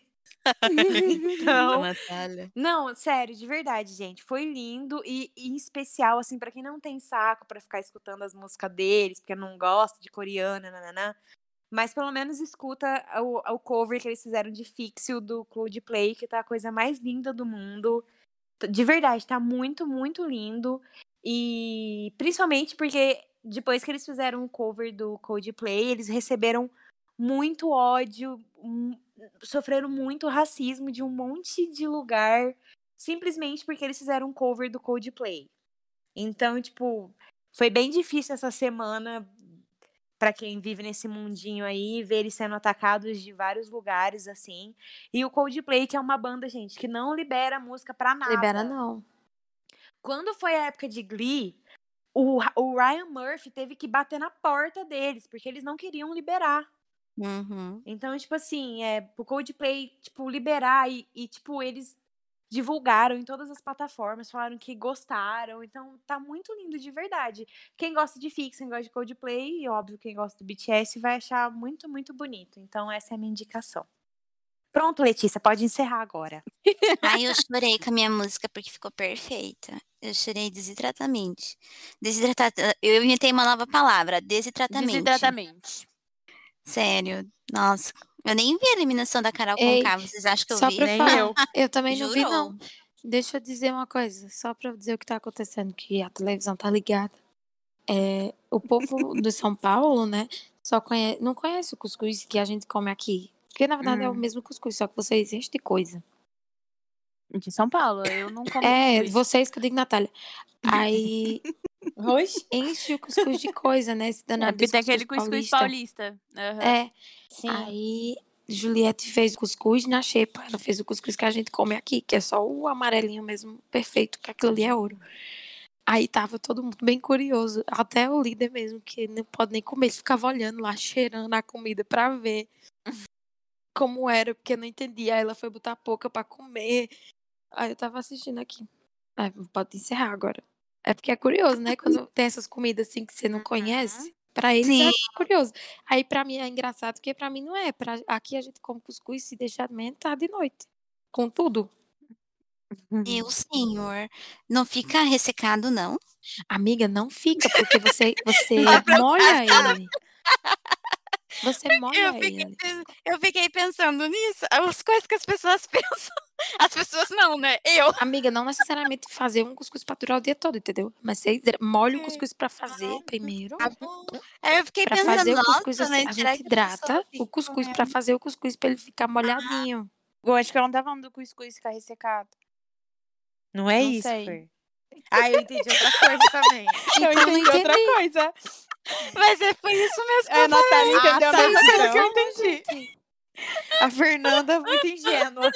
Speaker 3: então,
Speaker 2: Natália.
Speaker 3: Não, sério, de verdade, gente. Foi lindo e, e em especial, assim, pra quem não tem saco pra ficar escutando as músicas deles, porque não gosta de coreana, nananã. Mas pelo menos escuta o, o cover que eles fizeram de Fixio do Coldplay, que tá a coisa mais linda do mundo. T- De verdade, tá muito, muito lindo. E principalmente porque depois que eles fizeram o cover do Coldplay, eles receberam muito ódio, um- sofreram muito racismo de um monte de lugar, simplesmente porque eles fizeram um cover do Coldplay. Então, tipo, foi bem difícil essa semana pra quem vive nesse mundinho aí, ver eles sendo atacados de vários lugares assim. E o Coldplay, que é uma banda, gente, que não libera música pra nada.
Speaker 7: Ah, Libera não.
Speaker 3: Quando foi a época de Glee, o, Ra- o Ryan Murphy teve que bater na porta deles, porque eles não queriam liberar.
Speaker 2: Uhum.
Speaker 3: Então, tipo assim, é, o Coldplay, tipo, liberar e, e, tipo, eles divulgaram em todas as plataformas, falaram que gostaram. Então, tá muito lindo de verdade. Quem gosta de Fix, quem gosta de Coldplay, e óbvio, quem gosta do BTS vai achar muito, muito bonito. Então, essa é a minha indicação. Pronto, Letícia, pode encerrar agora.
Speaker 2: Aí eu chorei com a minha música porque ficou perfeita. Eu chorei desidratamente. Desidratamente. Eu inventei uma nova palavra, desidratamente.
Speaker 5: Desidratamente.
Speaker 2: Sério. Nossa. Eu nem vi a eliminação da Carol
Speaker 7: Ei,
Speaker 2: Conká. Vocês acham que eu
Speaker 7: Só
Speaker 2: vi?
Speaker 7: pra
Speaker 5: Nem
Speaker 7: falar.
Speaker 5: eu.
Speaker 7: Eu também não vi,
Speaker 2: Jurou.
Speaker 7: não. Deixa eu dizer uma coisa, só pra eu dizer o que tá acontecendo, que a televisão tá ligada. É, o povo do São Paulo, né, só conhece, não conhece o cuscuz que a gente come aqui. Porque, na verdade, é o
Speaker 5: Hum.
Speaker 7: mesmo cuscuz, só que vocês enchem de coisa.
Speaker 5: De São Paulo, eu não como
Speaker 7: É,
Speaker 5: cuscuz.
Speaker 7: vocês que eu digo, Natália. Aí
Speaker 4: Hoje?
Speaker 7: enche o cuscuz de coisa, né, esse
Speaker 5: É,
Speaker 7: danado
Speaker 5: porque
Speaker 7: desse
Speaker 5: tem aquele cuscuz
Speaker 7: cuscuz
Speaker 5: paulista. Aham.
Speaker 7: É,
Speaker 4: Sim.
Speaker 7: aí Juliette fez o cuscuz na xepa. Ela fez o cuscuz que a gente come aqui, que é só o amarelinho mesmo, perfeito, que aquilo ali é ouro. Aí tava todo mundo bem curioso, até o líder mesmo, que não pode nem comer, ele ficava olhando lá, cheirando a comida pra ver como era, porque não entendia. Aí ela foi botar pouca pra comer. Aí eu tava assistindo aqui. Ah, pode encerrar agora. É porque é curioso, né? Quando tem essas comidas assim que você não conhece, pra eles é curioso. Aí pra mim é engraçado, porque pra mim não é. Pra... Aqui a gente come cuscuz se deixar mentar de noite. Com tudo.
Speaker 2: Meu senhor. Não fica ressecado, não.
Speaker 7: Amiga, não fica, porque você, você
Speaker 2: Vai
Speaker 7: molha ele. Você molha
Speaker 2: Eu fiquei,
Speaker 7: ele.
Speaker 2: pens- eu fiquei pensando nisso. As coisas que as pessoas pensam. As pessoas não, né? Eu.
Speaker 7: Amiga, não necessariamente fazer um cuscuz pra durar o dia todo, entendeu? Mas você hidra- molha o cuscuz pra fazer primeiro.
Speaker 2: Tá bom. Aí eu fiquei
Speaker 7: Pra
Speaker 2: pensando,
Speaker 7: fazer o cuscuz
Speaker 2: nossa,
Speaker 7: assim,
Speaker 2: né?
Speaker 7: a
Speaker 2: será
Speaker 7: gente
Speaker 2: que a pessoa
Speaker 7: hidrata o
Speaker 2: fica Ah.
Speaker 7: cuscuz
Speaker 2: mesmo?
Speaker 7: pra fazer o cuscuz pra ele ficar molhadinho.
Speaker 5: Eu acho que ela não tá falando do cuscuz ficar ressecado.
Speaker 3: Não é
Speaker 5: Não
Speaker 3: isso,
Speaker 5: sei.
Speaker 3: Fer. Ah, eu entendi outra coisa também.
Speaker 7: Então eu não entendi.
Speaker 5: coisa.
Speaker 2: Mas é, foi isso mesmo.
Speaker 5: É, a Natália entendeu
Speaker 3: Ah,
Speaker 5: a
Speaker 3: tá,
Speaker 5: mesma coisa é que eu
Speaker 3: então.
Speaker 5: entendi.
Speaker 3: A Fernanda é muito ingênua.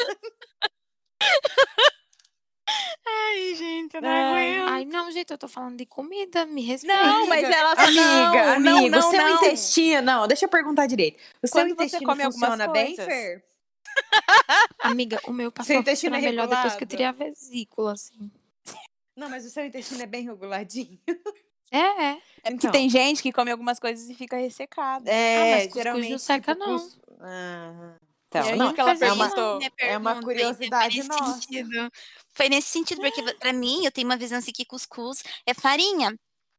Speaker 2: Ai, gente, eu não
Speaker 3: Ai.
Speaker 5: É.
Speaker 2: aguento.
Speaker 7: Ai, não, gente, eu tô falando de comida, me respeita.
Speaker 5: Não, mas ela só
Speaker 3: Amiga,
Speaker 5: não,
Speaker 3: amiga,
Speaker 5: não,
Speaker 3: o seu
Speaker 5: não.
Speaker 3: intestino. Não, deixa eu perguntar direito. O seu
Speaker 5: Quando você
Speaker 3: intestino
Speaker 5: come algumas
Speaker 3: funciona bem,
Speaker 5: coisas.
Speaker 3: Fer?
Speaker 7: Amiga, o meu passou a
Speaker 3: intestino é
Speaker 7: funcionar melhor depois que eu
Speaker 3: regulado?
Speaker 7: tirei a vesícula, assim.
Speaker 3: Não, mas o seu intestino é bem reguladinho. Então,
Speaker 7: É, é.
Speaker 5: É porque tem gente que come algumas coisas e fica ressecada.
Speaker 3: É,
Speaker 7: mas cuscuz não
Speaker 3: geralmente.
Speaker 7: seca,
Speaker 3: tipo,
Speaker 7: não.
Speaker 3: cus- Ah,
Speaker 5: É
Speaker 3: então,
Speaker 5: isso
Speaker 3: não.
Speaker 5: que ela
Speaker 7: faz isso,
Speaker 5: perguntou.
Speaker 2: Minha
Speaker 3: é uma
Speaker 2: pergunta,
Speaker 3: curiosidade
Speaker 2: entendeu? foi nesse
Speaker 3: nossa.
Speaker 2: Sentido. Foi nesse sentido,
Speaker 7: É.
Speaker 2: porque pra mim, eu tenho uma visão assim que cuscuz é farinha.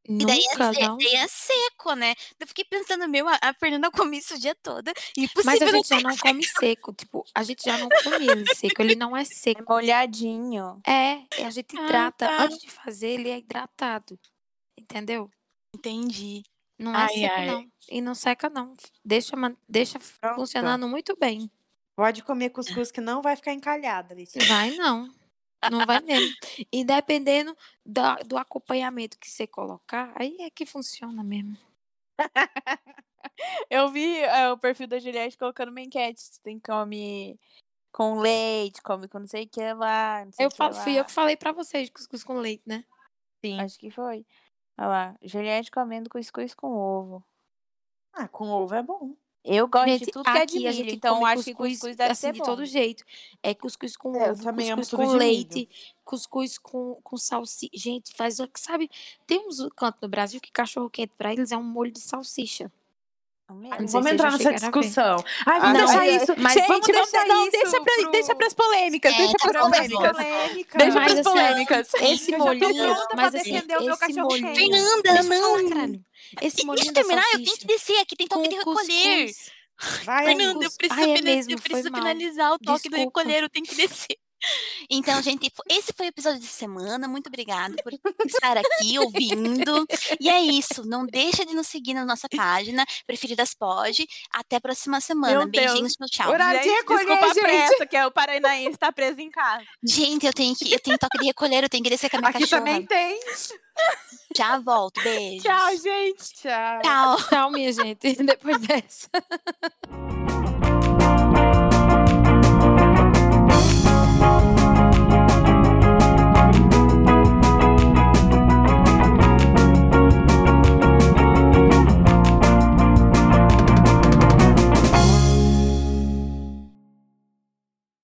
Speaker 2: E daí é,
Speaker 7: Nunca,
Speaker 2: se-
Speaker 7: não.
Speaker 2: daí é seco, né? Eu fiquei pensando, meu, a, a Fernanda come isso o dia todo. É
Speaker 7: Mas
Speaker 2: Impossível
Speaker 7: a
Speaker 2: não
Speaker 7: gente já não come seco. Tipo, a gente já não come ele seco. Ele não é
Speaker 5: É
Speaker 7: seco.
Speaker 5: molhadinho.
Speaker 7: É, e a gente
Speaker 2: Ah,
Speaker 7: hidrata.
Speaker 2: tá.
Speaker 7: Antes de fazer, ele é hidratado. Entendeu?
Speaker 2: Entendi.
Speaker 7: Não é
Speaker 5: Ai,
Speaker 7: seco,
Speaker 5: ai.
Speaker 7: não. E não seca, não. Deixa, man- deixa
Speaker 3: Pronto.
Speaker 7: funcionando muito bem.
Speaker 3: Pode comer cuscuz que não vai ficar encalhada, Letícia.
Speaker 7: Vai, não. Não vai mesmo. E dependendo da- do acompanhamento que você colocar, aí é que funciona mesmo.
Speaker 5: Eu vi é, o perfil da Juliette colocando uma enquete. se Tem come com leite, come com não sei o que lá. Não sei
Speaker 7: Eu
Speaker 5: que
Speaker 7: falo,
Speaker 5: lá.
Speaker 7: fui eu que falei pra vocês, cuscuz com leite, né?
Speaker 5: Acho que foi. Olha lá. Juliette comendo cuscuz com ovo.
Speaker 3: Ah, com ovo é bom.
Speaker 5: Eu gosto
Speaker 7: Gente,
Speaker 5: de tudo que é de
Speaker 7: aqui a
Speaker 5: milho,
Speaker 7: gente
Speaker 5: então
Speaker 7: come
Speaker 5: acho que cuscuz deve
Speaker 7: assim,
Speaker 5: ser
Speaker 7: de
Speaker 5: bom.
Speaker 7: todo jeito. É cuscuz com
Speaker 3: É, eu
Speaker 7: ovo,
Speaker 3: também amo
Speaker 7: cuscuz
Speaker 3: tudo de
Speaker 7: com leite, cuscuz com, com salsicha. Gente, faz o que sabe. Tem uns cantos no Brasil que cachorro quente pra eles é um molho de salsicha.
Speaker 3: É
Speaker 7: não sei
Speaker 3: Vamos
Speaker 7: se
Speaker 3: entrar
Speaker 7: já
Speaker 3: nessa
Speaker 7: chegaram a ver.
Speaker 3: discussão. Ai, vamos
Speaker 7: Ah, não.
Speaker 3: deixar isso.
Speaker 7: Mas-
Speaker 3: Gente,
Speaker 5: Gente,
Speaker 3: é- vamos
Speaker 5: vamos-
Speaker 3: um- deixar
Speaker 5: não,
Speaker 3: isso
Speaker 5: deixa, pra,
Speaker 3: pro-
Speaker 5: deixa pras polêmicas,
Speaker 2: É,
Speaker 5: deixa
Speaker 2: tá bom,
Speaker 5: pras
Speaker 2: tá
Speaker 5: polêmicas.
Speaker 2: bom.
Speaker 3: Polêmica.
Speaker 5: Deixa
Speaker 7: Mas,
Speaker 5: pras
Speaker 7: assim,
Speaker 5: polêmicas.
Speaker 7: Esse
Speaker 3: Eu já tô
Speaker 7: molinho,
Speaker 3: pronta pra
Speaker 7: mas assim,
Speaker 3: defender o meu
Speaker 7: esse
Speaker 3: cachorro quente.
Speaker 7: molinho.
Speaker 2: Fernanda,
Speaker 7: Deixa eu
Speaker 2: não.
Speaker 7: falar, caralho. Esse molinho da
Speaker 2: Deixa eu terminar, eu tenho que
Speaker 7: salsicha.
Speaker 2: descer aqui, tem toque de
Speaker 7: com
Speaker 2: recolher.
Speaker 7: cuscuz.
Speaker 3: Vai,
Speaker 7: Fernando,
Speaker 2: Fernanda,
Speaker 7: Ai,
Speaker 2: eu preciso,
Speaker 7: é
Speaker 2: fina-
Speaker 7: mesmo,
Speaker 2: eu
Speaker 7: foi
Speaker 2: preciso
Speaker 7: mal.
Speaker 2: finalizar o toque do
Speaker 7: Desculpa.
Speaker 2: recolher, eu tenho que descer. Então, gente, fo- esse foi o episódio de semana. Muito obrigada por estar aqui ouvindo. E é isso. Não deixa de nos seguir na nossa página, Preferidas Pod. Até a próxima semana.
Speaker 5: Meu Deus.
Speaker 2: Beijinhos, tchau, tchau.
Speaker 3: Horário de
Speaker 5: Gente,
Speaker 3: recolher,
Speaker 5: desculpa a
Speaker 3: gente.
Speaker 5: pressa, que é o paranaense tá preso em casa.
Speaker 2: Gente, eu tenho que eu tenho toque de recolher, eu tenho que descer com a minha
Speaker 3: Aqui
Speaker 2: cachorra.
Speaker 3: também tem.
Speaker 2: Já volto. Beijo.
Speaker 5: Tchau, gente.
Speaker 3: Tchau.
Speaker 2: Tchau.
Speaker 7: Tchau, minha gente. Depois dessa.